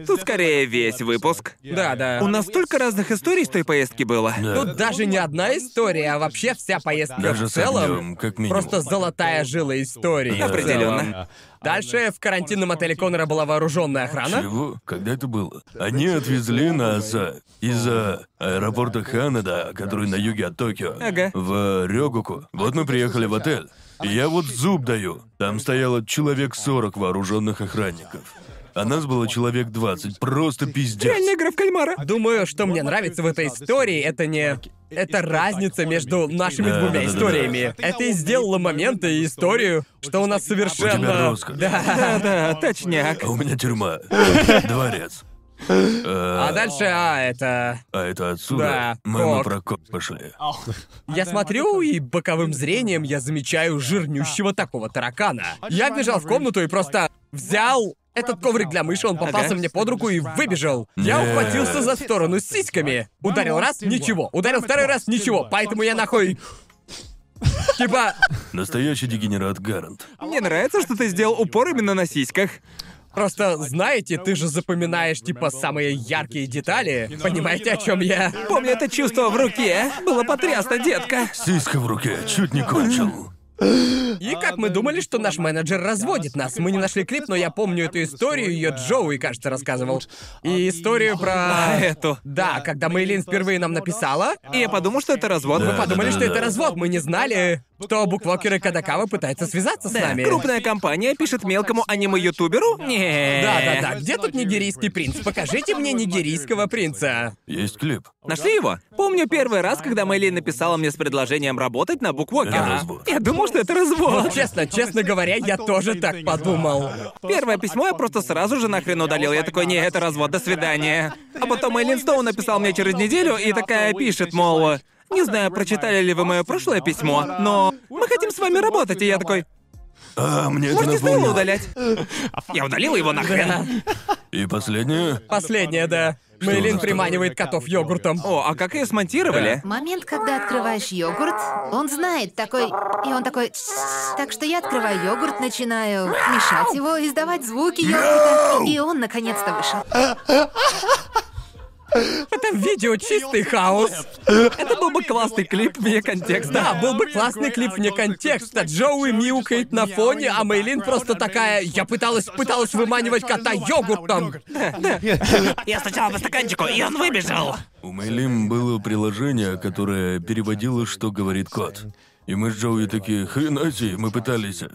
C: Тут скорее весь выпуск.
A: Да, да.
C: У нас столько разных историй с той поездки было.
A: Тут даже не
B: Ну,
A: одна история, а вообще вся поездка
B: Даже
A: в
B: с
A: целом.
B: огнём, как минимум.
A: Просто золотая жила истории.
B: Да.
C: Определенно.
A: Дальше в карантинном отеле Конора была вооруженная охрана.
B: Чего? Когда это было? Они отвезли нас э, из э, аэропорта Ханада, который на юге от Токио,
C: Ага.
B: в Рёгуку. Вот мы приехали в отель. И я вот зуб даю. Там стояло человек 40 вооруженных охранников. А нас было человек 20. Просто пиздец.
C: Реальная игра в кальмара.
A: Думаю, что мне нравится в этой истории, это не... Это разница между нашими
B: Да, да,
A: двумя
B: да, да.
A: историями. Это и сделало момент и историю, что у нас совершенно...
B: У тебя роскошь.
C: *laughs*
A: Да.
C: Да-да, точняк.
B: А у меня
A: *laughs*
B: тюрьма. Дворец. Э,
A: А дальше, а, это...
B: А это отсюда.
A: Да,
B: Мы на
A: ок.
B: прокоп пошли.
C: *laughs*
A: Я смотрю, и боковым зрением я замечаю жирнющего такого таракана. Я бежал в комнату и просто взял этот коврик для мыши, он попался
C: Ага.
A: мне под руку и выбежал. Я
B: Не.
A: ухватился за сторону с сиськами. Ударил раз — ничего. Ударил второй раз — ничего. Поэтому я нахуй... Типа,
B: Настоящий дегенерат Гарант.
C: Мне нравится, что ты сделал упор именно на сиськах.
A: просто знаете, ты же запоминаешь, типа, самые яркие детали. Понимаете, о чем я?
C: Помню это чувство в руке. Было потрясно, детка.
B: Сиська в руке, чуть не кончил.
A: И как мы думали, что наш менеджер разводит нас. Мы не нашли клип, но я помню эту историю, ее Джоуи, кажется, рассказывал. И историю
C: А
A: про...
C: эту.
A: Да, когда Мейлин впервые нам написала,
C: И я подумал, что это развод.
A: мы
B: Да,
A: подумали,
B: да,
A: что
B: да,
A: это
B: да.
A: развод, мы не знали, что буквокеры Кадакава пытаются связаться с нами.
C: Крупная компания пишет мелкому аниме-ютуберу? Не.
A: Да, да, да. Где тут нигерийский принц? Покажите мне нигерийского принца.
B: Есть клип.
C: Нашли его? Помню первый раз, когда Мэйли написала мне с предложением работать на буквокера.
B: Это развод.
C: Я думал, что это развод.
A: Вот честно, честно говоря, я тоже так подумал.
C: Первое письмо я просто сразу же нахрен удалил. Я такой, не, это развод, до свидания. А потом Эйлин Стоун написал мне через неделю и такая пишет, мол, не знаю, прочитали ли вы мое прошлое письмо, но мы хотим с вами работать. И я такой,
B: А, мне это
C: можете снова
B: напомнило.
C: удалять. Я удалил его нахрен.
B: И последнее.
A: Последнее, да. Мейлин
B: за-
A: приманивает котов йогуртом.
C: О, а как ее смонтировали?
E: Момент, когда открываешь йогурт, он знает такой... И он такой... «Тссс». Так что я открываю йогурт, начинаю мешать его, издавать звуки йогурта. И он наконец-то вышел.
B: *laughs*
A: Это видео чистый хаос.
C: Это был бы классный клип вне контекста.
A: Да, был бы классный клип вне контекста. Джоуи мяукает на фоне, а Мейлин просто такая... Я пыталась, пыталась выманивать кота йогуртом.
C: Я сначала по стаканчику, и он выбежал.
B: У Мэйлим было приложение, которое переводило, что говорит кот. И мы с Джоуи такие, хрена себе, мы пытались э,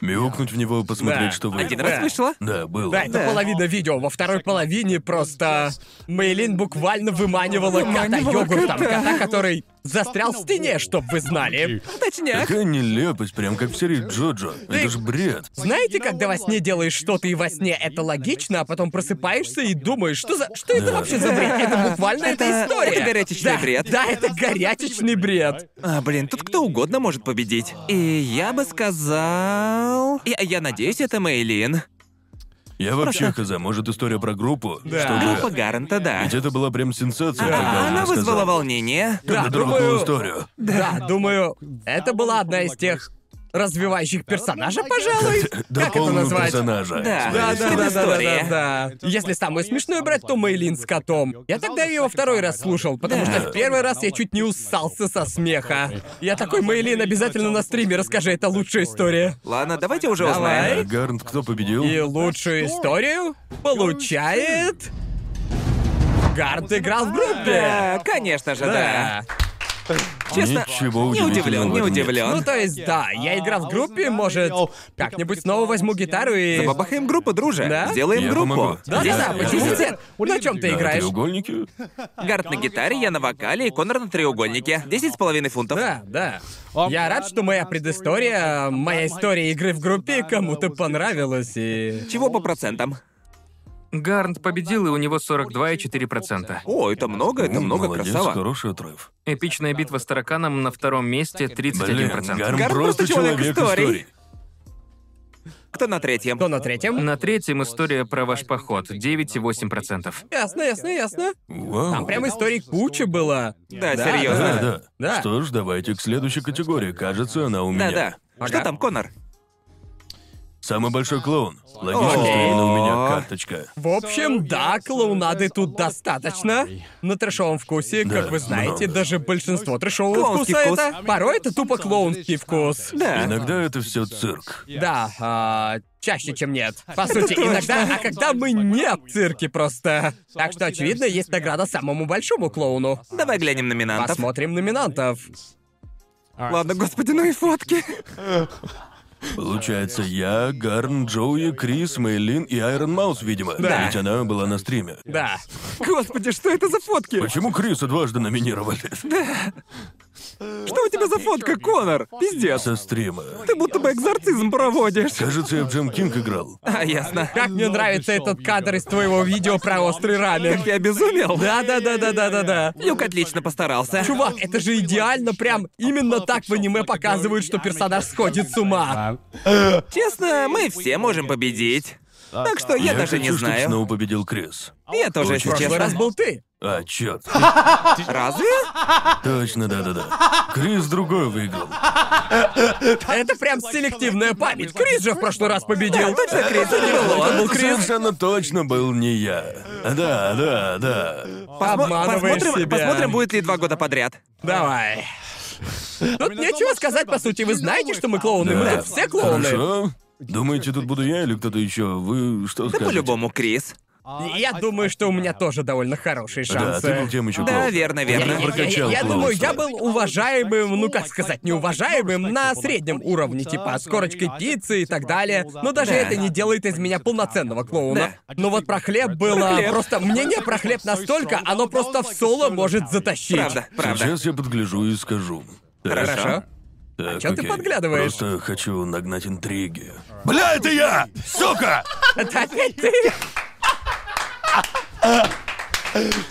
B: мяукнуть в него,
A: Да.
B: посмотреть, что вы.
C: Один раз вышло.
B: Да, было.
A: Да, это половина видео. Во второй половине просто Мейлин буквально выманивала кота йогуртом. Кота, который застрял в стене, чтоб вы знали.
C: Точняк.
B: Какая нелепость, прям как в серии Джоджо. Это ж бред.
A: Знаете, когда во сне делаешь что-то и во сне это логично, а потом просыпаешься и думаешь, что за... Что это вообще за бред? Это буквально эта
C: Это-
A: история.
C: это горячечный
A: Да,
C: бред.
A: Да, это горячечный бред.
C: А, блин, тут кто угодно может победить. И я бы сказал... Я, я надеюсь, это Мейлин.
B: Я вообще хз, может, история про группу?
A: Да.
B: Чтобы...
C: Группа Гаранта, да.
B: Ведь это была прям сенсация, когда
C: А,
B: он
C: Она
B: рассказал.
C: вызвала волнение.
A: Да,
B: Другую
A: думаю...
B: историю.
A: Да, думаю, это была одна из тех развивающих персонажа, пожалуй. Как это
B: Дополнил
A: назвать?
B: персонажа.
C: Да.
A: Да, да, да, да,
C: Предыстория.
A: да, да. Если самое смешное брать, то Мейлин с котом. Я тогда ее во второй раз слушал, потому что в первый раз я чуть не уссался со смеха. Я такой, Мейлин, обязательно на стриме расскажи, это лучшая история.
C: Ладно, давайте уже
A: Давай.
C: узнаем.
B: А Гарнт кто победил?
A: И лучшую историю получает... Гард играл в группе.
C: Да, конечно же, да. Честно,
B: Ничего
C: не
B: удивительного
C: удивлен,
B: в
C: не
B: этом нет.
A: Ну,
C: удивлен.
A: то есть, да, я играл в группе, может, как-нибудь снова возьму гитару и...
C: Забабахаем группу, друже.
A: Да?
C: Сделаем
B: Я
C: группу.
B: помогу.
A: Да,
C: Здесь
A: да, да,
C: я
A: почему
C: помогу.
A: нет? На чем ты
B: Да,
A: играешь?
B: треугольники?
C: Гард на гитаре, я на вокале и Конор на треугольнике. Десять с половиной фунтов.
A: Да, да. Я рад, что моя предыстория, моя история игры в группе кому-то понравилась и...
C: Чего по процентам?
D: Гарнт победил, и у него 42,4%.
C: О, это много, это
B: Ну,
C: много,
B: молодец,
C: красава.
B: хороший отрыв.
D: Эпичная битва с тараканом на втором месте,
B: Блин,
D: 31%.
B: Гарн
C: Гарн
B: просто
C: просто человек
B: человек
C: историй.
B: историй.
C: Кто на третьем?
A: Кто на третьем?
D: На третьем история про ваш поход, 9,8%.
A: Ясно, ясно, ясно.
B: Вау.
A: Там прям историй куча была.
C: Да,
A: Да,
C: серьезно.
B: Да, да.
A: Да.
B: Что ж, давайте к следующей категории. Кажется, она у меня.
C: Да, да. Что
A: Ага.
C: там, Конор?
B: Самый большой клоун. Логично, что
C: Окей.
B: именно у меня карточка.
A: В общем, да, клоунады тут достаточно. На трэшовом вкусе,
B: Да,
A: как вы знаете,
B: много.
A: даже большинство трэшового
C: Клоунский
A: вкуса
C: вкус.
A: это... Порой это тупо клоунский вкус.
C: Да.
B: Иногда это все цирк.
A: Да, а, чаще, чем
C: *laughs*
A: нет. По сути, иногда, а когда мы не в цирке просто. Так что, очевидно, есть награда самому большому клоуну.
C: Давай глянем номинантов.
A: Посмотрим номинантов.
C: Ладно, господи, ну и фотки.
B: Получается, я, Гарн, Джоуи, Крис, Мейлин и Айрон Маус, видимо.
A: Да.
B: Ведь она была на стриме.
A: Да.
C: Господи, что это за фотки?
B: Почему Криса дважды номинировали?
C: Что у тебя за фотка, Конор? Пиздец.
B: Со стрима.
C: Ты будто бы экзорцизм проводишь.
B: Кажется, я в Джем Кинг играл.
C: А, ясно.
A: Как мне нравится этот кадр из твоего видео про острый рамен.
C: Как я обезумел.
A: Да, да, да, да, да, да, да.
C: Люк отлично постарался.
A: Чувак, это же идеально, прям именно так в аниме показывают, что персонаж сходит с ума.
C: Честно, мы все можем победить. Так что я,
B: я
C: даже
B: хочу,
C: не
B: чтоб
C: знаю.
B: снова победил Крис.
C: Я тоже,
A: В
C: если
A: прошлый раз
C: честно.
A: был ты.
B: А,
C: *laughs*
B: черт.
C: Разве?
B: Точно, да-да-да. Крис другой
C: *laughs*
B: выиграл.
A: Это прям селективная память. Крис же в прошлый раз победил.
C: Точно, Крис, это не
B: Это
C: было.
B: был Совершенно точно был не я. Да, да, да.
C: Посмо-
A: Обманываешь
C: Посмотрим,
A: себя.
C: посмотрим, будет ли два года подряд.
A: Давай. Тут нечего сказать, по сути, вы знаете, что мы клоуны. Мы
B: Да.
A: тут все клоуны.
B: Хорошо. Думаете, тут буду я или кто-то еще? Вы что
C: Да
B: скажете?
C: по-любому, Крис.
A: Я думаю, что у меня тоже довольно хорошие
B: Да,
A: шансы.
B: ты был тем еще
C: Да,
B: клоуном.
C: верно,
A: Я-
C: верно.
A: я- я-
B: прокачал
A: Я думаю, я
B: плавство.
A: был уважаемым, ну как сказать, неуважаемым на среднем уровне, типа с корочкой пиццы и так далее. Но даже
C: Да.
A: это не делает из меня полноценного клоуна.
G: Да.
A: Но вот про хлеб было
C: Про хлеб.
A: просто мнение про хлеб настолько, оно просто в соло может затащить.
C: Правда, правда.
B: Сейчас я подгляжу и скажу. Так,
C: Хорошо. А
B: так,
A: чё ты
B: окей.
A: подглядываешь?
B: Просто хочу нагнать интриги. Бля, это я! Сука!
A: Это опять ты?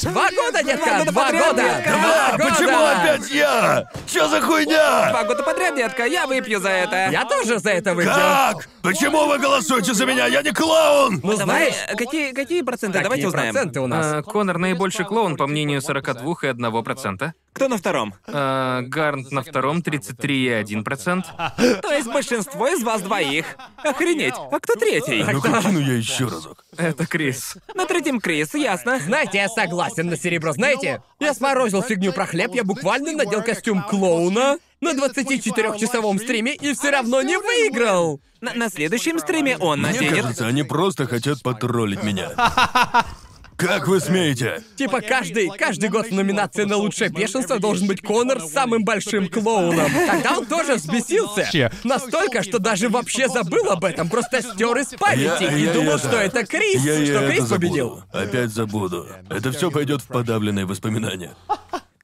A: Два года, детка,
C: года
A: два
C: подряд,
A: года!
C: детка.
A: Два
B: Да,
A: года!
B: почему опять я? Что за хуйня?
C: Два года подряд, детка, я выпью за это.
A: Я тоже за это выпил.
B: Как? Почему вы голосуете за меня? Я не клоун!
A: Ну
C: Давай,
A: знаешь,
C: э, какие, какие проценты?
A: какие
C: Давайте узнаем.
A: проценты у нас.
D: А, Конор наибольший клоун, по мнению 42,1%.
C: Кто на втором?
D: А, Гарнт на втором 33,1%.
C: То есть большинство из вас двоих. Охренеть. А кто третий?
B: Ну-ка, кину я еще разок.
D: Это Крис.
C: На третьем Крис, ясно.
A: Знаете, я согласен на серебро. Знаете, я сморозил фигню про хлеб, я буквально надел костюм клоуна на 24-часовом стриме и все равно не выиграл.
C: На, на следующем стриме он
B: Мне
C: наденет...
B: кажется, они просто хотят потроллить
A: *laughs*
B: меня. Как вы смеете?
A: Типа каждый, каждый год в номинации на лучшее бешенство должен быть Конор с самым большим клоуном. Тогда он тоже взбесился.
G: Че?
A: Настолько, что даже вообще забыл об этом, просто стер из памяти
B: Я-
A: и
B: я-
A: думал,
B: я-
A: что
B: да.
A: это Крис,
B: Я, я
A: что
B: это
A: Крис победил.
B: забуду. Опять забуду. Это все пойдет в подавленные воспоминания.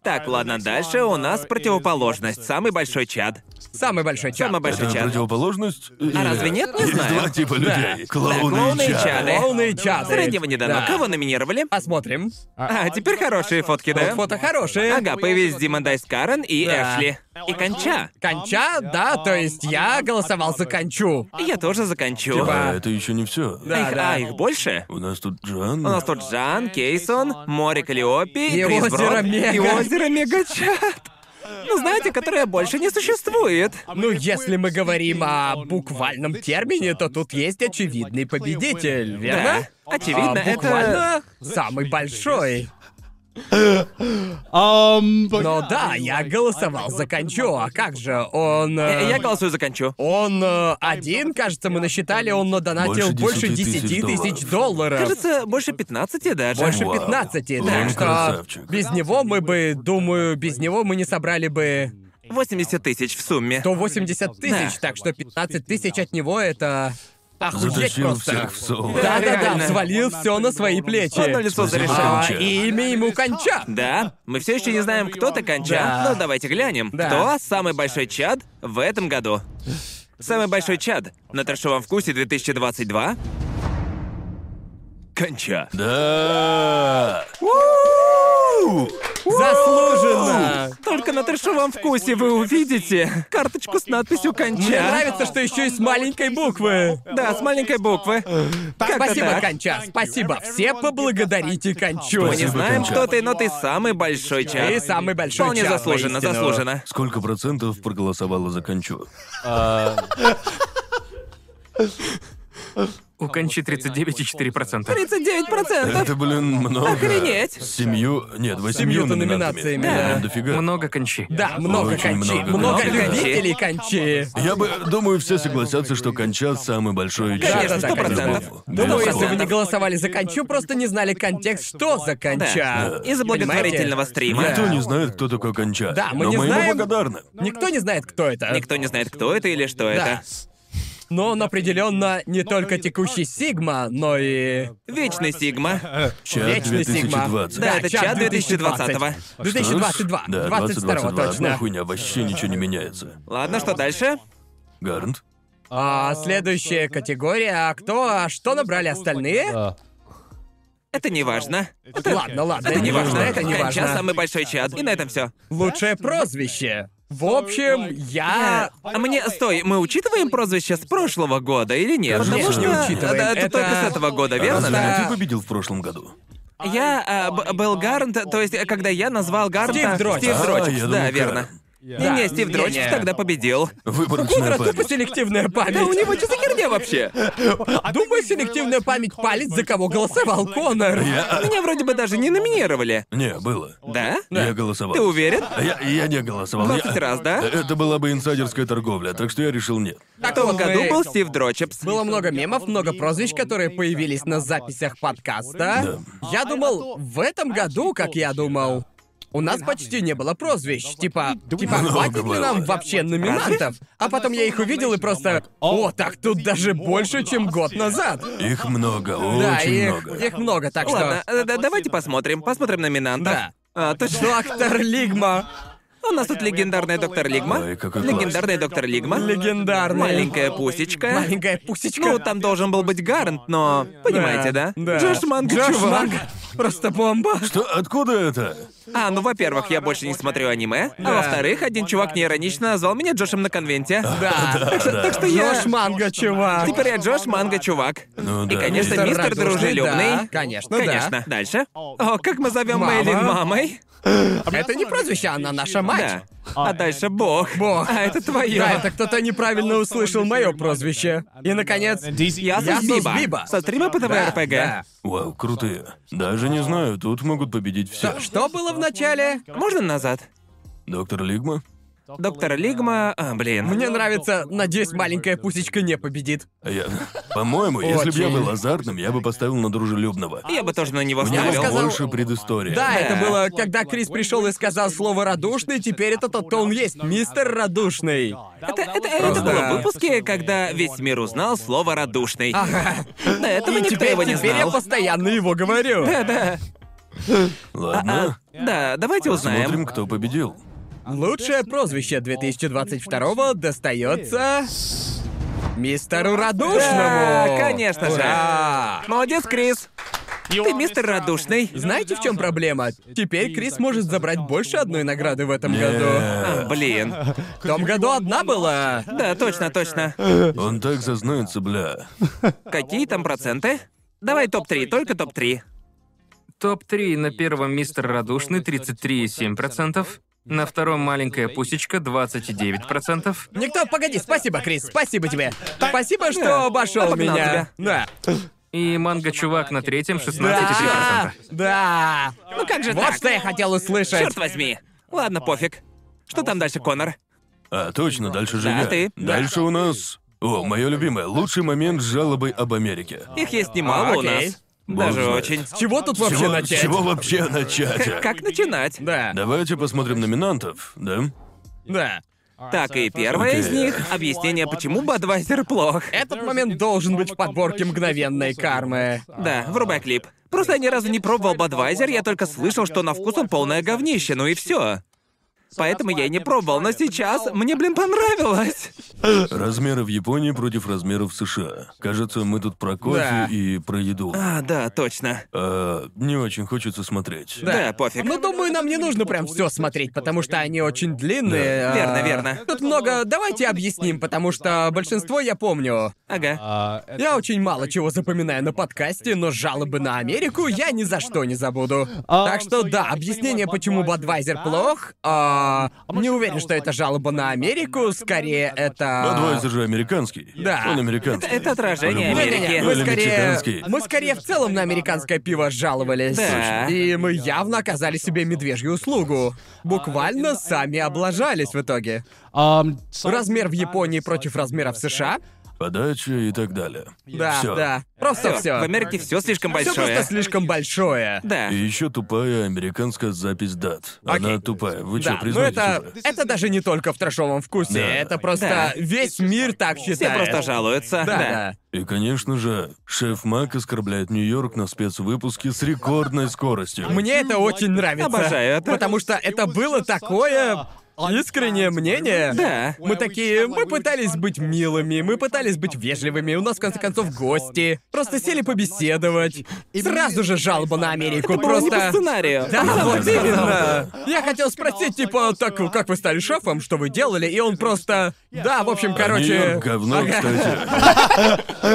C: Так, ладно, дальше у нас противоположность. Самый большой чад.
A: Самый большой чат.
C: Самый большой
B: Это
C: чад.
B: противоположность?
C: А разве нет? Не
B: Есть
C: знаю.
B: два типа людей. Клоуны,
C: клоуны и
B: и чары.
C: чары.
A: Клоуны и чаты.
C: э? Среднего не дано.
A: Да.
C: Кого номинировали?
A: Посмотрим.
C: А, теперь хорошие фотки, да?
A: Вот фото хорошие.
C: Ага, появились Дима Дайс Карен и
A: Да.
C: Эшли. И Конча.
A: Конча, да, то есть я голосовал за кончу.
C: Я тоже закончу.
A: Типа-
B: А это еще не все.
C: А
A: Да.
C: их, а, их больше?
B: У нас тут Джан.
C: У нас тут Жан, Кейсон, море Калиопи,
A: И
C: Крис
A: озеро
C: Брод,
A: Мега.
C: И озеро Мегачат. Ну, знаете, которое больше не существует.
A: Ну, если мы говорим о буквальном термине, то тут есть очевидный победитель, верно?
C: Да. Очевидно,
A: А,
C: это-
A: буквально самый большой. Но да, я голосовал за Кончо, а как же он...
C: Э,
A: э,
C: Я голосую за кончу.
A: Он э, один, кажется, мы насчитали, он надонатил больше
B: Больше 10
A: 10 тысяч долларов.
C: Кажется, больше 15 даже.
A: Больше
B: Вау.
A: 15,
B: Он
A: так что
B: красавчик.
A: без него мы бы, думаю, без него мы не собрали бы
C: 80 тысяч в сумме.
A: 180 тысяч,
C: Да.
A: так что 15 тысяч от него это... Охуеть
B: Затащил
A: просто.
B: всех в соло.
A: Да-да-да,
C: Реально.
A: взвалил все на свои плечи.
C: Одно лицо
B: Спасибо,
C: зарешало.
A: А,
B: Конча.
A: и имя ему конча.
C: Да, мы все еще не знаем, кто то конча,
A: Да.
C: но давайте глянем,
A: Да.
C: кто самый большой чад в этом году. Самый большой чад на трэшовом вкусе 2022. Конча.
B: Да.
A: Заслуженно.
C: Только на трэшовом вкусе вы увидите карточку с надписью конча.
A: Мне нравится, что еще и с маленькой буквы.
C: Да, с маленькой буквы. Как-то
A: Спасибо,
C: так.
A: конча. Спасибо. Все поблагодарите кончу.
C: Мы не
B: Спасибо,
C: знаем,
B: Конча.
C: кто ты, но ты самый большой чад.
A: Ты самый большой
C: Вполне
A: чад,
C: заслуженно,
A: воистину.
C: заслуженно.
B: Сколько процентов проголосовало за кончу?
D: У Кончи 39,4%.
C: 39%.
B: Это, блин, много.
C: Охренеть.
B: С семью... Нет, восемью
A: Семью-то
B: номинациями.
A: номинациями,
B: Да,
A: да.
B: прям дофига.
D: Много Кончи.
A: Да, много
B: Очень
A: кончи.
B: много
A: Много
C: кончи.
A: любителей кончи.
B: Я бы, думаю, все согласятся, что конча самый большой
C: Конечно,
B: чат.
C: сто процентов.
B: Любого.
A: Думаю,
B: Без
A: Ну, если вы не
B: споров.
A: голосовали за кончу, просто не знали контекст, что за конча.
C: Да. Из-за благотворительного стрима.
A: Да.
B: Никто не знает, кто такой конча.
A: Да, мы
B: но
A: не
B: мы ему
A: знаем.
B: благодарны.
A: Никто не знает, кто это.
C: Никто не знает, кто это или что это.
A: Да. Но он определенно не только текущий Сигма, но и...
C: Вечный Сигма.
B: Чат
A: Вечный Сигма.
B: 2020.
C: Да, это чат 2020-го.
A: 2022.
B: Да,
A: 22
B: Одна
A: точно.
B: хуйня, вообще ничего не меняется.
C: Ладно, что дальше?
B: Гарнт?
A: А следующая категория, а кто, а что набрали остальные?
C: Это не важно.
A: Ладно, ладно,
C: Это не важно.
A: это не
C: Конча
A: важно.
C: самый большой чат. И на этом все.
A: Лучшее прозвище. В общем, я...
B: Э,
C: А мне, стой, мы учитываем прозвище с прошлого года или нет?
B: Конечно,
C: Потому что
B: не
A: учитываем.
C: Да, это,
A: Это-
C: только с этого года, верно?
B: Разве
C: да?
B: ты победил в прошлом году?
C: Я а, б- был Гарнт, то есть когда я назвал Гарнта...
A: Стив Дрочер.
C: Стив
B: А,
C: Дрочер,
B: я думал,
C: да,
B: Карен.
C: верно. Не-не, Стив Дрочев
A: Не-не.
C: тогда победил.
B: Выборочная
A: Кудра тупо
B: память.
A: селективная память.
C: Да у него что за херня вообще?
A: Думаю, селективная память палит, за кого голосовал Конор.
B: Я...
C: Меня вроде бы даже не номинировали. Ну,
B: Не, было.
C: Да?
B: Я голосовал.
C: Ты уверен?
B: Я, я не голосовал. я-
C: 20 раз, да?
B: Это была бы инсайдерская торговля, так что я решил нет.
C: В том году был Стив Дрочепс.
A: Было много мемов, много прозвищ, которые появились на записях подкаста. Я думал, в этом году, как я думал, у нас почти не было прозвищ. Типа, типа,
B: Много
A: хватит ли
B: было.
A: нам вообще номинантов? А потом я их увидел и просто... О, так тут даже больше, чем год назад.
B: Их много,
A: Да,
B: очень
A: их,
B: много.
A: их много, так
C: Ладно,
A: что...
C: э, да- давайте посмотрим. Посмотрим номинантов.
A: Да.
C: А, точно.
A: Доктор Лигма.
C: У нас тут легендарная доктор Лигма.
B: Ой, какой класс.
C: Легендарная доктор Лигма.
A: Легендарная.
C: Маленькая пусечка.
A: Маленькая пусечка.
C: Ну, там должен был быть Гарант, но... Понимаете, да?
A: Да.
C: Джош Манг,
A: Джош
C: чувак.
A: Манг. Просто бомба.
B: Что, откуда это?
C: А, ну, во-первых, я больше не смотрю аниме. А во-вторых, один чувак неиронично назвал меня Джошем на конвенте.
A: Да.
C: Так что, так что я...
A: Джош Манго, чувак.
C: Теперь я Джош Манго, чувак.
B: Ну да.
C: И, конечно,
B: есть.
C: мистер
A: Радужный,
C: дружелюбный. Ну
A: да. Конечно, Ну да.
C: Конечно. Дальше. О, как мы зовем
A: Мама.
C: Мэйлин мамой?
A: Это не прозвище, она наша мать.
C: Да. А дальше Бог.
A: э, Бог.
C: А это твое.
A: Да, это кто-то неправильно услышал мое прозвище. И, наконец,
C: Я
A: Я
C: со
A: со
C: Сбиба.
A: Сбиба.
C: Со стрима по
A: Да,
C: ТВ-РПГ.
A: да.
B: Вау, крутые. Даже не знаю, тут могут победить все.
A: Что было в начале?
C: Можно назад?
B: Доктор Лигма?
C: Доктор Лигма... А, блин.
A: Мне нравится, надеюсь, маленькая пусечка не победит.
B: А Я... По-моему, если бы я
A: Очень.
B: был азартным, я бы поставил на дружелюбного.
C: А, Я бы тоже на него
B: У него
A: бы
C: ставил.
A: сказал-
B: больше предыстории.
A: Да, это
C: Да. а,
A: было, когда Крис пришел и сказал слово радушный, теперь это тот он есть, мистер радушный.
C: Это, это, это
A: Просто-
C: было в выпуске, когда весь мир узнал слово «радушный».
A: Ага.
C: До этого
A: И
C: никто
A: теперь,
C: его не
A: теперь я
C: знал.
A: постоянно его говорю.
C: а.
B: Ладно,
C: Да, давайте
B: смотрим,
C: узнаем.
B: кто победил.
A: Лучшее прозвище 2022 достается мистеру радушному.
C: Да, конечно же.
A: Ура!
C: Молодец, Крис. Ты мистер радушный.
A: Знаете, в чем проблема? Теперь Крис может забрать больше одной награды в этом году.
C: А, блин.
A: В том году одна была.
C: Да, точно, точно.
B: Он так зазнается, бля.
C: Какие там проценты? Давай топ-3, только топ-3.
D: Топ-3 на первом «Мистер Радушный» 33,7%. На втором «Маленькая пусечка» 29%.
A: Никто, погоди, спасибо, Крис, спасибо тебе. Спасибо, что обошел
C: обогнал
A: меня. Да.
D: И «Манго-чувак» на третьем 16,3%.
A: Да. Да.
C: Ну как же
A: Вот
C: так?
A: что я хотел услышать.
C: Черт возьми. Ладно, пофиг. Что там дальше, Конор?
B: А, точно, дальше же
C: Да,
B: я.
C: ты.
B: Дальше у нас... О, мое любимое. Лучший момент с жалобой об Америке.
C: Их есть немало у
A: Окей.
C: нас.
B: Бог
C: Даже
B: знает.
C: очень.
A: С чего тут вообще
B: чего,
A: начать?
B: с чего вообще
A: *laughs*
B: начать?
C: Как начинать?
A: Да.
B: Давайте посмотрим номинантов, да?
A: Да.
C: Так, и первое из
B: Окей.
C: них — объяснение, почему Бадвайзер плох.
A: Этот момент должен быть в подборке мгновенной кармы.
C: Да, врубай клип. Просто я ни разу не пробовал Бадвайзер, я только слышал, что на вкус он полное говнище, ну и все. Поэтому я и не пробовал, но сейчас мне, блин, понравилось.
B: Размеры в Японии против размеров в США. Кажется, мы тут про кофе
A: Да.
B: и про еду.
C: А, да, точно.
B: А, не очень хочется смотреть.
C: Да, пофиг.
A: Ну, думаю, нам не нужно прям все смотреть, потому что они очень длинные. а,
C: Верно, верно.
A: Тут много... Давайте объясним, потому что большинство я помню.
C: Ага.
A: Я очень мало чего запоминаю на подкасте, но жалобы на Америку я ни за что не забуду. Так что да, объяснение, почему Бадвайзер плох. а, не уверен, что это жалоба на Америку, скорее это...
B: Бадвайзер же американский.
A: Да.
B: Он американский.
C: Это отражение
B: По-любому.
C: Америки.
A: Не-не-не,
B: Ну
A: мы
B: или
A: скорее,
B: мексиканский.
A: мы скорее в целом на американское пиво жаловались.
C: Да.
A: И мы явно оказали себе медвежью услугу. Буквально сами облажались в итоге. Размер в Японии против размера в США?
B: Подача и так далее.
A: Да,
B: Всё.
A: да. Просто
C: Всё, В
A: все.
C: Америке все слишком
A: Все просто
C: большое.
A: слишком большое.
C: Да.
B: И еще тупая американская запись дат. Она
A: Окей.
B: тупая. Вы что,
A: Да, но
B: признаетесь
A: это,
B: уже?
A: это даже не только в трешовом вкусе,
B: Да.
A: это просто
C: Да.
A: весь мир так считает.
C: Все просто жалуются.
A: Да,
C: Да.
A: да.
B: И, конечно же, шеф Мак оскорбляет Нью-Йорк на спецвыпуске с рекордной скоростью.
A: Мне это очень нравится.
C: Обожаю это.
A: Потому что это было такое искреннее мнение.
C: Да.
A: Мы такие, мы пытались быть милыми, мы пытались быть вежливыми, у нас в конце концов гости. Просто сели побеседовать. Сразу же жалоба на Америку,
C: Это было не
A: просто...
C: по сценарию.
A: Да, вот
B: да,
A: именно. Я хотел спросить, типа, так как вы стали шефом, что вы делали, и он просто... Да, в общем, короче...
B: А Нью-Йорк говно,
A: ага.
B: кстати.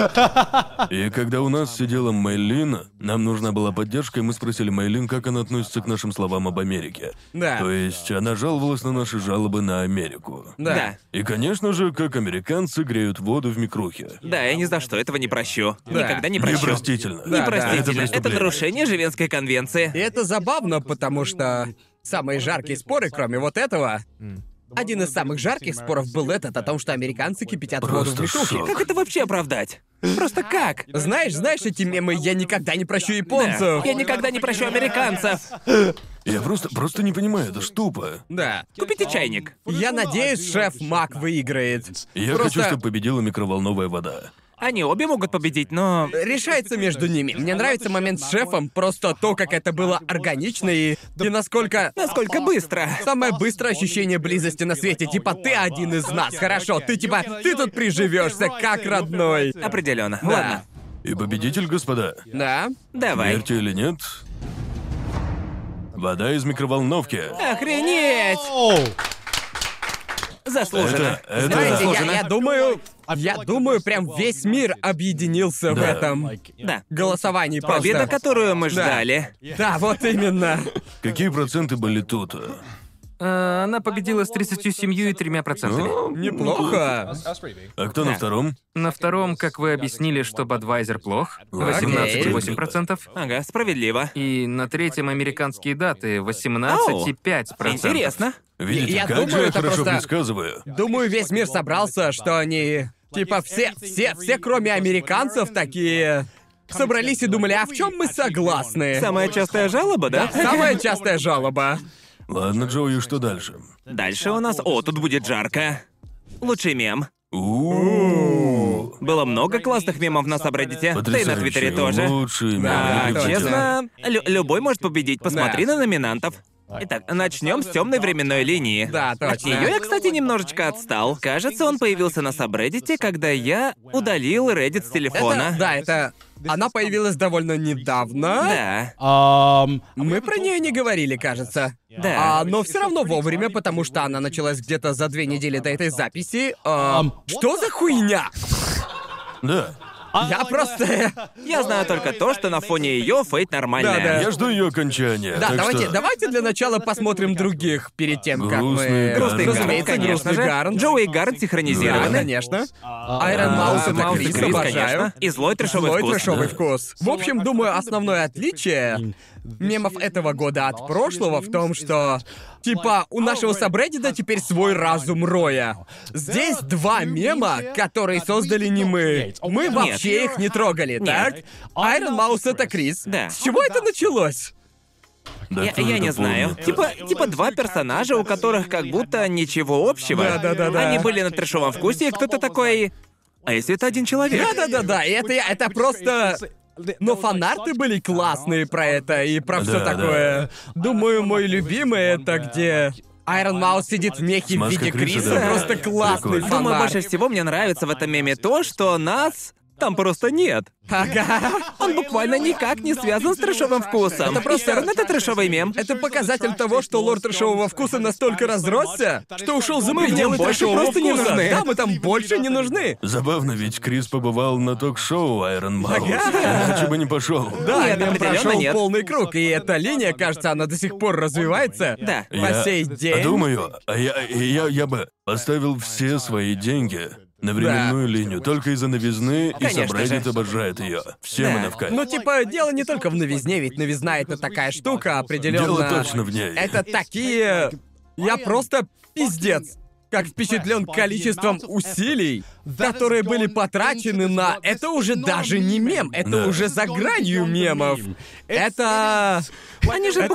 B: И когда у нас сидела Мэйлин, нам нужна была поддержка, и мы спросили Мэйлин, как она относится к нашим словам об Америке.
A: Да.
B: То есть она жаловалась на наши наши жалобы на Америку.
A: Да.
C: Да.
B: И, конечно же, как американцы греют воду в микрухе.
C: Да, я ни за что этого не прощу.
A: Да.
C: Никогда не прощу.
B: Непростительно.
A: Да,
C: Непростительно.
B: Это
C: это,
B: преступление.
C: нарушение Женевской
A: И
C: конвенции.
A: это забавно, потому что самые жаркие споры, кроме вот этого, один из самых жарких споров был этот о том, что американцы кипятят воду в
B: Просто
A: микрухе.
B: шок.
C: Как это вообще оправдать? Просто как?
A: Знаешь, знаешь эти мемы «Я никогда не прощу
C: Да.
A: японцев».
C: Я никогда не прощу американцев.
B: Я просто, просто не понимаю, это ж тупо.
A: Да.
C: Купите чайник.
A: Я надеюсь, шеф Мак выиграет.
B: Я
A: Просто
B: хочу, чтобы победила микроволновая вода.
C: Они обе могут победить, но...
A: решается между ними. Мне нравится момент с шефом, просто то, как это было органично и... И насколько...
C: Насколько быстро.
A: Самое быстрое ощущение близости на свете, типа ты один из нас, хорошо, ты типа, ты тут приживешься как родной.
C: Определенно.
A: Да.
C: Ладно.
B: И победитель, господа,
A: Да.
C: Давай.
B: верьте или нет, вода из микроволновки.
C: Охренеть! Заслуженно.
B: Это, это...
A: Знаете, я, я думаю, я думаю, прям весь мир объединился в
B: Да.
A: этом
C: Да.
A: голосовании просто.
C: Победа, которую мы ждали.
A: Да, вот именно.
B: Какие проценты были тут?
D: А, Она победила с 37,3%. процентами.
A: Неплохо.
B: А кто на втором?
D: На втором, как вы объяснили, что Бадвайзер плох, 18,8%.
C: Ага, справедливо.
D: И на третьем американские даты 18,5%.
C: Интересно.
B: Видите,
A: Я
B: как
A: думаю,
B: же я
A: это
B: хорошо
A: просто-
B: предсказываю.
A: Думаю, весь мир собрался, что они... Типа все, все, все, кроме американцев, такие... Собрались и думали, а в чем мы согласны?
C: Самая частая жалоба, да?
A: Самая частая жалоба.
B: Ладно, Джоуи, что дальше?
C: Дальше у нас... О, тут будет жарко. Лучший мем.
B: у
C: Было много классных мемов на Сабреддите, да и на Твиттере тоже.
B: Лучший мем,
A: Да,
C: А,
B: любите.
A: точно.
C: честно, лю- любой может победить. Посмотри
A: Да.
C: на номинантов. Итак, начнем с темной временной линии.
A: Да,
C: От
A: точно.
C: нее я, кстати, немножечко отстал. Кажется, он появился на сабреддите, когда я удалил Reddit с
A: Это,
C: телефона.
A: да, это... Она появилась довольно недавно.
C: Да.
A: а Мы про нее не говорили, кажется.
C: Да.
A: А, но все равно вовремя, потому что она началась где-то за две недели до этой записи. А, что за хуйня?
B: Да.
A: Я просто...
C: Я знаю только то, что на фоне ее фейт нормальная.
B: Я жду ее окончания.
A: Да,
B: так
A: давайте,
B: что...
A: давайте для начала посмотрим других перед тем, как мы.
B: Грустный
C: Грустный
B: Гарн.
C: Гарн,
A: Разумеется,
C: конечно
A: грустный
C: же.
A: Гарн.
C: Джоуи и Гарн
A: Да,
C: синхронизированы.
A: конечно. Айрон Маус
C: Мауса
A: это
C: Мауса
A: Крис,
C: Крис,
A: обожаю.
C: конечно. И злой трешовый
A: Твой
C: вкус.
A: трешовый вкус. В общем, думаю, основное отличие мемов этого года от прошлого в том, что типа у нашего сабреддита теперь свой разум Роя. Здесь два мема, которые создали не мы. Мы вообще их не трогали, так? Айрон Маус это Крис.
C: Да.
A: С чего это началось?
B: Да
A: А
C: Я,
B: кто
C: я
B: это
C: не знаю.
B: помнит-то?
C: Типа, типа два персонажа, у которых как будто ничего общего.
A: Да-да-да-да.
C: Они были на трешовом вкусе, и кто-то такой... А если это один человек?
A: Да-да-да-да, и это, я- это просто... Но фанарты были классные про это и про все
B: Да,
A: такое. Думаю, мой любимый это где... Айрон Маус сидит в мехе в
B: Маска
A: виде
B: Криса,
A: Криса,
B: да.
A: просто классный
B: Прикольно.
A: фанарт.
C: Думаю, больше всего мне нравится в этом меме то, что нас там просто нет.
A: Ага.
C: Он буквально никак не связан с трешовым вкусом.
A: Это просто-
C: И всё равно это трешовый мем.
A: Это показатель того, что лорд трешового вкуса настолько разросся, что ушел за
C: Мы в нем
A: пределы
C: больше
A: трешового
C: просто не
A: вкуса.
C: нужны.
A: Да, мы там больше не нужны.
B: Забавно, ведь Крис побывал на ток-шоу Айрон Маус. Иначе бы не пошел.
A: Да,
C: Нет,
A: мем
C: определенно
A: прошел
C: нет.
A: полный круг, и эта линия, кажется, она до сих пор развивается.
C: Да.
A: По сей день.
B: Думаю, а я, я, я бы поставил все свои деньги на временную линию, только из-за новизны, и
C: Конечно
B: Сабреддит
C: же.
B: обожает ее. Всем
C: Да.
B: она в кайф.
A: Ну, типа, дело не только в новизне, ведь новизна это такая штука, определенно.
B: Дело точно в ней.
A: Это такие. Я просто пиздец. Как впечатлен количеством усилий, которые были потрачены на... Это уже даже не мем, это
B: Да.
A: уже за гранью мемов. Это...
C: Они же
A: Это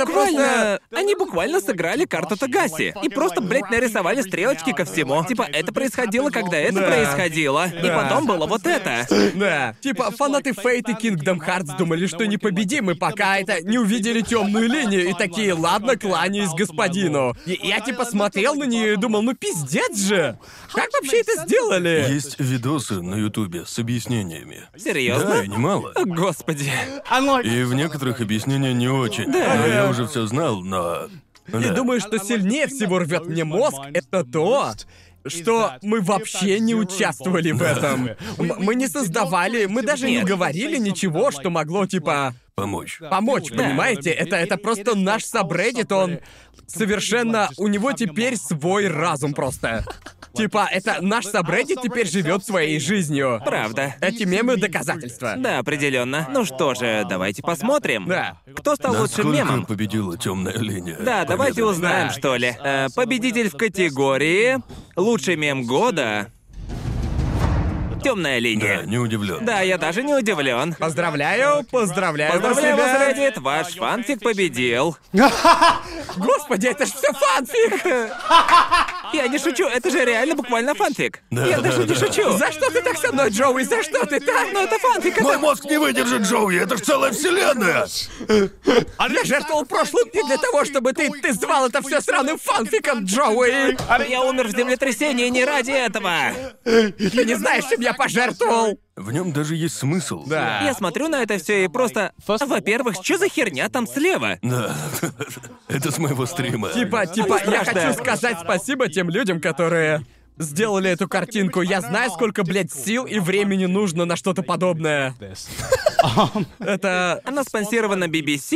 A: просто-
C: буквально... Они буквально сыграли карту Тагаси. И просто, блядь, нарисовали стрелочки ко всему. Типа, это происходило, когда это
A: Да.
C: происходило. И
A: Да.
C: потом было вот это.
A: *laughs* Да. Типа, фанаты Фейт и Kingdom Hearts думали, что непобедимы, пока это не увидели темную *laughs* линию, и такие, ладно, кланяюсь господину. И я типа смотрел на нее и думал, ну пиздец же! Как вообще это сделали?
B: Есть видосы на Ютубе с объяснениями. Да,
C: Серьезно?
B: и немало.
C: О, Господи.
B: И в некоторых объяснения не очень. Да. Но я уже все знал, но... Ну
A: И
B: *laughs* да.
A: думаю, что сильнее всего рвет мне мозг, это то, что мы вообще не участвовали в этом. М- Мы не создавали, мы даже не
C: Нет.
A: говорили ничего, что могло типа
B: помочь.
A: помочь, понимаете? Это, это просто наш сабреддит, он совершенно... У него теперь свой разум *laughs* просто. Типа, это наш сабреддит теперь живет своей жизнью.
C: Правда.
A: Эти мемы — доказательства.
C: Да, определенно. Ну что же, давайте посмотрим.
A: Да.
C: Кто стал лучшим
B: Насколько
C: мемом?
B: победила темная линия?
C: Да, давайте
B: Победа.
C: узнаем,
A: Да.
C: что ли. Э, победитель в категории «Лучший мем года» Темная
B: Да,
C: линия.
B: не удивлен.
C: Да, я даже не удивлен.
A: Поздравляю, поздравляю, вас,
C: Поздравляю вас,
A: ребят.
C: Reddit, ваш фанфик победил.
A: Господи, это же все фанфик!
C: Я не шучу, это же реально буквально фанфик.
B: Да,
C: я
B: да,
C: даже не
B: да.
C: шучу.
A: За что ты так со мной, Джоуи? За что ты так?
C: Ну это фанфик,
B: Мой
C: это...
B: мозг не выдержит, Джоуи, это ж целая вселенная!
A: Я жертвовал прошлым не для того, чтобы ты, ты звал это все сраным фанфиком, Джоуи!
C: Я умер в землетрясении не ради этого.
A: Ты не знаешь, чем я пожертвовал!
B: В нем даже есть смысл.
C: Я смотрю на это все и просто... Во-первых, что за херня там слева?
B: Да. Это с моего стрима.
A: Типа, типа, я
C: страшное.
A: хочу сказать спасибо тем людям, которые сделали эту картинку. Я знаю, сколько, блядь, сил и времени нужно на что-то подобное. Это...
C: Она спонсирована BBC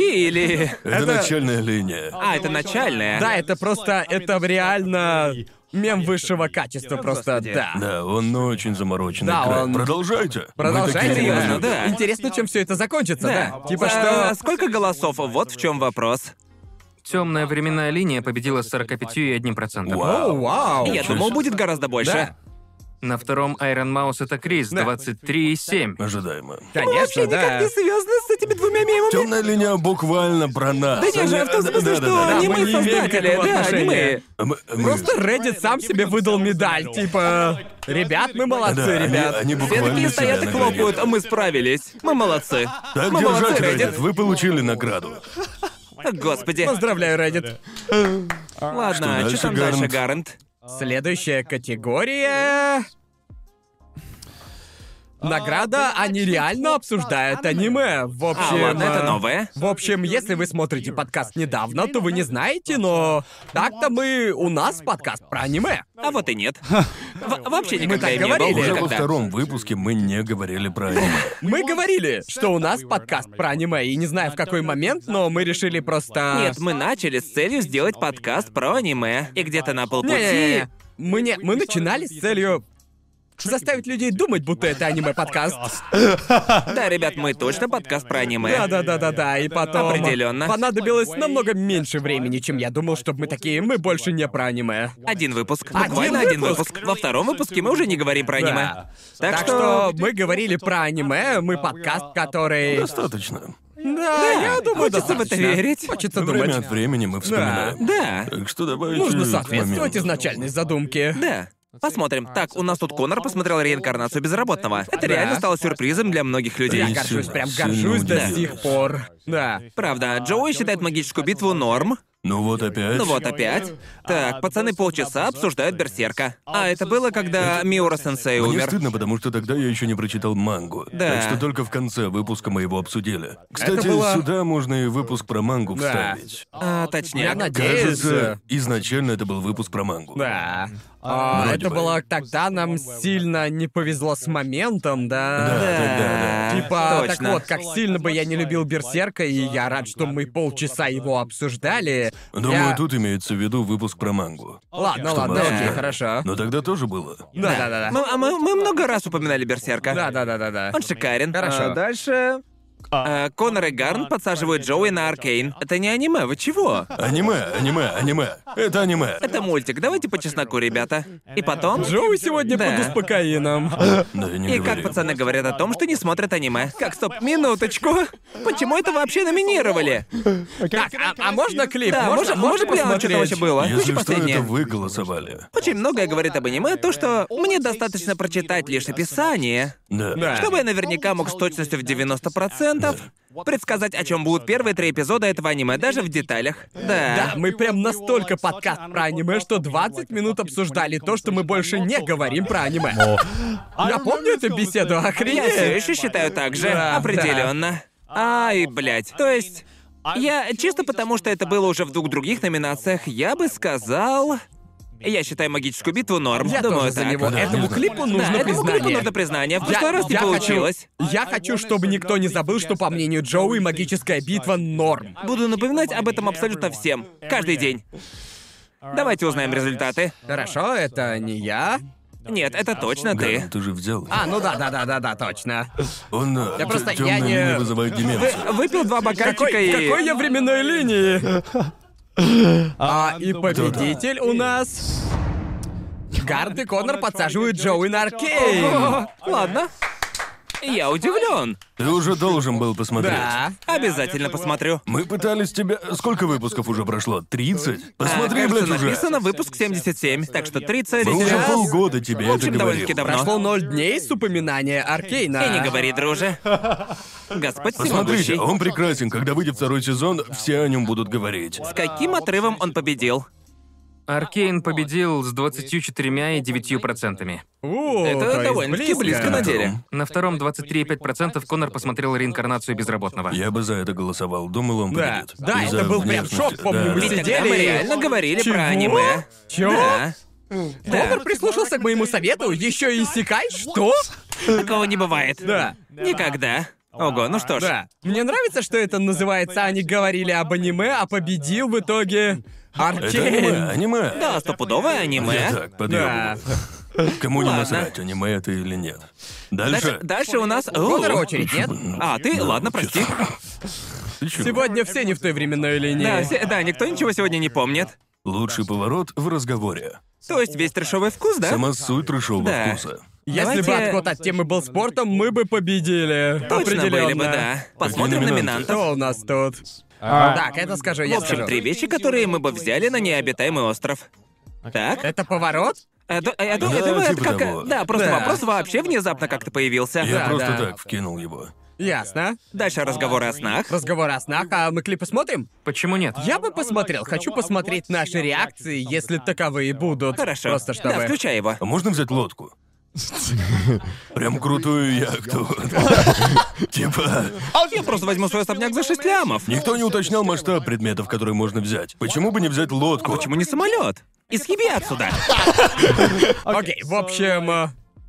A: *laughs*
C: или...
B: Это начальная линия.
C: А, это начальная.
A: Да, это просто... Это реально мем высшего качества просто, да.
B: Да, он очень замороченный
A: Да,
B: край.
A: он-
B: Продолжайте. Мы
A: Продолжайте,
B: такие не
A: да.
C: серьезно,
B: любим.
C: да.
A: Интересно, чем все это закончится, да? Типа
C: А,
A: что...
C: Сколько голосов? Вот в чем вопрос.
D: Темная временная линия победила с 45,1%.
A: О,
B: Вау.
A: вау!
C: Я думал, будет гораздо больше.
A: Да.
D: На втором Iron Маус это Крис, 23,7.
B: Ожидаемо.
A: Конечно, да.
C: связаны с этими двумя мемами.
B: Темная линия буквально про нас.
C: Да не же, а
B: Они-
C: в том смысле,
B: да, да, да.
C: что не
A: мы
C: мы
A: не имеем
C: создатели,
A: никакого
C: да, не мы.
A: отношения.
B: А мы- мы-
A: Просто Reddit сам себе выдал медаль, типа... Ребят, мы молодцы,
B: Да, они-
A: ребят.
B: они
C: Все
B: буквально
C: такие
B: себя
C: стоят и
B: наградили.
C: хлопают, а мы справились. Мы молодцы.
B: Так
C: мы
B: держать,
C: молодцы,
B: Reddit,
C: Reddit.
B: вы получили награду.
C: Господи.
A: Поздравляю, Reddit.
C: Ладно,
B: Что
C: что,
B: дальше,
C: там дальше, Гарант?
A: Следующая категория... Награда, они реально обсуждают аниме. В общем...
C: А, ладно, это
A: э,
C: новое.
A: В общем, если вы смотрите подкаст недавно, то вы не знаете, но так-то мы... У нас подкаст про аниме.
C: А вот и нет. В- вообще
A: Мы
C: никогда
A: так
C: им не было.
A: говорили.
B: Уже во
C: никогда.
B: втором выпуске мы не говорили про аниме.
A: Мы говорили, что у нас подкаст про аниме, и не знаю в какой момент, но мы решили просто...
C: Нет, мы начали с целью сделать подкаст про аниме. И где-то на полпути...
A: Не-не-не. Мы, не, мы начинали с целью заставить людей думать, будто это аниме-подкаст.
C: Да, ребят, мы точно подкаст про аниме.
A: Да-да-да-да-да, и потом...
C: Определенно.
A: Понадобилось намного меньше времени, чем я думал, чтобы мы такие, мы больше не про аниме.
C: Один выпуск.
A: Один
C: Буквально один
A: выпуск?
C: выпуск. Во втором выпуске мы уже не говорим про аниме.
A: Да.
C: Так,
A: Так что мы говорили про аниме, мы подкаст, который...
B: Достаточно.
A: Да,
C: я думаю,
A: хочется в это
C: достаточно.
A: верить. Хочется
B: Время
A: думать.
B: от времени мы вспоминаем.
C: Да.
B: Так что добавить...
A: Нужно
B: к
A: соответствовать
B: моменту.
A: изначальной задумке.
C: Да. Посмотрим. Так, у нас тут Конор посмотрел реинкарнацию безработного. Это
A: Да.
C: реально стало сюрпризом для многих людей.
A: Я
B: Сильно,
A: горжусь, прям
B: сильно
A: горжусь до
B: удивило.
A: сих пор. Да.
C: Правда, Джоуи считает магическую битву норм.
B: Ну вот опять.
C: Ну вот опять. Так,
A: А,
C: пацаны полчаса обсуждают Берсерка. А это было, когда Миура Сенсей
B: Мне
C: умер.
B: стыдно, потому что тогда я еще не прочитал мангу.
C: Да.
B: Так что только в конце выпуска мы его обсудили. Кстати,
A: было-
B: сюда можно и выпуск про мангу
A: Да.
B: вставить.
C: А,
A: Я
C: точнее.
A: надеюсь... э,
B: Кажется, изначально это был выпуск про мангу.
A: Да. А,
B: Вроде
A: это
B: бы.
A: было тогда нам сильно не повезло с моментом, да?
B: Да,
C: Да,
A: Типа,
C: точно.
A: так вот, как сильно бы я не любил Берсерка, и я рад, что мы полчаса его обсуждали.
B: Думаю,
A: я-
B: Ну, тут имеется в виду выпуск про мангу.
A: Ладно,
B: Чтобы
A: ладно, окей,
B: обсуждали.
A: хорошо.
B: Но тогда тоже было.
A: Да, да, да, да.
C: Мы, а мы- мы много раз упоминали Берсерка.
A: Да, да, да, да, да.
C: Он шикарен.
A: Хорошо.
C: А дальше... а, Конор и Гарн подсаживают Джоуи на Аркейн. Это не аниме, вы чего?
B: Аниме, аниме, аниме. Это аниме.
C: Это мультик, давайте по чесноку, ребята. И потом...
A: Джоуи сегодня
C: Да.
A: под успокоином.
B: Да, я не
C: И как
B: говори.
C: пацаны говорят о том, что не смотрят аниме. Как, стоп, минуточку. Почему это вообще номинировали?
A: Так, а, а можно клип?
C: Да,
A: можно,
C: можно, можно глянуть, что там вообще было?
B: Если
C: Включи
B: что,
C: последнее.
B: это вы голосовали.
C: Очень многое говорит об аниме, то, что мне достаточно прочитать лишь описание,
B: Да.
A: Да.
C: чтобы я наверняка мог с точностью в 90% предсказать, о чем будут первые три эпизода этого аниме, даже в деталях.
A: Да,
C: Да.
A: мы прям настолько подкаст про аниме, что 20 минут обсуждали то, что мы больше не говорим про аниме. Я помню эту беседу,
C: Я все
A: охренеть.
C: еще считаю так же,
A: Да,
C: определенно. Ай, блядь. То есть. Я чисто потому, что это было уже в двух других номинациях, я бы сказал. Я считаю магическую битву норм.
A: Я
C: Думаю,
A: тоже за
C: так.
A: него.
B: Да,
A: Этому
B: да.
A: клипу
C: Да,
A: нужно
C: этому клипу
A: признание.
C: нужно признание. В
A: Я-
C: прошлый раз не
A: я хочу-
C: получилось.
A: Я хочу, чтобы никто не забыл, что, по мнению Джоуи, магическая битва норм.
C: Буду напоминать об этом абсолютно всем. Каждый день. Давайте узнаем результаты.
A: Хорошо, это не я.
C: Нет, это точно
B: Гарри,
C: ты.
B: ты же взял.
A: А, ну да, да, да, да, да, точно.
B: Он э,
A: Я просто- я
B: темная
A: не- *laughs*
B: мина вызывает деменцию.
C: Выпил два бокальчика
A: Какой,
C: и...
A: какой я временной линии? А и победитель у нас. Гард и Конор подсаживают Джоуи на Аркейн.
C: Ладно. Я удивлен.
B: Ты уже должен был посмотреть.
A: Да.
C: Обязательно посмотрю.
B: Мы пытались тебя... Сколько выпусков уже прошло? 30?
C: А,
B: Посмотри,
C: кажется,
B: блядь, уже.
C: написано выпуск 77, так что 30
B: Мы уже
C: сейчас.
B: полгода тебе
C: В
B: это
C: общем,
B: говорим.
C: довольно-таки давно.
A: Прошло ноль дней с упоминания Аркейна.
C: И не говори, друже. Господь
B: Посмотрите,
C: всемогущий.
B: он прекрасен. Когда выйдет второй сезон, все о нем будут говорить.
C: С каким отрывом он победил?
D: Аркейн победил с 24 и 9 процентами.
A: О, то
C: Это
A: есть
C: довольно-таки близко на деле.
D: На втором 23,5 процентов Конор посмотрел реинкарнацию безработного.
B: Я бы за это голосовал. Думал, он
A: Да,
B: победит.
A: да,
B: Из-за
A: это был прям
B: внешности.
A: шок, помню,
B: Да.
A: мы
C: Ведь
A: сидели
C: тогда мы
A: и-
C: реально говорили
A: Чего?
C: про аниме.
A: Чё?
C: Да.
A: Конор прислушался к моему совету, еще и иссякай? Что?
C: Такого не бывает.
A: Да.
C: Никогда. Ого, ну что ж.
A: Да. Мне нравится, что это называется «Они говорили об аниме, а победил в итоге
B: Это аниме,
A: Аркейн».
B: аниме.
C: Да, стопудовое
B: Я
C: аниме.
B: так
A: Да.
B: подъёбываю. Кому не
C: Ладно.
B: насрать, аниме это или нет.
C: Дальше,
B: Дальше.
C: дальше у нас...
A: Конора
C: О,
A: очередь, нет?
C: А, ты? Ладно, прости.
B: Ты чё?
A: Сегодня все не в той временной линии.
C: Да, все- да, никто ничего сегодня не помнит.
B: Лучший поворот в разговоре.
C: То есть весь трешовый вкус, да?
B: Сама суть трешового
C: Да.
B: вкуса.
A: Если бы
C: Давайте-
A: отход от темы был спортом, мы бы победили.
C: Точно
A: Определенно.
C: были бы, да. Посмотрим
B: номинанты?
C: номинантов.
A: Что у нас тут? Так, это скажу,
C: В
A: я
C: общем,
A: скажу.
C: три вещи, которые мы бы взяли на необитаемый остров. Так?
A: Это поворот?
C: А, да, а, я думаю,
B: Да,
C: я думаю, это
B: типа
C: как-
B: того.
C: Да, просто
A: Да.
C: вопрос вообще внезапно как-то появился.
B: Я
A: Да,
B: просто
A: да.
B: так вкинул его.
A: Ясно.
C: Дальше разговоры о снах.
A: Разговор о снах, а мы клипы смотрим?
D: Почему нет?
A: Я бы посмотрел, хочу посмотреть наши реакции, если таковые будут.
C: Хорошо.
A: Просто чтобы...
C: Да, включай его.
B: А можно взять лодку? Прям крутую яхту. Типа,
C: Я просто возьму свой особняк за 6 лямов.
B: никто не уточнял масштаб предметов, которые можно взять. Почему бы не взять лодку?
C: А Почему не самолет? И съеби отсюда.
A: Окей, в общем...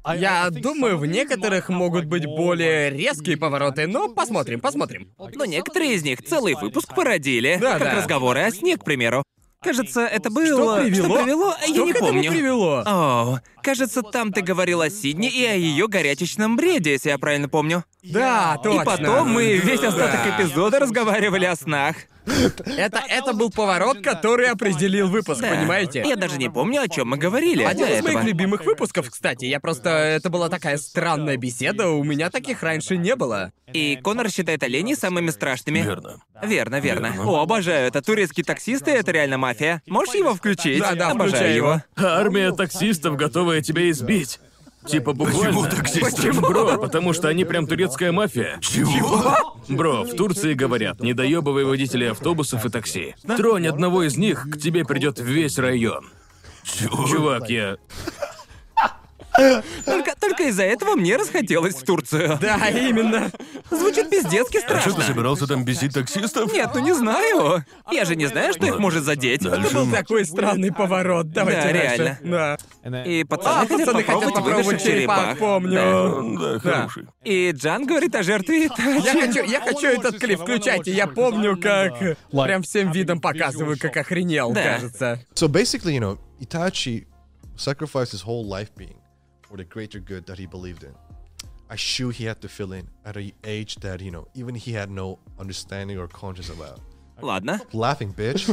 A: э, Я думаю, в некоторых могут быть более резкие повороты, но посмотрим, посмотрим.
C: Но некоторые из них целый выпуск породили.
A: Да,
C: как
A: да.
C: разговоры о сне, к примеру. Кажется, это
A: Что
C: было...
A: привело?
C: Я
A: Что
C: не
A: к этому
C: помню.
A: привело?
C: О, кажется, там ты говорил о Сидни и о ее горячечном бреде, если я правильно помню.
A: Да, точно.
C: И потом мы весь остаток
A: Да.
C: эпизода разговаривали о снах.
A: Это, это был поворот, который определил выпуск,
C: Да.
A: понимаете? А
C: Я даже не помню, о чем мы говорили.
A: Один
C: до
A: из моих
C: этого.
A: любимых выпусков, кстати. Я просто... Это была такая странная беседа, у меня таких раньше не было.
C: И Конор считает оленей самыми страшными.
B: Верно.
C: Верно, верно.
B: Верно.
C: О, обожаю это. Турецкий таксист, и это реально мафия. Можешь его включить?
A: Да, да,
C: обожаю
A: включай его.
G: Армия таксистов, готовая тебя избить. Типа
B: Почему
G: буквально.
B: таксисты?
G: Бро, потому что они прям турецкая мафия.
B: Чего?
G: Бро, в Турции говорят, не доебывай водителей автобусов и такси. Тронь одного из них, к тебе придет весь район.
B: Чего? А
G: Чувак, я...
C: Только, только из-за этого мне расхотелось в Турцию.
A: Да, именно.
C: Звучит пиздецки
B: А что ты
C: страшно.
B: собирался там бесить таксистов?
C: Нет, ну не знаю. Я же не знаю, что их может задеть.
B: Дальше.
A: Это был такой странный поворот. Давайте
C: Да,
A: дальше.
C: реально.
A: Да.
C: И пацаны,
A: А, пацаны хотят попробовать
C: выносить
A: черепах, помню.
C: Да.
B: Да, хороший.
C: И Джан говорит а о
A: Я
C: жертве
A: хочу,
C: а
A: я хочу этот клип, включайте. Я помню, как э,
H: Like-
A: прям
C: А
A: всем видом показываю, как охренел,
C: Да.
A: кажется.
H: So basically, you know, Itachi sacrificed his whole life being for the greater good that he believed in. A shoe he had to fill in at an age that, you know, even he had no understanding or conscience about.
C: Ладно.
H: Laughing, bitch.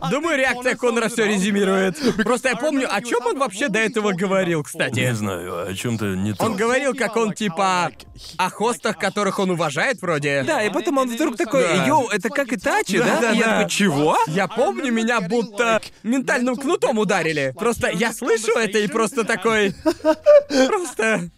C: А
A: Думаю, реакция Конора все резюмирует. Просто я помню, о чем он вообще до этого говорил,
B: Не
A: кстати.
B: знаю, о чем-то не то.
A: Он говорил, как он типа о хостах, которых он уважает, вроде.
C: Да, и потом он вдруг такой,
A: Да.
C: йоу, это как Итачи,
A: Да,
C: да?
A: да,
C: И я
A: да.
C: такой, чего?
A: Я помню, меня будто ментальным
C: *laughs*
A: кнутом ударили. *laughs* Просто я слышу это и просто такой... Просто...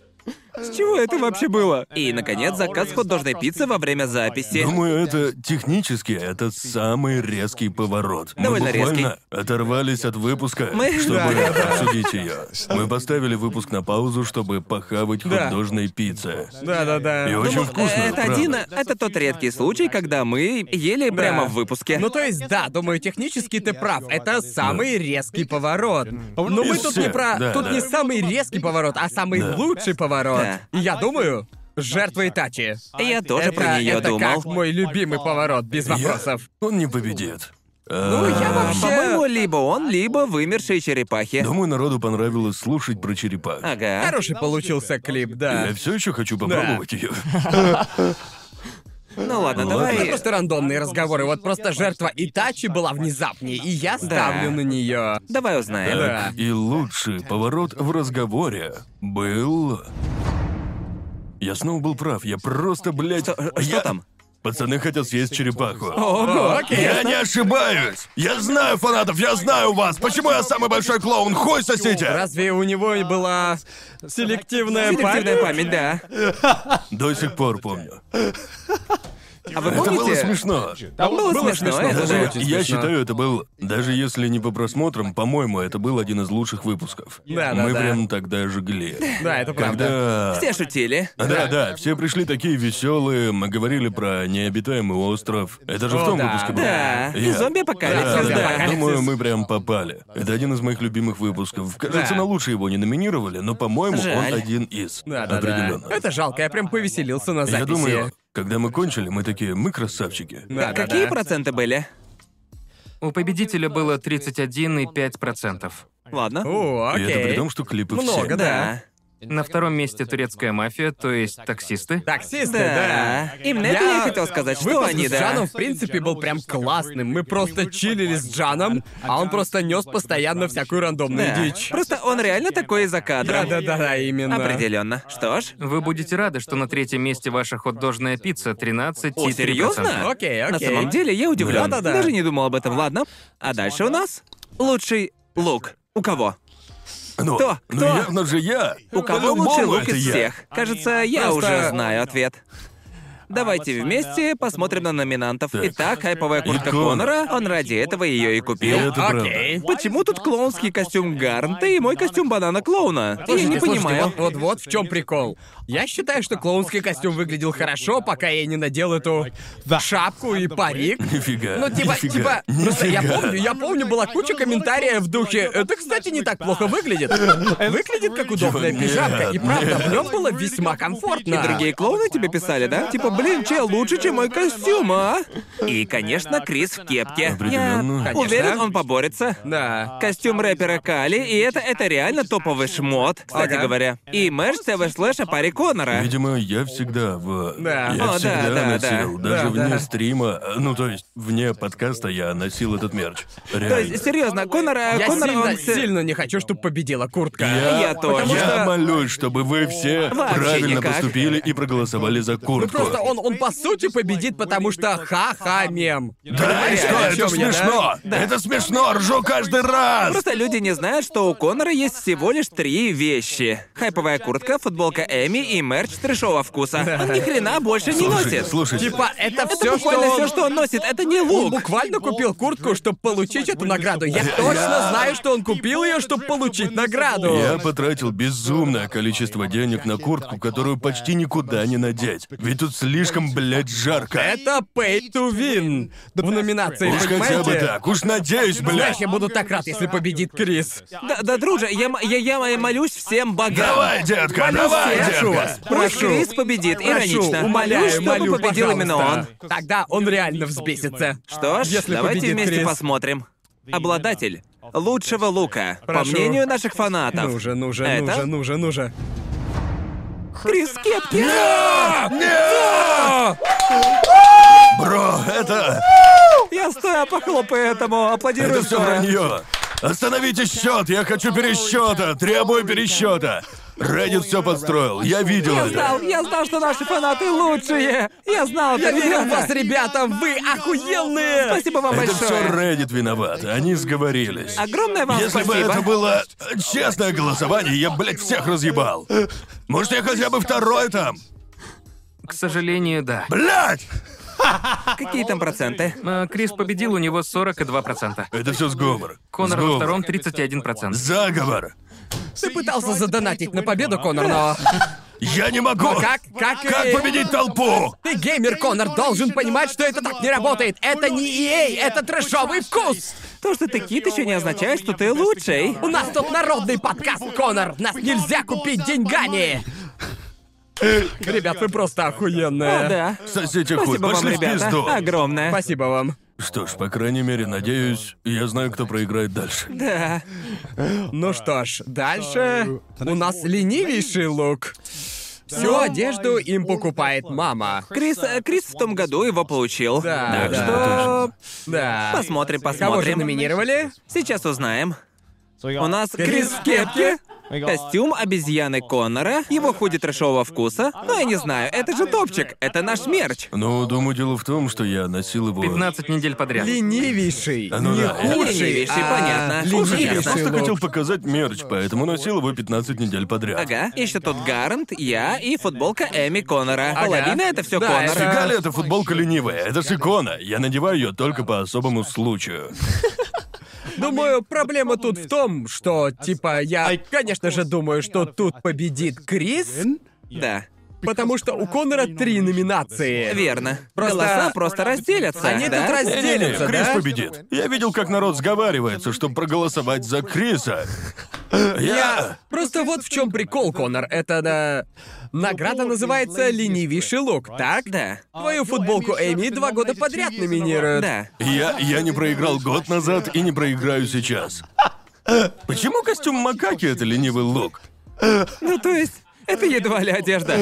C: С чего это вообще было? И, наконец, заказ хот-дожной пиццы во время записи.
B: Думаю, это технически это самый резкий поворот.
C: Довольно
B: Мы буквально
C: резкий.
B: оторвались от выпуска,
C: Мы-
B: чтобы
C: Да.
B: обсудить ее. Мы поставили выпуск на паузу, чтобы похавать
A: Да.
B: художной пиццы.
A: Да-да-да.
B: И
A: Ну,
B: очень
C: Думаю,
B: вкусно,
C: э, Это
B: правда.
C: один, это тот редкий случай, когда мы ели прямо в выпуске.
A: Ну, то есть, да, думаю, технически ты прав. Это самый резкий поворот. Но мы
B: Из
A: тут
B: всех,
A: не про...
B: да,
A: тут
B: да.
A: не самый резкий поворот, а самый лучший поворот.
C: Да.
A: И я думаю, жертва Итачи.
C: Я тоже
A: это,
C: про нее
A: это
C: думал.
A: как мой любимый поворот, без вопросов.
B: Он не победит.
A: Ну, я
B: А,
A: вообще-
C: По-моему, либо он, либо вымершие черепахи.
B: Думаю, народу понравилось слушать про черепах.
C: Ага.
A: Хороший получился клип, да.
B: Я все еще хочу попробовать ее.
C: Ну ладно,
B: Ладно.
A: Это
C: давай.
A: просто рандомные разговоры. Вот просто жертва Итачи была внезапней, и я ставлю на нее.
C: Давай узнаем.
A: Да.
B: И лучший поворот в разговоре был... Я снова был прав, я просто, блядь...
C: Что,
B: я-
C: что там?
B: Пацаны хотят съесть черепаху.
A: Ого, Ну, окей.
B: Я не ошибаюсь! Я знаю фанатов, я знаю вас! Почему я самый большой клоун? Хуй сосите!
A: Разве у него и была селективная
C: Селективная
A: память?
C: память, да.
B: До сих пор помню.
C: А вы
B: Это было
C: помните?
B: смешно.
C: Там А было, смешно, это
B: Даже
C: же.
A: очень
B: я
A: смешно.
B: считаю, это был, даже если не по просмотрам, по-моему, это был один из лучших выпусков.
A: Да, да,
B: Мы
A: да.
B: прям тогда жгли.
A: Да, это правда.
B: Когда...
C: Все шутили.
B: Да, да, все пришли такие веселые, мы говорили про необитаемый остров. Это же
A: О,
B: в том
A: да. Ну,
B: выпуске было.
C: Да.
B: Я- Да,
C: Зомби-апокалипсис,
B: да,
C: да.
B: да. Думаю, мы прям попали. Это один из моих любимых выпусков. Кажется,
A: Да.
B: на лучше его не номинировали, но, по-моему, он
C: Жаль.
B: один из.
A: Да, да,
B: Определенно.
A: да. Это жалко, я прям повеселился на записи.
B: Я думаю, когда мы кончили, мы такие, мы красавчики.
A: Да, да,
C: Какие
A: да.
C: проценты были?
D: У победителя было 31,5%.
C: Ладно.
A: О,
B: И это при
A: окей.
B: том, что клипы
A: Много,
B: все.
A: да.
D: На втором месте турецкая мафия, то есть таксисты.
A: Таксисты, да.
C: Да. Именно это я хотел сказать, что
A: Выпуск
C: они,
A: с Джаном,
C: да.
A: в принципе, был прям классным. Мы просто чилили с Джаном, а он просто нес постоянно всякую рандомную
C: Да.
A: дичь.
C: Просто он реально такой из-за кадра.
A: Да-да-да, именно.
C: Определенно. Что ж,
D: Вы будете рады, что на третьем месте ваша хот-дожная пицца 13,3%.
C: О, серьезно?
A: Окей, окей.
C: на самом деле я удивлен.
A: Да-да-да.
C: Даже не думал об этом. Ладно. А дальше у нас лучший лук. У кого?
B: Ну,
C: Кто?
B: ну
C: Кто?
B: явно же я.
C: У кого
B: По-любому
C: лучший лук
B: это
C: из
B: я.
C: всех? Кажется,
A: Просто-
C: я
A: А
C: уже знаю ответ. Давайте вместе посмотрим на номинантов.
B: Так.
C: Итак, хайповая куртка
B: Коннор.
C: Конора, он ради этого ее и купил.
B: Это правда.
A: Окей.
C: Почему тут клоунский костюм Гарнта и мой костюм банана клоуна? Я
A: Слушайте,
C: не
A: слушайте,
C: понимаю.
A: вот, вот, вот в чем прикол. Я считаю, что клоунский костюм выглядел хорошо, пока я не надел эту шапку и парик.
B: Нифига.
A: Ну, типа,
B: Э, *laughs* нифига,
A: типа, просто я
B: нифига.
A: помню, я помню, была куча комментариев в духе «Это, кстати, не так плохо
C: *laughs*
A: выглядит».
C: Э, ну,
A: Выглядит как удобная
B: Типа, нет,
A: пижамка, и правда, в
B: нет.
A: нем было весьма комфортно.
C: И другие клоуны тебе писали, да? Типа, блин, че, лучше, чем мой костюм, а? И, конечно, Крис в кепке. Я
B: Определенно. Конечно.
C: уверен, он поборется.
A: Да.
C: Костюм рэпера Кали, и это, это реально топовый шмот, кстати
A: Ага.
C: говоря. И Мэш ТВ Слэша Пари Коннора.
B: Видимо, я всегда в...
A: Да.
B: Я
C: О, да,
B: всегда
C: да,
B: носил,
C: да.
B: даже
A: Да,
B: вне
A: да.
B: стрима, ну, то есть, вне подкаста я носил этот мерч.
A: Э,
B: Реально.
C: То есть, серьезно, Коннора,
A: Я
C: Коннор,
A: сильно,
C: он с-
A: сильно не хочу, чтобы победила куртка.
B: Я,
C: Я тоже.
B: Я
C: Потому что-
B: молюсь, чтобы вы все
C: Вообще
B: правильно
C: никак.
B: поступили и проголосовали за
A: Ну
B: куртку.
A: просто он, он по сути победит, потому что ха-ха мем.
B: Да, и что,
A: о
B: это
A: чём я, да?
B: смешно! Это смешно, ржу каждый раз!
C: Просто люди не знают, что у Конора есть всего лишь три вещи. Хайповая куртка, футболка Эми и мерч трешового вкуса. Он ни хрена больше не
B: Слушайте,
C: носит.
B: слушайте.
A: Типа, это,
C: Это
A: все,
C: буквально
A: что он...
C: все, что он носит. Это не лук.
A: Он буквально купил куртку, чтобы получить эту награду. Я точно знаю, что он купил ее, чтобы получить награду.
B: Я потратил безумное количество денег на куртку, которую почти никуда не надеть. Ведь тут слишком, блядь, жарко.
A: Это pay to win в номинации,
B: Уж хотя бы
A: понимаете?
B: так, уж надеюсь,
A: Знаешь,
B: блядь.
A: я буду так рад, если победит Крис.
C: Да, да, друже, я, м- я, я молюсь всем богам.
B: Давай, детка, давай,
A: Прошу вас,
B: детка.
C: Пусть
A: прошу.
C: Крис победит,
A: Прошу,
C: иронично.
A: умоляю,
C: Молюсь, чтобы
A: молю,
C: победил именно
A: Ну, пожалуйста. Тогда он реально взбесится.
C: Что ж,
A: Если
C: давайте
A: победит
C: вместе
A: Крис.
C: посмотрим. Обладатель лучшего лука,
A: Прошу.
C: по мнению наших фанатов.
A: Ну же, ну же, ну
C: Это?
A: же, ну же, ну же.
C: Крис Кепки.
A: Ну?
B: Бро, это...
C: Я стою, похлопаю этому, аплодирую.
B: Это все
C: стоя.
B: вранье. Остановите счет, я хочу пересчета, требую пересчета. Reddit все подстроил, я видел
C: Я
B: это.
C: знал, я знал, что наши фанаты лучшие. Я знал,
A: Я
C: это
A: верю в
C: верно.
A: вас, ребята! Вы охуенные!
C: Спасибо вам
B: Это все
C: большое.
B: Reddit виноват, они сговорились.
C: Огромное вам
B: Если бы
C: спасибо.
B: это было честное голосование, я, блядь, всех разъебал. Может, я хотя бы второй там?
D: К сожалению, да.
B: Блядь!
C: Какие там проценты?
D: А, Крис победил, у него 42%.
B: Это все сговор.
D: Конор во
B: Сговор.
D: втором 31%.
B: Заговор.
A: Ты пытался задонатить на победу, Конор, но...
B: Я не могу.
A: Но как? Как?
B: Как
A: и-
B: победить толпу?
A: Ты геймер, Конор, должен понимать, что это так не работает. Это не EA, это трэшовый вкус.
C: То, что ты кит, еще не означает, что ты лучший.
A: У нас тут народный подкаст, Конор. Нас нельзя купить деньгами. Ребят, вы просто
C: О,
A: охуенные.
C: Ну да.
B: Сосите хуй,
C: Спасибо вам,
B: пошли в
C: ребята.
B: пизду.
C: Огромное.
A: Спасибо вам.
B: Что ж, по крайней мере, надеюсь, я знаю, кто проиграет дальше.
C: Да.
A: Ну что ж, дальше у нас ленивейший лук. Всю одежду им покупает мама.
C: Крис, э, Крис в том году его получил.
A: Да,
C: так
A: да.
C: что
A: Да.
C: посмотрим,
A: Кого же
C: посмотрим.
A: номинировали?
C: Сейчас узнаем. У нас Крис в кепке, костюм обезьяны Коннора, его худи трэшового вкуса. Ну, я не знаю, это же топчик, это наш мерч.
B: Ну, думаю, дело в том, что я носил его...
D: 15 недель подряд.
A: Ленивейший.
B: А ну
A: не
B: да, это-
A: худший,
C: Ленивейший,
A: а
C: понятно.
B: Слушайте, я
A: Ленивейший
B: просто хотел
A: лук.
B: показать мерч, поэтому носил его 15 недель подряд.
C: Ага, еще тут Гарант, я и футболка Эми Коннора.
A: Ага.
C: Половина это все
A: Да,
C: Коннор.
A: это-
B: Фига ли эта футболка ленивая? Это ж икона. Я надеваю ее только по особому случаю.
A: Думаю, проблема тут в том, что, типа, я, конечно же, думаю, что тут победит Крис,
C: Да,
A: потому что у Конора три номинации.
C: верно.
A: Просто-
C: Голоса просто разделятся.
A: Они
C: да?
A: тут
B: Не-не,
A: разделятся,
B: Крис
A: да?
B: победит. Я видел, как народ сговаривается, чтобы проголосовать за Криса. Я...
A: Просто вот в чем прикол, Конор. Это да... Награда называется «Ленивейший лук», так?
C: Да.
A: Твою футболку Эми два года подряд номинируют.
C: Да.
B: Я, я не проиграл год назад и не проиграю сейчас. Почему костюм макаки — это ленивый лук?
C: Ну, то есть, это едва ли одежда.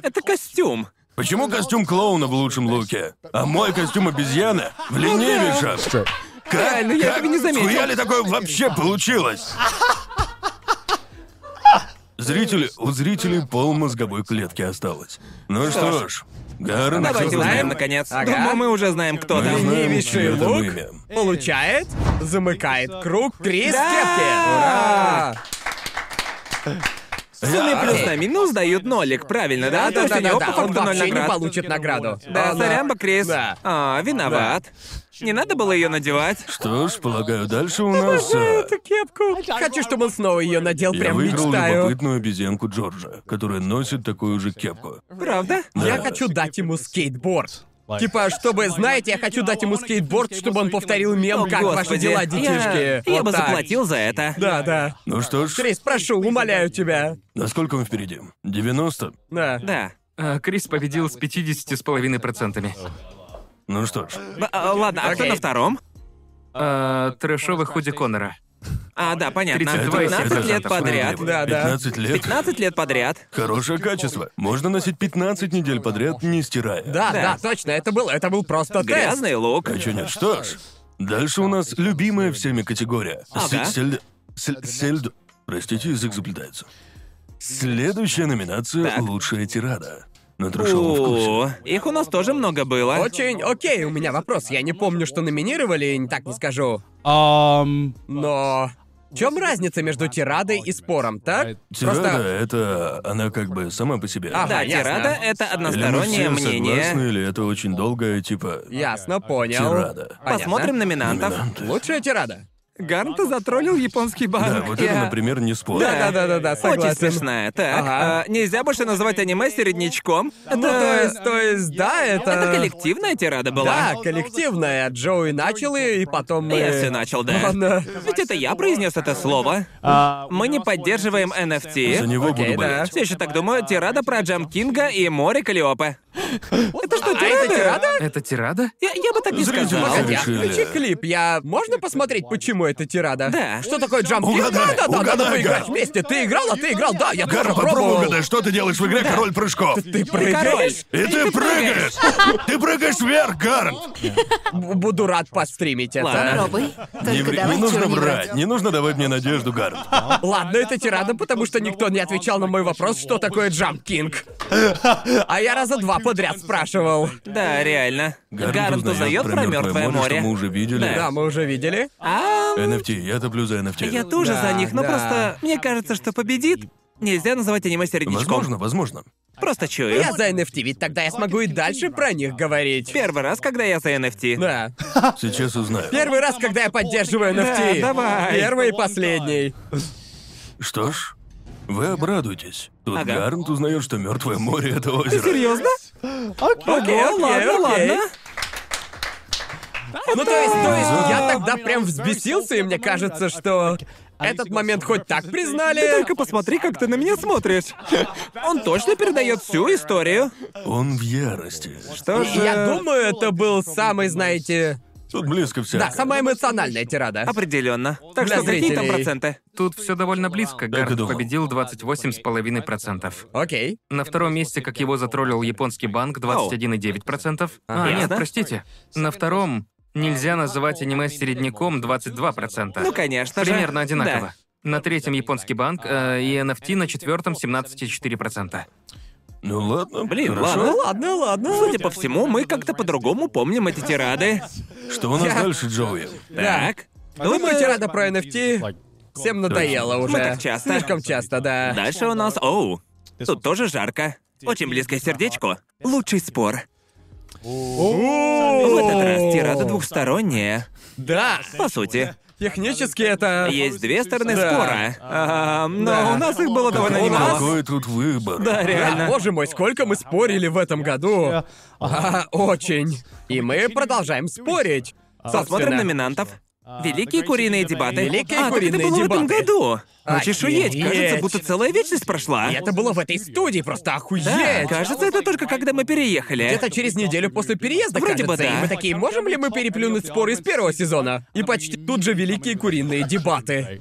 C: Это костюм.
B: Почему костюм клоуна в лучшем луке, а мой костюм обезьяны в ленивейшем? Как,
C: Реально, я
B: как-
C: этого не заметил.
B: Хуя ли такое вообще получилось? Зрители, у зрителей пол мозговой клетки осталось. Ну что ж, Гарен,
C: Давайте
B: всё
C: узнаем,
B: знаем.
C: наконец.
A: Ага.
C: Думаю, мы уже знаем, кто
B: Мы
C: там.
B: знаем,
A: Ленивейший
B: чьё это
A: лук.
B: имя.
A: Получает, замыкает круг Крис
C: Да!
A: Кепке. Ура!
C: Сумме плюс на минус дают нолик, правильно, да? А То есть у него по
A: он
C: факту ноль
A: вообще не
C: наград.
A: получит награду.
C: Да,
A: Он,
C: сорямба, Крис.
A: Да.
C: А, виноват. Не надо было ее надевать.
B: Что ж, полагаю, дальше у нас... э,
A: Эту кепку. Хочу, чтобы он снова ее надел,
B: Я
A: прям
B: выиграл
A: мечтаю.
B: любопытную обезьянку Джорджа, которая носит такую же кепку.
C: Правда?
A: Я хочу дать ему скейтборд. Типа, чтобы, знаете, я хочу дать ему скейтборд, чтобы он повторил мем,
C: О,
A: как ваши
C: господи.
A: дела,
C: Я-
A: детишки.
C: Я
A: Вот
C: бы
A: так.
C: заплатил за это.
A: Да, да.
B: Ну что ж,
A: Крис, прошу, умоляю тебя.
B: насколько он впереди? 90?
A: Да.
C: Да.
D: А, Крис победил с 50,5%.
B: Ну что ж,
C: Б- а, Ладно, а кто
A: Окей.
C: на втором?
D: А, трэшовый худи Конора.
C: А, да, понятно.
D: 32,
C: 15 лет
D: это
C: подряд.
B: справедливо.
A: Да, да.
B: 15 лет.
C: 15 лет подряд.
B: Хорошее качество. Можно носить 15 недель подряд, не стирая.
A: Да, да, точно, это был, это был просто тест.
C: Грязный лук.
B: А чё нет? Что ж, дальше у нас любимая всеми категория.
C: Ага.
B: Се- сельд- сель- сельд- Простите, язык заплетается. Следующая номинация
C: Так.
B: «Лучшая тирада». На трешовом вкусе.
C: О, их у нас тоже много было.
A: Очень, окей, у меня вопрос. Я не помню, что номинировали, не- так не скажу. Но... В чем разница между тирадой и спором, так?
B: Тирада
A: Просто-
B: это она как бы сама по себе.
A: Ага.
C: Да,
A: ясно.
C: тирада — это
B: Или мы все
C: одностороннее
B: согласны,
C: мнение.
B: или это очень долгое, типа...
A: Ясно, понял.
B: Тирада.
A: Понятно.
C: Посмотрим номинантов.
B: Номинанты.
A: Лучшая тирада.
C: Гарнта затроллил японский банк.
B: Да, вот это,
C: Я-
B: например, не спор.
A: Да, да, да, да, да, согласен.
C: Очень смешная. Так,
A: Ага.
C: а, нельзя больше называть аниме середнячком. Это,
A: Ну, то есть, то есть, да, это...
C: это коллективная тирада была.
A: Да, коллективная. Джоуи начал и, и потом мы...
C: Я все начал, да.
A: Он, э,
C: Ведь это я произнес это слово. Мы не поддерживаем NFT.
B: За него
A: Окей,
B: буду болеть.
A: да.
C: Все еще так думаю, тирада про Джам Кинга и море Калиопе.
A: А Это что, тирада?
D: Это тирада?
C: Я, я бы так не
B: Зрители
C: сказал.
B: сами
A: Я
B: решили.
A: включи клип, я... Можно посмотреть, почему это тирада?
C: Да.
A: Что такое джампкин?
B: Угадай,
A: Да, да, да, надо
B: угадай,
A: поиграть
B: Гар.
A: вместе. Ты играл, а ты играл, да, я
B: Гара,
A: тоже
B: попробуй
A: пробовал.
B: угадай, что ты делаешь в игре «Король прыжков».
A: Ты прыгаешь?
B: И ты прыгаешь! Ты прыгаешь вверх, Гарн!
A: Б- Буду рад постримить это.
C: Ладно.
E: Пробуй.
B: Не,
E: Только
B: ври-
E: давай
B: не нужно
E: чего не
B: брать, не нужно давать мне надежду, Гарн.
A: Ладно, это тирада, потому что никто не отвечал на мой вопрос, что такое джампкинг. А я раза два подряд спрашивал.
C: Да, реально. Гарн
B: узнает
C: узнает про мертвое море.
B: что мы уже видели.
A: Да, мы уже видели.
C: А,
B: NFT, я топлю за NFT.
C: я тоже
A: Да,
C: за них, но
A: да.
C: просто мне кажется, что победит. Нельзя называть аниме середнячком.
B: Возможно, возможно.
C: Просто чую.
A: Я за NFT, ведь тогда я смогу и дальше про них говорить.
C: Первый раз, когда я за NFT.
A: Да.
B: Сейчас узнаю.
A: Первый раз, когда я поддерживаю NFT.
C: Да, давай.
A: Первый и последний.
B: Что ж, вы обрадуетесь. Тут
C: Ага.
B: Гарнт узнает, что мертвое море это озеро.
C: Серьезно? Окей,
A: окей,
C: ладно,
A: окей.
C: ладно.
A: Ну, то есть, то есть, я тогда прям взбесился, и мне кажется, что этот момент хоть так признали.
C: Ты только посмотри, как ты на меня смотришь. Он точно передает всю историю.
B: Он в ярости.
C: Что же?
A: Я думаю, это был самый, знаете...
B: Тут близко всякое.
A: Да, самая эмоциональная тирада.
C: А Определенно. Так
A: Для
C: что какие там
A: зрителей.
C: проценты?
D: Тут все довольно близко.
B: Так и
D: Гард
B: думал.
D: победил 28,5%.
A: Окей.
D: На втором месте, как его затроллил японский банк, 21,9%. А,
C: Ясно.
D: нет, простите. На втором нельзя называть аниме середняком 22%.
C: Ну, конечно же.
D: Примерно одинаково.
C: Да.
D: На третьем японский банк э, и NFT на четвертом 17,4%.
B: Ну ладно.
C: Блин,
B: хорошо.
C: ладно, ладно, ладно. Судя по всему, мы как-то по-другому помним эти тирады.
B: Что у нас
A: Я-
B: дальше, Джоуи?
A: Да.
C: Так.
A: Думаю, Ну, тирада про NFT всем надоела уже.
C: так часто.
A: Слишком часто, да.
C: Дальше у нас... Оу. Тут тоже жарко. Очень близкое сердечко. Лучший спор. В этот раз тирада двухсторонняя.
A: Да.
C: По сути.
A: Технически это...
C: Есть две стороны
A: Да.
C: спора. А, но
A: Да.
C: у нас их было довольно
B: О,
C: немало.
B: какой тут выбор.
C: Да,
A: Да,
C: реально.
A: *laughs* боже мой, сколько мы спорили в этом году. А, очень. И мы продолжаем спорить.
C: Посмотрим
A: Собственно. А,
C: номинантов. Великие куриные дебаты.
A: Великие
C: а, так это
A: куриные
C: было в этом
A: дебаты. А,
C: году. Хочешь уедь? Кажется,
A: Охереть.
C: будто целая вечность прошла.
A: И это было в этой студии, просто охуеть.
C: Да, кажется, это только когда мы переехали.
A: Где-то через неделю после переезда,
C: Вроде бы
A: кажется,
C: да.
A: и мы такие, можем ли мы переплюнуть споры из первого сезона? И почти тут же великие куриные дебаты.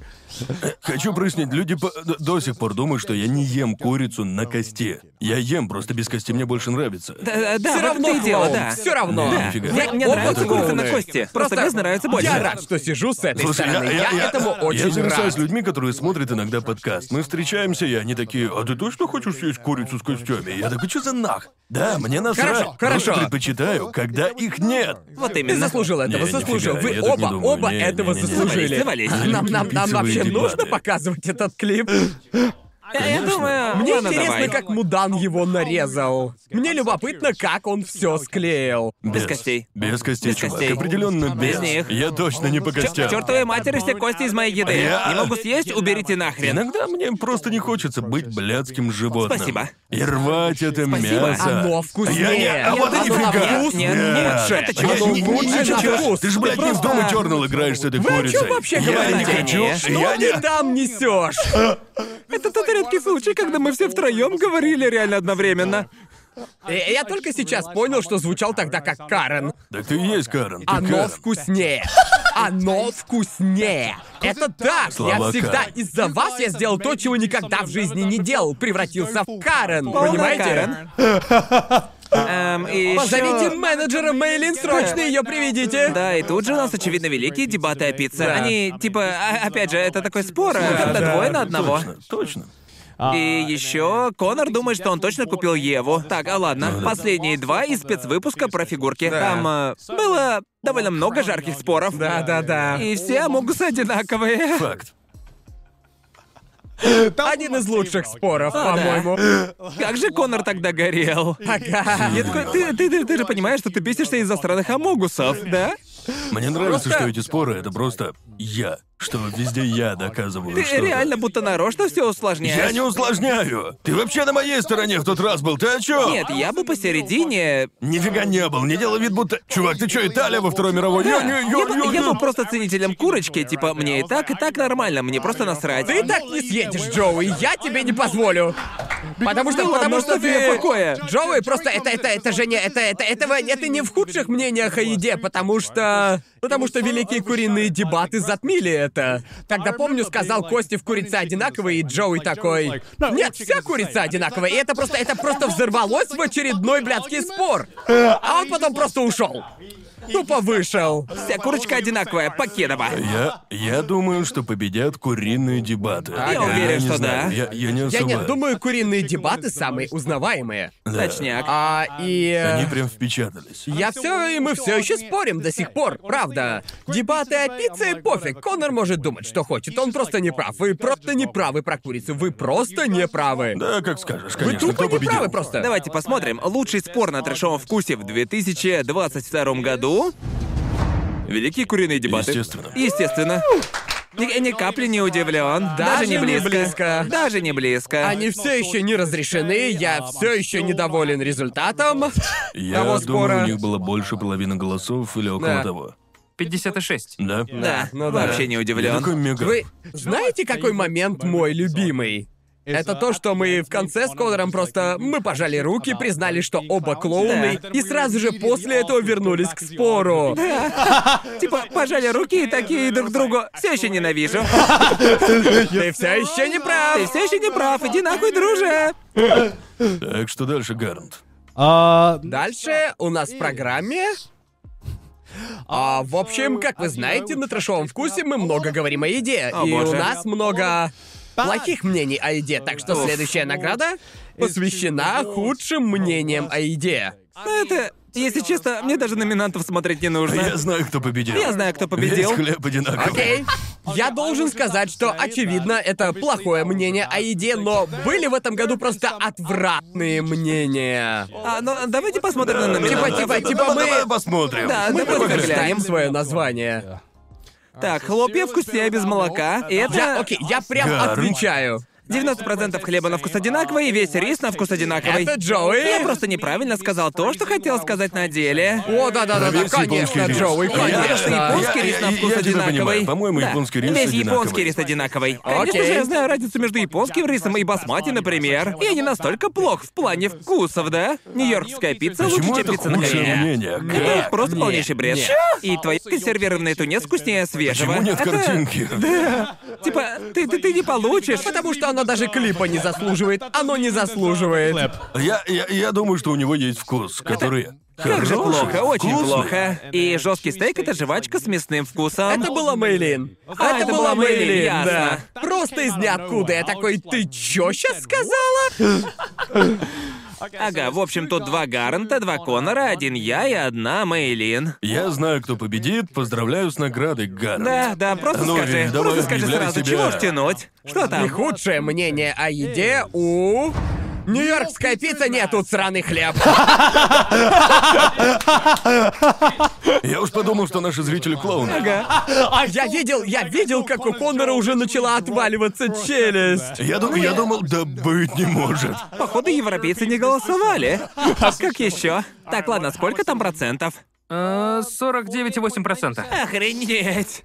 B: Хочу прыснуть, люди по- д- до сих пор думают, что я не ем курицу на косте. Я ем, просто без кости мне больше нравится.
C: Да,
A: Все
C: Э, да, в этом-то
A: равно
C: и дело,
A: клоун,
C: да.
A: все равно.
B: Да. Нифига.
A: Я-
C: Мне, мне
A: оба
C: нравится курица на
A: клоуны.
C: кости. Просто мне нравится больше.
A: Я рад, что сижу с этой
B: Слушай,
A: стороны. Я, этому очень
B: я зависаю
A: рад.
B: с людьми, которые смотрят иногда подкаст. Мы встречаемся, и они такие, а ты точно хочешь съесть курицу с костями? Я такой, что за нах? Да, мне насрать.
A: Хорошо, хорошо.
B: Просто предпочитаю, когда их нет.
C: Вот
A: Ты
C: именно.
A: заслужил этого,
B: Не,
A: заслужил.
B: нифига, я
A: Вы
B: так не
A: оба,
B: думаю.
A: оба
B: Не, не,
A: этого
B: не, не, не.
A: заслужили.
C: Завались, завались.
A: Нам, нам, нам
B: Пиццевые
A: вообще
B: дебаты.
A: нужно показывать этот клип.
C: Я, я думаю,
A: Мне
C: ладно,
A: интересно,
C: давай.
A: как Мудан его нарезал. Мне любопытно, как он все склеил.
C: Без костей.
B: Без костей,
C: Без
B: чувак.
C: костей.
B: Определенно без.
C: Без них.
B: Я точно не по костям.
C: Чертовой матери все кости из моей еды.
B: Я-
C: Не могу съесть, уберите нахрен.
B: Иногда мне просто не хочется быть блядским животным.
C: Спасибо.
B: И рвать это мясо.
A: Оно вкуснее.
B: Я не... А
A: Нет,
B: вот
A: оно
B: и нифига.
C: вкус- нет, нет, что это, чувак?
B: Я не-
A: Оно лучше,
B: не-
A: чем
B: чё-
A: вкус.
B: Ты же, блядь, не в Дом
C: Просто-
B: Eternal играешь с этой
A: Вы о
B: курицей.
A: чем вообще
B: Я не
A: говорите?
B: хочу.
C: Конечно.
B: Я
A: Что ты
B: не...
A: там несешь?
C: Это тот редкий случай, когда мы все втроем говорили реально одновременно.
A: Э, Я только сейчас понял, что звучал тогда как Карен.
B: Так ты и есть, Карен. Ты
A: Оно
B: Карен.
A: вкуснее. Оно вкуснее. Это так. Я
B: Слова
A: всегда
B: Карен.
A: из-за вас я сделал то, чего никогда в жизни не делал. Превратился в Карен.
C: Полная
A: Понимаете?
C: Карен. Эм, и ещё-
A: Позовите менеджера Мейлин, срочно ее приведите.
C: Да, и тут же у нас, очевидно, великие дебаты о пицце.
A: Да.
C: Они, типа, а- опять же, это такой спор, э, когда двое на одного.
B: Точно, точно.
C: И еще Конор думает, что он точно купил Еву. Так, а ладно. Последние два из спецвыпуска про фигурки. Там э, было довольно много жарких споров.
A: Да, да, да.
C: И все амугусы одинаковые.
B: Факт.
A: Один из лучших споров,
C: А, да.
A: по-моему.
C: Как же Конор тогда горел?
A: Ага.
C: Я такой, ты, ты, ты, ты же понимаешь, что ты бесишься из-за странных амогусов, да?
B: Мне нравится,
C: Просто-
B: что эти споры это просто я. Что везде я доказываю
C: Ты
B: что-то.
C: реально будто нарочно все
B: Я
C: усложняешь.
B: не усложняю! Ты вообще на моей стороне в тот раз был, ты о чем?
C: Нет, я бы посередине...
B: Нифига не был, не делай вид, будто... Чувак, ты чё, Италия во Второй мировой? Я не...
C: Я, бы-
B: я-
C: я
B: я-
C: был просто ценителем курочки, типа, мне и так, и так нормально, мне просто насрать.
A: Ты так не съедешь, Джоуи, я тебе не позволю. Потому что,
C: Да
A: потому
C: ладно,
A: что
C: что
A: ты...
C: тебе такое?
A: Джоуи, просто это, это, это же не, это, это, этого, это не в худших мнениях о еде, потому что... Потому что великие куриные дебаты затмили это. Тогда, помню, сказал Кости в курице одинаковые, и Джоуи такой... Нет, вся курица одинаковая, и это просто, это просто взорвалось в очередной блядский спор. А он потом просто ушел. Тупо вышел.
C: Вся курочка одинаковая, покедова.
B: Я, я думаю, что победят куриные дебаты.
C: Я уверен,
B: не
C: что
B: знаю,
C: да.
B: Я, я не
A: Я
B: особо...
A: не думаю, куриные дебаты самые узнаваемые.
B: Да.
C: Точняк.
A: А, и...
B: Они прям впечатались.
A: Я все, и мы все еще спорим до сих пор, правда. Дебаты о пицце и пофиг. Конор может думать, что хочет. Он просто не прав. Вы просто не правы про курицу. Вы просто не правы.
B: Да, как скажешь,
A: Вы
B: конечно.
A: тупо
B: кто
A: не
B: победил?
A: правы просто.
C: Давайте посмотрим. Лучший спор на трэшовом вкусе в 2022 году. Великие куриные дебаты.
B: Естественно.
C: Естественно. Ни, ни капли не удивлен.
A: Даже
C: Даже не
A: не
C: близко.
A: близко.
C: Даже не близко.
A: Они все еще не разрешены, ну, я все еще недоволен результатом.
B: Я
A: Того
B: думаю,
A: спора.
B: у них было больше половины голосов или около
A: Да.
B: того.
D: 56.
B: Да?
C: Да,
A: Ну да.
C: вообще не
B: Я
C: удивлен.
B: такой мега.
A: Вы знаете, какой момент мой любимый? Это то, что мы в конце с Конором просто... Мы пожали руки, признали, что оба клоуны, и сразу же после этого вернулись к спору.
C: Типа, пожали руки и такие друг другу. Все еще ненавижу.
A: Ты все еще не прав.
C: Ты все еще не прав. Иди нахуй, друже.
B: Так что дальше, Гарнт.
I: А,
A: Дальше у нас в программе... А, в общем, как вы знаете, на трэшовом вкусе мы много говорим о еде,
C: О,
A: и у
C: боже.
A: нас много плохих мнений о еде, так что
C: Уф.
A: следующая награда посвящена худшим мнениям о еде.
C: Ну это, если честно, мне даже номинантов смотреть не
B: Я
C: нужно.
B: знаю, кто победил.
C: Я знаю, кто победил.
B: Весь хлеб одинаковый.
A: Окей. Я должен сказать, что, очевидно, это плохое мнение о еде, но были в этом году просто отвратные мнения.
C: А, ну давайте посмотрим на
A: Типа,
C: номинантов.
A: типа,
B: Типа
A: типа
B: Давай
A: мы...
B: посмотрим.
C: Да,
A: Мы
C: давайте
A: просто
C: поглянем.
A: читаем свое название.
C: Так, хлопья вкуснее без молока. И
A: типа. Я,
C: это
A: окей, я прям
B: Гарм.
A: отвечаю.
C: 90% хлеба на вкус одинаковый и весь рис на вкус одинаковый.
A: Это Джоуи.
C: Я просто неправильно сказал то, что хотел сказать на деле.
A: О, да, да, да, да,
B: Весь японский
A: конечно,
B: рис.
A: Джоуи,
B: Я-
A: конечно.
B: я-
C: Японский
B: я-
C: рис на
B: я-
C: вкус
B: я тебя
C: одинаковый.
B: понимаю. По-моему,
C: Да.
B: японский рис
C: Весь
B: одинаковый.
C: японский рис одинаковый. Конечно
A: Окей.
C: же, я знаю разницу между японским рисом и басмати, например. Я не настолько плох в плане вкусов, да? Нью-Йоркская пицца
B: Почему
C: лучше,
B: это
C: чем пицца на
B: худшее
C: Корея.
B: мнение?
C: Это
B: Как?
C: просто
A: Не,
C: полнейший бред.
A: не.
C: И твои консервированные тунец вкуснее свежего.
B: Почему нет
C: Это,
B: картинки?
C: Типа, ты, ты, ты не получишь.
A: Потому что оно даже клипа не заслуживает. Оно не заслуживает.
B: Я, я, я думаю, что у него есть вкус, который...
C: Как же
B: хороший,
C: плохо, очень
B: вкусный.
C: плохо. И жесткий стейк это жвачка с мясным вкусом.
A: Это была Мейлин.
C: А, это была Мэйлин,
A: да.
C: ясно.
A: Просто из ниоткуда. Я такой, ты чё сейчас сказала?
C: Ага, в общем, тут два Гаррента, два Конора, один я и одна Мейлин.
B: Я знаю, кто победит. Поздравляю с наградой, Гарнт.
C: Да, да, просто
B: Ну,
C: скажи,
B: Виль, давай
C: просто скажи
B: объявляй
C: сразу,
B: себя.
C: чего ж тянуть? Что
A: И
C: там?
A: худшее мнение о еде у... Нью-Йоркская пицца нет, тут сраный
C: *laughs*
A: хлеб.
B: Я уж подумал, что наши зрители клоуны.
A: Я видел, я видел, как у Коннора уже начала отваливаться челюсть.
B: Я, дум- я думал, да быть не может.
C: Походу, европейцы не голосовали. А Как еще? Так, ладно, сколько там процентов?
D: А, 49,8%.
C: Охренеть!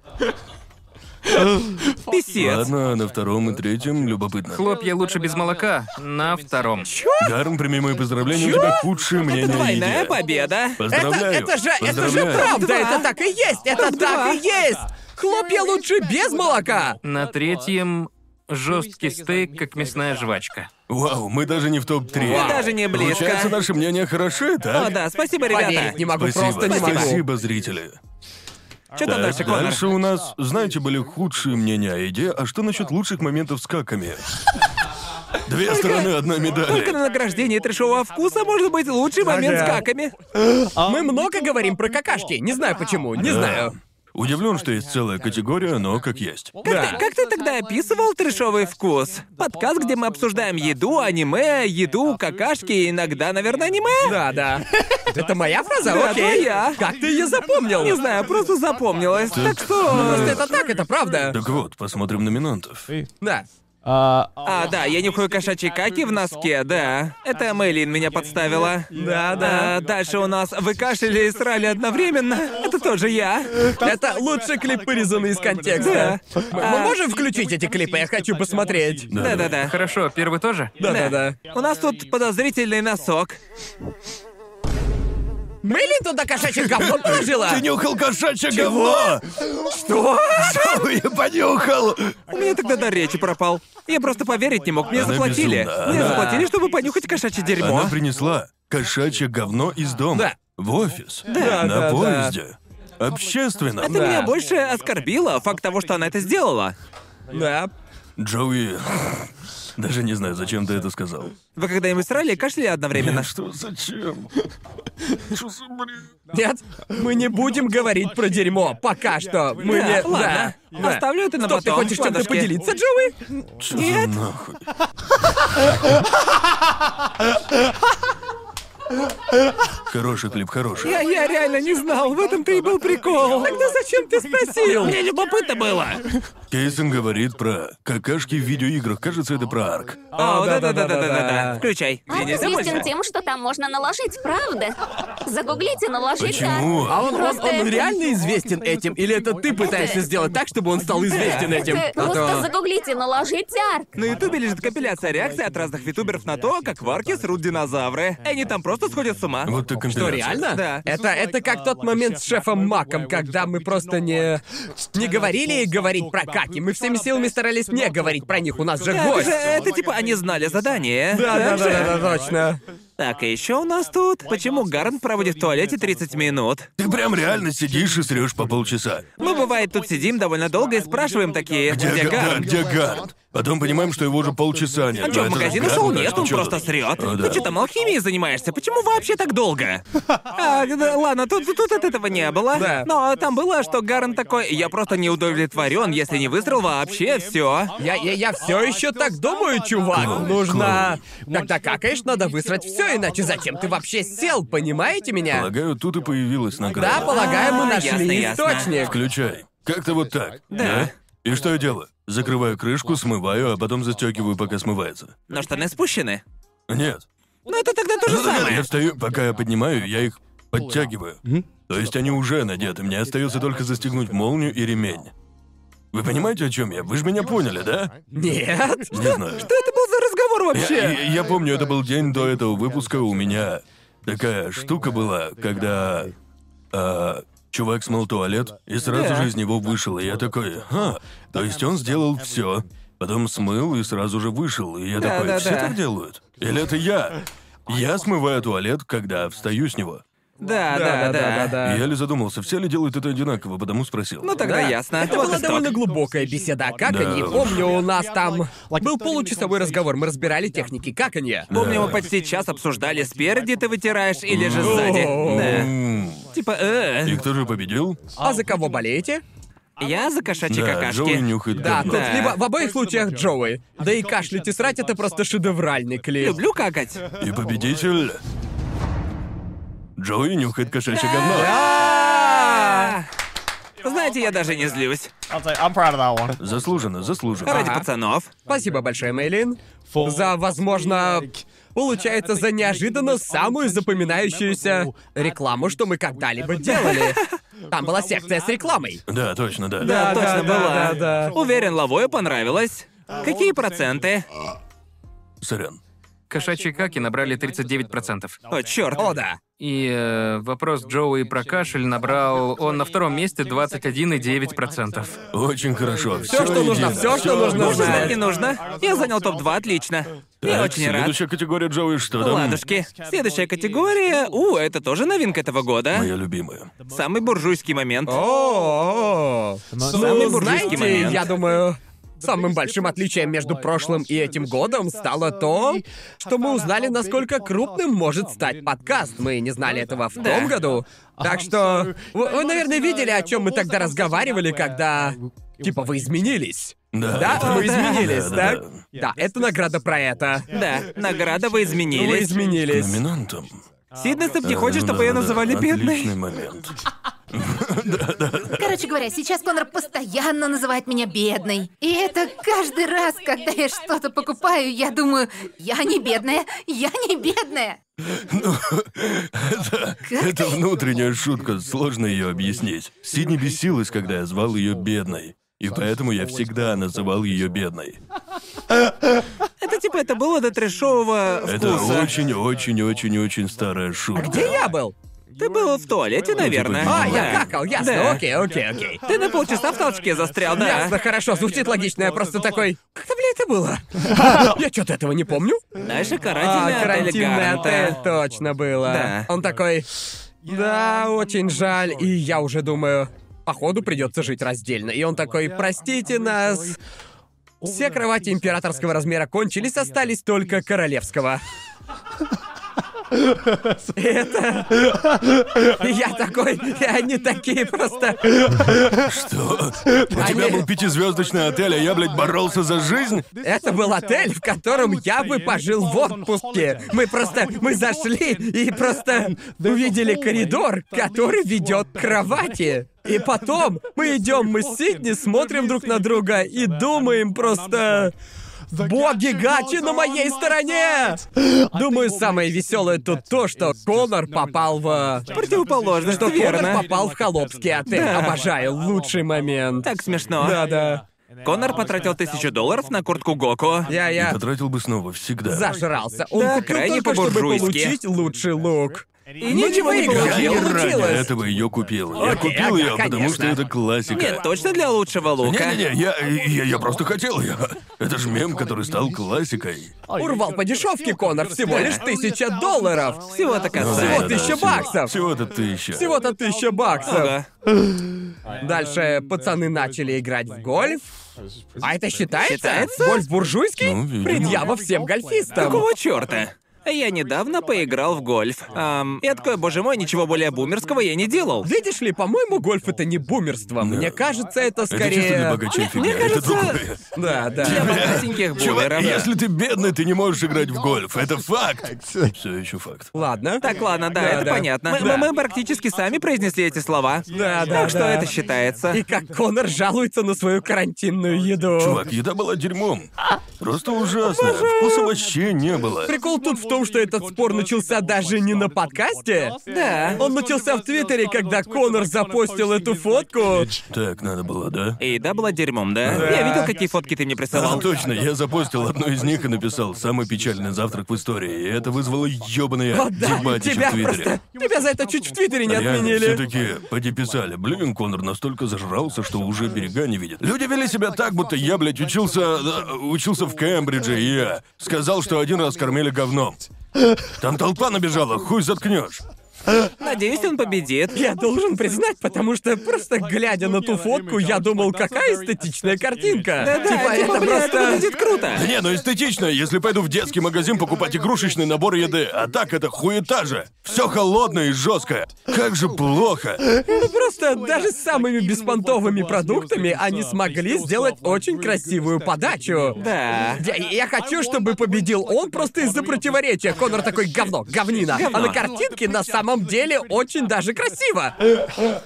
C: Писец.
B: Ладно, на втором и третьем любопытно.
D: Хлопья лучше без молока. На втором.
B: Гарн, прими мои поздравления, у тебя худшее мнение о
C: Двойная
B: еде.
C: победа.
A: Это,
B: Поздравляю.
A: это же, это же
B: поздравляю.
A: правда,
C: Два.
A: это так и есть, это так и есть. Хлопья лучше без молока.
D: На третьем жесткий стейк, как мясная жвачка.
B: Вау, мы даже не в топ-3.
C: Мы даже не близко.
B: Получается, наше мнение хороши, так?
C: О, да, спасибо,
A: Поверить не
C: ребята.
A: могу,
B: Спасибо.
A: просто не могу.
B: Спасибо, зрители.
C: Что там дальше,
B: Так,
C: Конор?
B: дальше у нас, знаете, были худшие мнения о еде, а что насчет лучших моментов с каками? Две стороны одной
C: Только на
B: медали.
C: награждение трешового вкуса может быть лучший момент с каками.
A: Мы много говорим про какашки, не знаю почему, не
B: Да.
A: знаю.
B: Удивлен, что есть целая категория, но как есть.
C: Как, ты, как ты тогда описывал трешовый вкус? Подкаст, где мы обсуждаем еду, аниме, еду, какашки и иногда, наверное, аниме?
A: Да,
C: *laughs*
A: да. Это моя фраза?
C: Да,
A: Окей.
C: твоя.
A: Как ты ее запомнил?
C: Не знаю, просто запомнилось. Так что...
A: Ну, Просто это так, это правда.
B: Так вот, посмотрим номинантов.
A: Да.
C: А, да, я нюхаю кошачьи каки в носке, да. Это Мэйлин меня подставила. Да, да. дальше у нас «Вы кашляли и срали одновременно». Это тоже я.
A: Это лучшие клип вырезанный из контекста. Мы мы можем включить эти клипы? Я хочу посмотреть.
C: Да-да-да.
D: Хорошо, первый тоже?
A: Да-да-да.
C: У нас тут подозрительный носок.
A: Мэйлин туда кошачье говно положила?
B: Ты нюхал кошачье говно!
A: Что?
B: Что я понюхал?
C: У меня тогда до речи пропал. Я просто поверить не мог. Мне
B: Она
C: заплатили.
B: безумна.
C: Мне
B: Она-
C: заплатили, чтобы понюхать кошачье дерьмо.
B: Она принесла кошачье говно из дома.
A: Да.
B: В офис.
A: да,
B: на
A: да.
B: поезде. Общественно.
C: Это меня больше оскорбило, факт того, что она это сделала.
A: Да.
B: Джоуи. Даже не знаю, зачем ты это сказал.
C: Вы когда-нибудь срали и кашляли одновременно?
B: а Что, зачем? Что за бред?
A: Нет, мы не будем говорить про дерьмо. Пока что. *laughs* Мы
C: Да,
A: не...
C: ладно.
A: Да. Да.
C: Оставлю это на
A: Что, ты
C: потом,
A: хочешь чем-то
C: ладушки.
A: поделиться, Джоуи?
B: Чё за нахуй? Хороший клип, хороший.
C: Я, я реально не знал, в этом-то и был прикол. Тогда зачем ты спросил? Мне любопытно было.
B: Кейсон говорит про какашки в видеоиграх. Кажется, это про арк.
C: О,
A: да-да-да-да-да-да.
C: да-да-да-да-да. Включай.
I: А
C: Мне нельзя
I: известен
C: больше.
I: тем, что там можно наложить, правда? Загуглите наложить
B: Почему?
A: А он, он,
I: Просто
A: он
I: это-
A: реально
C: типа,
A: известен этим? Или это ты пытаешься сделать так, чтобы он стал известен этим?
I: арк.
A: А
I: Просто
A: то...
I: загуглите наложить арк.
C: На Ютубе лежит компиляция реакций от разных ютуберов на то, как в арке срут динозавры. И Они там просто сходят с ума.
B: Вот так
A: Что,
B: компиляция.
A: реально?
C: Да.
A: Это, это как тот момент с шефом Маком, когда мы просто не... Не говорили и говорить про каки. Мы всеми силами старались не говорить про них. У нас же
C: Да, это, же-
A: гость.
C: это типа они знали задание.
A: Да, да,
C: Так же.
A: да, да, точно.
C: Так, а еще у нас тут. Почему Гарн проводит в туалете 30 минут?
B: Ты прям реально сидишь и срешь по полчаса.
C: Мы, бывает, тут сидим довольно долго и спрашиваем такие, где,
B: Где, Га- да,
C: Гарн?
B: где Гард? Потом понимаем, что его уже полчаса нет.
C: А
B: Ну, Это
C: что, в
B: же
C: магазин
B: Гард,
C: шел?
B: да,
C: Нет,
B: что
C: он
B: чё
C: просто
B: тут?
C: срет.
B: О, да.
C: Ты что там алхимией занимаешься? Почему вообще так долго? А, да, ладно, тут, тут от этого не было.
A: Да.
C: Но там было, что Гарн такой, я просто не удовлетворен, если не выстрел вообще все.
A: Я, я, я все еще так думаю, чувак.
B: Клоун,
A: Нужно... Когда какаешь, надо высрать все, иначе зачем ты вообще сел, понимаете меня?
B: Полагаю, тут и появилась
A: э? Да,
B: награда.
A: полагаю, мы
C: А, ясно,
A: нашли
C: ясно.
A: источник.
B: Включай. Как-то вот так. Да. И что я делаю? Закрываю крышку, смываю, а потом застегиваю, пока смывается.
C: Но штаны спущены.
B: Нет.
C: Ну это тогда то же
B: Я
C: самое.
B: встаю, пока я поднимаю, я их подтягиваю. То есть они уже надеты, мне остается только застегнуть молнию и ремень. Вы понимаете, о чем я? Вы же меня поняли, да?
A: Нет.
B: Не знаю.
C: Что это был за разговор вообще?
B: Я, я- я помню, это был день до этого выпуска. У меня такая штука была, когда а, чувак смыл туалет и сразу же из него вышел. И я такой, а, то есть он сделал все, потом смыл и сразу же вышел. И я такой,
C: да,
B: все
C: да.
B: так делают? Или это я? Я смываю туалет, когда встаю с него.
C: Да, да, да, да.
B: И я ли задумался, все ли делают это одинаково, потому спросил.
C: Ну тогда
A: Да.
C: ясно.
A: Это
C: Вот
A: была
C: исток.
A: довольно глубокая беседа о каканье.
B: Да.
A: Помню, у нас там был получасовой разговор, мы разбирали техники Ну, каканья.
C: Помню, мы почти час обсуждали, спереди ты вытираешь или же
A: О.
C: сзади.
B: М,
C: Да. Типа, э,
B: И кто же победил?
A: А за кого болеете?
C: я за кошачьи
B: Да, Джоуи
C: какашки.
B: нюхает
A: Да,
B: говно.
A: тут либо в обоих случаях Джоуи. Да и кашлять и срать это просто шедевральный клип.
C: Люблю какать.
B: И победитель... Джоуи нюхает кошачье говно.
C: А. Знаете, я даже не злюсь.
B: Заслуженно, заслуженно.
C: Ради
A: Ага.
C: пацанов.
A: Спасибо большое, Мейлин. За, возможно, получается, за неожиданно самую запоминающуюся рекламу, что мы когда-либо *laughs* делали. Там была секция с рекламой.
B: Да, точно, да.
C: Да,
A: да, да,
C: точно была.
A: да.
C: Уверен, Лавою понравилось. Какие проценты?
B: Сорян.
D: Кошачьи каки набрали 39%.
C: О, черт.
A: О, да.
D: И э, вопрос Джоуи про кашель набрал... Он на втором месте 21,9%.
B: Очень хорошо. Все,
A: что нужно, всё, что нужно
C: Нужно
A: знать.
C: и нужно. Я занял топ-2, отлично. Я очень рад.
B: Следующая категория Джоуи, что там?
C: Ладушки. Следующая категория. У, это тоже новинка этого года.
B: Моя любимая.
C: Самый буржуйский момент.
A: О,
C: Самый
A: ну,
C: буржуйский
A: знаете,
C: момент.
A: я думаю, Самым большим отличием между прошлым и этим годом стало то, что мы узнали, насколько крупным может стать подкаст. Мы не знали этого в том году. Так что вы, вы, наверное, видели, о чем мы тогда разговаривали, когда типа вы изменились.
B: Да.
A: Да,
B: это-
A: вы изменились,
B: Да,
A: так? Да, это награда про это.
C: Да, награда вы
A: Вы
C: изменились.
A: изменились.
B: Номинантом.
C: Сиднес, ты б не хочешь, чтобы ее
B: Да-да-да,
C: называли
B: Э, Отличный
C: бедной?
B: момент.
E: Короче говоря, сейчас Конор постоянно называет меня бедной. И это каждый раз, когда я что-то покупаю, я думаю, я не бедная, я не бедная.
B: Это внутренняя шутка, сложно ее объяснить. Сидни бесилась, когда я звал ее бедной. И поэтому я всегда называл ее бедной.
C: Это типа, это было до трешового
B: Это
C: вкуса.
B: очень-очень-очень-очень старая шутка.
A: А Где я был?
C: Ты был в туалете, наверное.
B: видимо.
A: А,
C: Да.
A: я какал, ясно,
C: Да.
A: окей, окей, окей.
C: Ты на полчаса в толчке застрял, да?
A: Ясно, хорошо, звучит логично, я просто такой... Как там, бля, это было?
B: *laughs*
A: Я что-то этого не помню.
C: Дальше
A: А,
C: карантинный,
A: карантинный отель,
C: Гарнта.
A: точно было.
C: Да.
A: Он такой, да, очень жаль, и я уже думаю, походу придется жить раздельно. И он такой, простите нас, все кровати императорского размера кончились, остались только королевского. И
B: *laughs*
A: Это... И Я такой, и они такие просто...
B: Что? У тебя был пятизвездочный отель, а я, блядь, боролся за жизнь?
A: Это был отель, в котором я бы пожил в отпуске. Мы просто, мы зашли и просто увидели коридор, который ведет к кровати. И потом мы идем, мы с Сидни смотрим друг на друга и думаем просто... Боги Гачи на моей стороне!
J: А
A: Думаю, самое веселое тут то, что Конор попал в... э,
C: Противоположность,
A: Что Конор
C: верно.
A: попал в холопский отель. Обожаю, лучший момент.
C: Так смешно.
A: Да-да.
C: Конор потратил тысячу долларов на куртку Гоку.
A: Я-я...
B: Потратил бы снова, всегда.
A: зажрался. Он купил
C: крайне
A: только, чтобы
C: по-буржуйски.
A: получить лучший лук. Ну, типа, И
C: ничего не
B: Я не
C: получилось.
B: ради этого ее купил. Я
A: Окей,
B: купил
A: ага,
B: ее, потому
A: конечно.
B: что это классика.
C: Нет, точно для лучшего лука.
B: Не-не-не, я, я, я просто хотел ее. Это же мем, который стал классикой.
A: Урвал по дешевке Конор всего лишь тысяча долларов.
C: Всего-то
A: Всего
C: касается.
A: ты- тысяча А баксов.
B: Ну Всего-то тысяча.
A: Всего-то тысяча баксов.
C: Ага.
A: Дальше пацаны начали играть в гольф. А это считается?
C: Считается?
A: Гольф буржуйский?
B: Ну, видимо.
A: Предъява всем гольфистам.
C: Какого черта? Я недавно поиграл в гольф. Ам, я такой, боже мой, ничего более бумерского я не делал.
A: Видишь ли, по-моему, гольф это не бумерство. Мне кажется, это
B: Это чисто для
A: скорее...
B: богачей фигня,
C: мне
B: это
C: кажется,
B: другое.
A: Да,
C: Для
A: да.
C: богатеньких
B: Чувак,
C: бумеров.
B: если ты бедный, ты не можешь играть в гольф. Это факт. Все еще факт.
A: Ладно.
C: Так, ладно, да,
A: Да,
C: это
A: да.
C: понятно. Мы,
A: Да.
C: мы практически сами произнесли эти слова.
A: Да, да,
C: Так что
A: да.
C: это считается.
A: И как Конор жалуется на свою карантинную еду.
B: Чувак, еда была дерьмом. Просто ужасно. Вкуса вообще не было.
A: Прикол тут в том, что этот спор начался даже не на подкасте.
C: Да.
A: Он начался в Твиттере, когда Конор запостил эту фотку.
B: Так надо было, да?
C: И еда была дерьмом, да?
A: Да.
C: Я видел, какие фотки ты мне
B: А,
C: присылал.
B: точно, я запостил одну из них и написал «Самый печальный завтрак в истории», и это вызвало ёбаные
A: О, да,
B: дебатичи
A: тебя
B: в Твиттере.
A: просто... Тебя за это чуть в Твиттере не
B: все
A: отменили.
B: такие поди писали. Блин, Конор настолько зажрался, что уже берега не видит. Люди вели себя так, будто я, блядь, учился... э, учился в Кембридже, и я сказал, что один раз кормили говном. Там толпа набежала, хуй заткнешь.
C: Надеюсь, он победит.
A: Я должен признать, потому что просто глядя на ту фотку, я думал, какая эстетичная картинка.
C: Да,
A: типа, это
C: бля,
A: просто...
C: это выглядит круто.
B: Не, ну эстетично, если пойду в детский магазин покупать игрушечный набор еды, а так это хуета же. Все холодное и жесткое. Как же плохо.
A: Ну просто даже с самыми беспонтовыми продуктами они смогли сделать очень красивую подачу.
C: Да.
A: Я, я хочу, чтобы победил он просто из-за противоречия. Конор такой говно, говнина. А на картинке на самом деле очень даже красиво.
J: Well,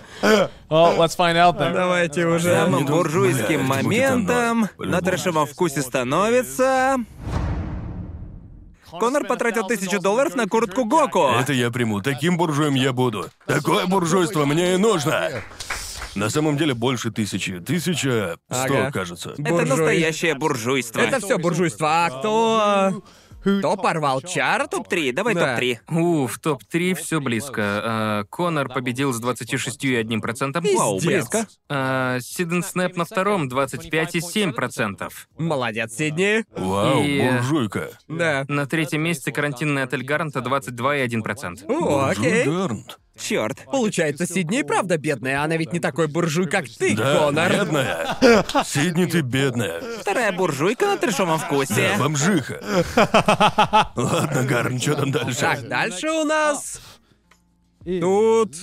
J: let's find out then.
A: Давайте уже.
C: Самым
B: не думал, блядь,
C: буржуйским
B: будет оно,
C: моментом
B: по-любому.
C: на трэшевом вкусе становится... Конор потратил тысячу долларов на куртку Гоку.
B: Это я приму. Таким буржуем я буду. Такое буржуйство мне и нужно. На самом деле больше тысячи. Тысяча сто,
A: Ага.
B: кажется.
C: Это
A: буржуй.
C: настоящее буржуйство.
A: Это все буржуйство. А кто... Кто порвал чарт?
C: топ-3, давай
A: Да.
C: топ-3.
D: Уф, топ-3, все близко. А, Конор победил с 26,1%.
C: Вау, близко.
D: А, Сиден Снэп на втором 25,7%.
A: Молодец, Сидни.
B: Вау,
D: И, э,
B: буржуйка.
A: Да.
D: На третьем месте карантинный отель Гарнта 22,1%.
A: О,
B: Буржуй
A: окей.
B: Гарнт.
C: Черт.
A: Получается, Сидни и правда бедная, она ведь не такой буржуй, как ты,
B: Да,
A: Конор.
B: бедная. Сидни, ты бедная.
C: Вторая буржуйка на трешовом вкусе.
B: Да, бомжиха. Ладно, Гарн, что там дальше?
A: Так, дальше у нас... Тут...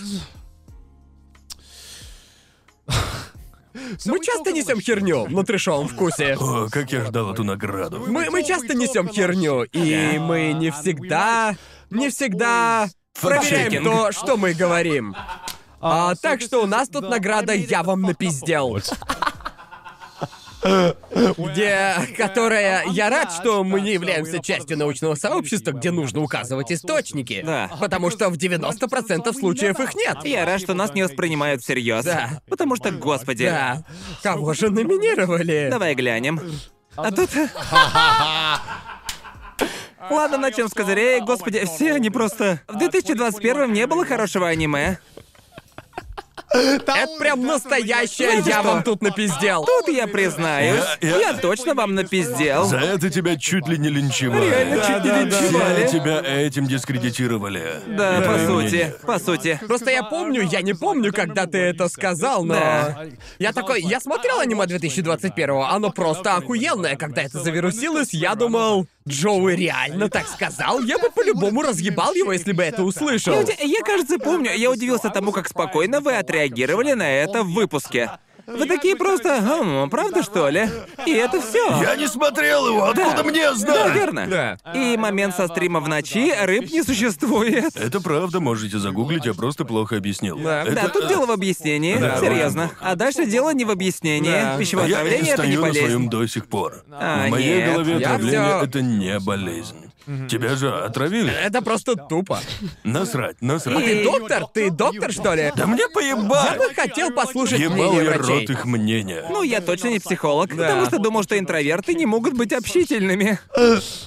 A: Мы часто несем херню на трешовом вкусе.
B: О, как я ждал эту награду.
A: Мы, мы часто несем херню, и мы не всегда, не всегда проверяем
C: Факт-чекинг.
A: то, что мы говорим. А, так что у нас тут награда «Я вам напиздел», где, которая... Я рад, что мы не являемся частью научного сообщества, где нужно указывать источники.
C: Да.
A: Потому что в 90% случаев их нет.
C: Я рад, что нас не воспринимают всерьез.
A: Да.
C: Потому что, господи.
A: Да. Кого же номинировали?
C: Давай глянем. А тут... Ладно, начнем с козырей. Господи, все они просто... В 2021 не было хорошего аниме.
A: Это прям настоящее
C: Знаете
A: «Я
C: Ну, что?
A: вам тут напиздел».
C: Тут я признаюсь,
B: Я- я-
C: я точно вам напиздел.
B: За это тебя чуть ли не линчевали.
C: Реально, чуть не линчевали.
B: Все тебя этим дискредитировали.
C: Да,
B: Мое
C: Э, по
B: мнение.
C: сути, по сути.
A: Просто я помню, я не помню, когда ты это сказал, но...
C: Да.
A: Я такой, я смотрел аниме 2021 оно просто охуенное. Когда это завирусилось, я думал, Джоуи реально так сказал, я бы по-любому разъебал его, если бы это услышал.
C: Люди, я, кажется, помню, я удивился тому, как спокойно вы отреагировали на это в выпуске. Вы такие просто, «Хм, правда что ли? И это все.
B: Я не смотрел его, откуда мне
C: Да,
B: знать?
C: верно. И момент со стрима в ночи рыб не существует.
B: Это правда, можете загуглить, я просто плохо объяснил. Это-
C: Да, тут дело в объяснении,
B: Да,
C: серьезно. А дальше дело не в объяснении. Пищевое
B: А я и
C: отравление это не
B: стою на
C: болезнь.
B: своем до сих пор.
C: А,
B: в моей
C: нет,
B: голове
A: я
B: отравление
A: всё-
B: это не болезнь. Тебя же
C: Э,
B: отравили.
A: Это просто тупо.
B: Насрать,
A: А
B: насрать.
A: ты доктор? Ты доктор, что ли?
B: Да мне
A: Я
B: поебать!
A: бы хотел послушать
B: Ебал
A: мнение
B: я рот
A: врачей.
B: их мнения.
C: Ну, я точно не психолог, потому что думал, что интроверты не могут быть общительными.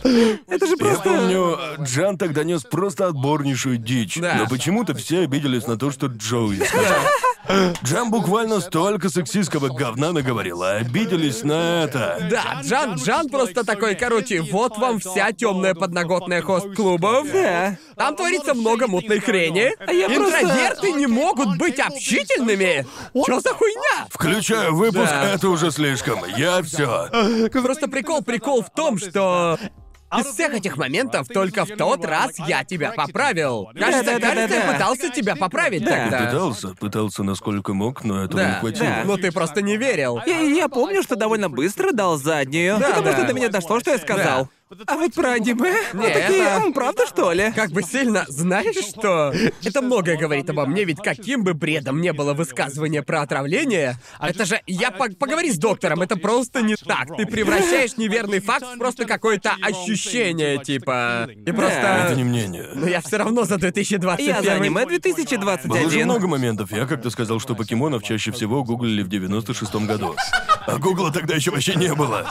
C: Это же
B: Я
C: просто...
B: помню, э, Джан тогда нес просто отборнейшую дичь.
A: Да.
B: Но почему-то все обиделись на то, что Джоуи сказал. Джан буквально столько сексистского говна наговорила, а обиделись на это.
A: Да, Джан, Джан просто такой, короче, вот вам вся темная подноготная хост клубов.
C: Да.
A: Там творится много мутной хрени.
C: А я просто-
A: Интроверты не могут быть общительными. Чё за хуйня?
B: Включаю выпуск,
A: Да.
B: это уже слишком. Я все.
A: Просто прикол, прикол
J: а
A: в том, что из всех этих моментов только в тот раз я тебя поправил. Кажется,
C: Да-да-да-да-да.
A: кажется, я пытался тебя поправить
C: Да.
A: тогда.
B: Пытался, пытался насколько мог, но этого не
A: Да,
B: хватило.
A: но ты просто не верил.
C: Я, я помню, что довольно быстро дал заднюю,
A: Да,
C: потому
A: да.
C: что до меня дошло, что я сказал. А вот про аниме? Вы
A: Не,
C: такие,
A: это-
C: «М, правда что ли?
A: Как бы сильно, знаешь что? Это многое говорит обо мне, ведь каким бы бредом не было высказывание про отравление, это же... Я по- поговори с доктором, это просто не так. Ты превращаешь неверный факт в просто какое-то ощущение, типа... И
B: А Это не
A: просто...
B: мнение.
A: Но я все равно за 2021.
C: Я за аниме
B: Было же
C: 2021.
B: много моментов. Я как-то сказал, что покемонов чаще всего гуглили в 96-м году. А гугла тогда еще вообще не было.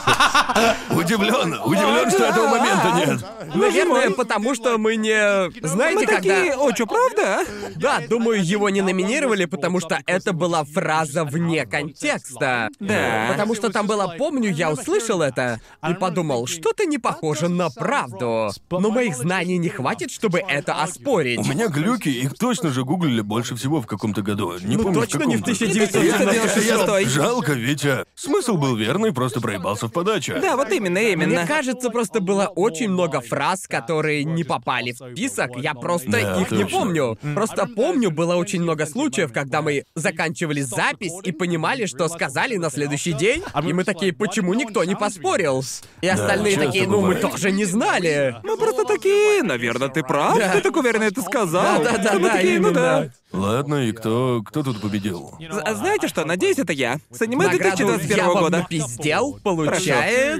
B: Удивлен, удивлен, что этого момента нет.
A: Наверное, потому что мы не... Знаете,
C: А Мы
A: когда...
C: такие, о, чё, правда?
A: Да, думаю, его не номинировали, потому что это была фраза вне контекста.
C: Да.
A: Потому что там было «помню, я услышал это» и подумал, что-то не похоже на правду. Но моих знаний не хватит, чтобы это оспорить.
B: У меня глюки, их точно же гуглили больше всего в каком-то году. Не
A: Ну
B: помню,
A: точно
B: в
A: не в
B: каком году.
C: 1996.
B: Жалко, Витя. Смысл был верный, просто проебался в подаче.
C: Да, вот именно,
A: Мне
C: именно.
A: кажется, просто было очень много фраз, которые не попали в список. Я просто
B: Да,
A: их не
B: точно.
A: помню. Просто помню, было очень много случаев, когда мы заканчивали запись и понимали, что сказали на следующий день.
B: А
A: И мы такие, почему никто не поспорил? И остальные
B: часто
A: такие, ну мы
B: бывает.
A: тоже не знали.
C: Мы просто такие, наверное, ты прав,
A: Да.
C: ты так уверенно это сказал.
A: Да, да, да,
C: Мы
A: да,
C: такие, ну да.
A: именно.
B: Ладно, и кто, кто тут победил?
C: З- а Знаете что, надеюсь, это я. С аниме
A: Награду
C: 2021
A: я вам
C: года.
A: напиздел, получает...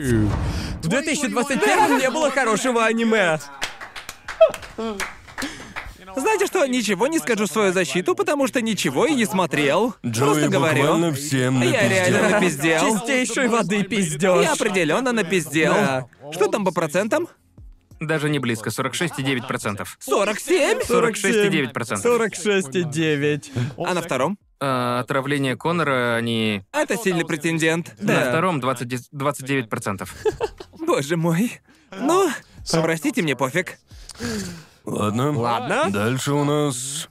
A: В 2021 не было хорошего аниме.
C: Знаете что, ничего не скажу в свою защиту, потому что ничего и не смотрел.
B: Джои
C: Просто
B: буквально
C: говорю.
B: всем
C: Я реально
B: напиздел.
C: напиздел.
A: Чистейшей воды пиздёж.
C: Я определенно напиздел.
A: Да.
C: Что там по процентам?
D: Даже не близко, 46,9%.
C: 47?
D: 46,9%.
A: 46,9.
C: А на втором?
D: А, отравление Конора, они...
C: Это сильный претендент.
D: На втором 20, 29%.
C: Боже мой. Ну, простите, мне пофиг.
B: Ладно.
A: Ладно.
B: Дальше у нас...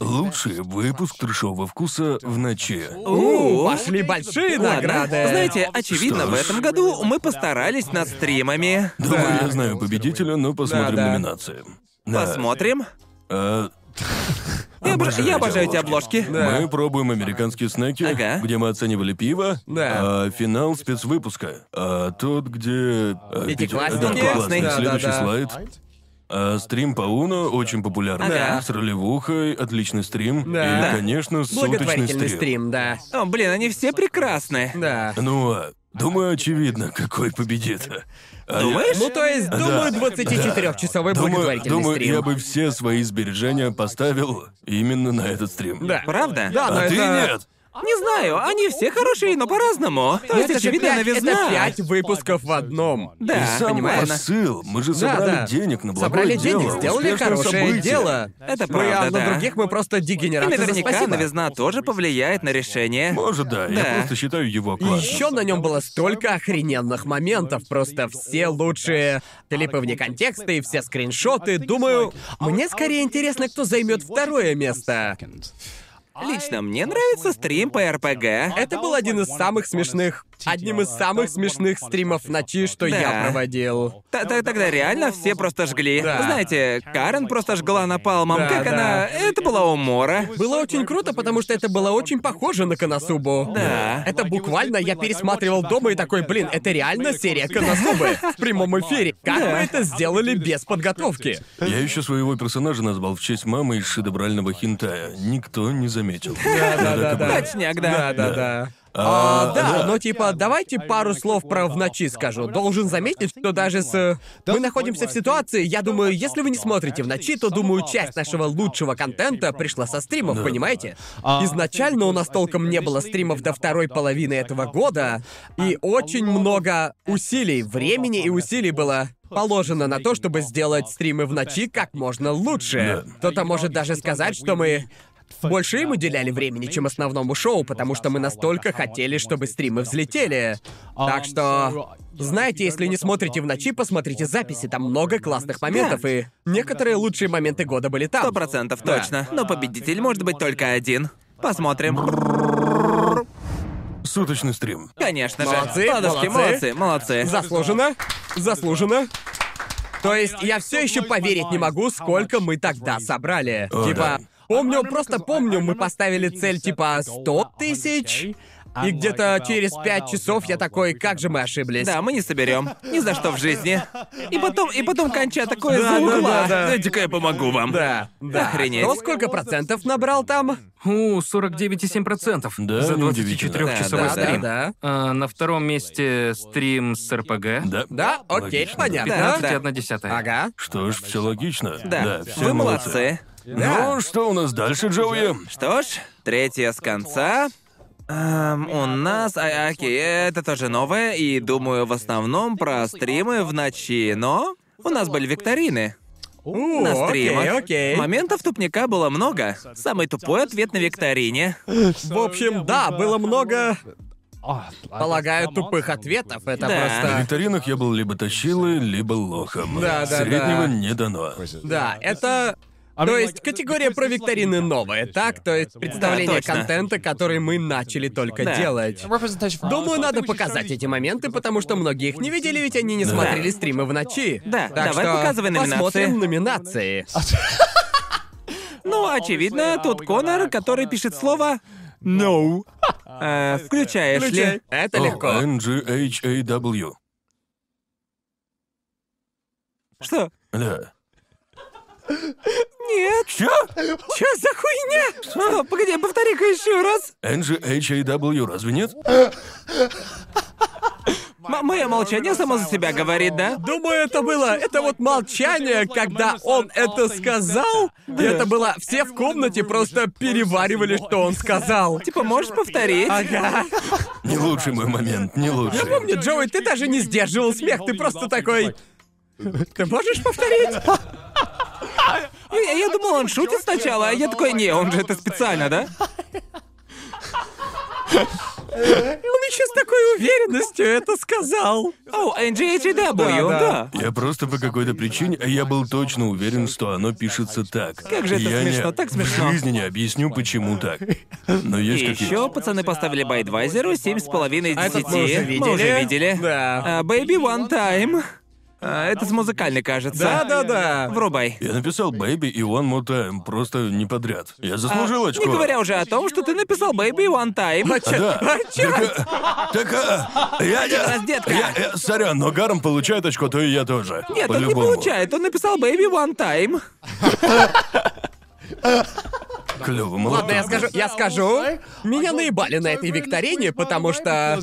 B: Лучший выпуск трешового вкуса в ночи.
A: У, пошли большие
C: Ладно.
A: награды.
C: Знаете, очевидно,
B: Что
C: в
B: ж.
C: этом году мы постарались над стримами.
B: Думаю, я знаю победителя, но посмотрим
A: Да-да.
B: номинации. Да.
C: Посмотрим.
B: Э,
C: Я обож- я обожаю эти обложки.
B: Мы пробуем американские снеки,
C: Ага.
B: где мы оценивали пиво.
A: Да.
B: А, финал спецвыпуска. А, тот, где... а,
A: Пятиклассник.
B: Да, пятиклассник.
A: Да, да,
B: Следующий
A: да.
B: слайд. А, стрим по Уно очень популярный.
A: Ага.
B: С ролевухой, отличный стрим.
A: Да.
B: И,
A: Да.
B: конечно, суточный
A: Благотворительный
B: стрим.
A: стрим, да.
C: О, блин, они все прекрасны.
A: Да.
B: Ну, а, думаю, очевидно, какой победит. А я-
C: Думаешь?
A: Ну, то есть,
B: Да.
A: думаю, 24-часовой
B: Думаю,
A: благотворительный
B: думаю,
A: стрим.
B: я бы все свои сбережения поставил именно на этот стрим.
A: Да.
C: Правда?
A: Да, но
B: а ты
A: это...
B: нет.
C: Не знаю, они все хорошие, но по-разному. То
A: Ну,
C: есть,
A: это же
C: очевидно,
A: пять- это
C: новизна.
A: пять выпусков в одном.
C: Да,
B: и сам
C: понимаю.
B: посыл. Мы же собрали
A: да.
B: денег на благое
A: Собрали
B: дело.
A: денег, сделали
B: успешное
A: хорошее
B: событие.
A: дело.
C: Это
A: Мы, а
C: правда,
A: на
C: да.
A: других мы просто
C: И
A: дегенераты за
C: наверняка
A: спасибо.
C: новизна тоже повлияет на решение.
B: Может, да, я
C: Да.
B: просто считаю его
A: И
B: классным.
A: еще на нем было столько охрененных моментов, просто все лучшие клипы вне контекста и все скриншоты. Думаю, мне скорее интересно, кто займет второе место.
C: Лично мне нравится стрим по РПГ.
A: Это был один из самых смешных, одним из самых смешных стримов ночи, что я
C: Да.
A: проводил.
C: Т- т- Тогда реально все просто жгли.
A: Да.
C: Знаете, Карен просто жгла напалмом.
A: Да,
C: как
A: да.
C: она... Это была умора.
A: Было очень круто, потому что это было очень похоже на Коносубу.
C: Да.
A: Это буквально я пересматривал дома и такой, блин, это реально серия Коносубы в прямом эфире. Как мы это сделали без подготовки?
B: Я еще своего персонажа назвал в честь мамы из шедеврального хинтая. Никто не заметил. Да,
C: Точняк, да.
A: Да, да. А, да, но типа, давайте пару слов про в ночи скажу. Должен заметить, что даже с... э, Мы находимся в ситуации, я думаю, если вы не смотрите в ночи, то, думаю, часть нашего лучшего контента пришла со стримов, понимаете? Изначально у нас толком не было стримов до второй половины этого года, и очень много усилий, времени и усилий было положено на то, чтобы сделать стримы в ночи как можно лучше. Кто-то может даже сказать, что мы больше им уделяли времени, чем основному шоу, потому что мы настолько хотели, чтобы стримы взлетели. Так что, знаете, если не смотрите в ночи, посмотрите записи, там много классных моментов, и некоторые лучшие моменты года были там.
C: Сто процентов точно. Но победитель может быть только один. Посмотрим.
B: Суточный стрим.
C: Конечно же.
A: Молодцы,
C: Ладушки,
A: молодцы.
C: молодцы, молодцы.
A: Заслуженно, заслуженно. То есть я все еще поверить не могу, сколько мы тогда собрали.
B: О,
A: типа,
B: да.
A: помню, просто помню, мы поставили цель типа 100 тысяч, и где-то через 5 часов я такой, как же мы ошиблись.
C: Да, мы не соберем. Ни за что в жизни. И потом, и потом конча такое
A: Да, да,
C: за
A: да,
C: угла.
A: да.
C: Дайте-ка я помогу вам.
A: Да, да.
C: Охренеть.
A: Но сколько процентов набрал там?
D: У, 49,7%
B: Да,
D: за
B: неудивительно.
D: 24-часовой
C: Да,
D: стрим.
A: да.
D: А, на втором месте стрим с РПГ.
B: Да.
A: Да, окей,
B: Логично.
A: понятно.
D: 15,1.
A: Ага.
B: Что ж, все логично.
C: Да.
B: все
C: Вы молодцы.
B: Ну, что у нас дальше, Джоуи?
C: Что ж, третья с конца. Эм, у нас Аяки, это тоже новое, и думаю, в основном про стримы в ночи, но у нас были викторины.
A: У,
C: На стримах.
A: окей, окей.
C: Моментов тупника было много. Самый тупой ответ на викторине.
A: В общем, да, было много,
J: "Oh,
A: полагаю,
J: Полагаю,
A: тупых ответов. Это
C: Да.
B: На
A: просто...
B: викторинах я был либо точилой, либо лохом.
A: Да, да,
B: Среднего
A: да.
B: не дано.
A: Да, это... А То есть категория про викторины новая, так? То есть представление
C: точно.
A: контента, который мы начали только
C: Да.
A: делать. Думаю, надо показать эти моменты, потому что многие их не видели, ведь они не смотрели стримы в ночи.
C: Да,
A: Так
C: давай
A: что
C: показывай номинации.
A: Посмотрим номинации.
C: Ну, очевидно, тут Конор, который пишет слово «No». Э, включаешь
A: Включай.
C: ли?
A: Это
B: О,
A: легко.
B: NGHAW.
C: Что?
B: Да.
C: Нет. Чё? Чё за хуйня? Что? Погоди, повтори-ка еще раз.
B: NGHAW, разве нет?
C: М- мое молчание само за себя говорит, да?
A: Думаю, это было, это вот молчание, когда он это сказал. И это было, все в комнате просто переваривали, что он сказал.
C: Типа, можешь повторить?
A: Ага.
B: Не лучший мой момент, не лучший.
A: Помню, Джоуи, ты даже не сдерживал смех, ты просто такой... Ты можешь повторить?
C: Я, я думал, он шутит сначала, а я такой, не, он же это специально, да?
A: Он еще с такой уверенностью это сказал.
C: О, NGHW,
A: Да, да.
C: да.
B: Я просто по какой-то причине, а я был точно уверен, что оно пишется так.
C: Как же это
B: я не-
C: смешно, так смешно.
B: В жизни не объясню, почему так. Но
C: И
B: есть какие-то...
C: еще пацаны поставили Байдвайзеру 7,5 из 10.
A: А этот мы уже видели.
C: Мы уже видели.
A: Да.
C: А, Baby One Time. А, это с музыкальной, кажется.
A: Да, да, да.
C: Врубай.
B: Я написал «Baby» и «One More Time», просто не подряд. Я заслужил очко.
C: А, Не говоря уже о том, что ты написал Baby One Time.
B: А, да. Так, а, так, а, я не...
C: раз, детка.
B: Я, я- сорян, но Гарм получает очко, то и я тоже.
C: Нет, он не
B: По-любому.
C: получает, он написал Baby One Time.
B: Клёво, молодой.
A: Ладно, я скажу, я скажу. Меня наебали на этой викторине, потому что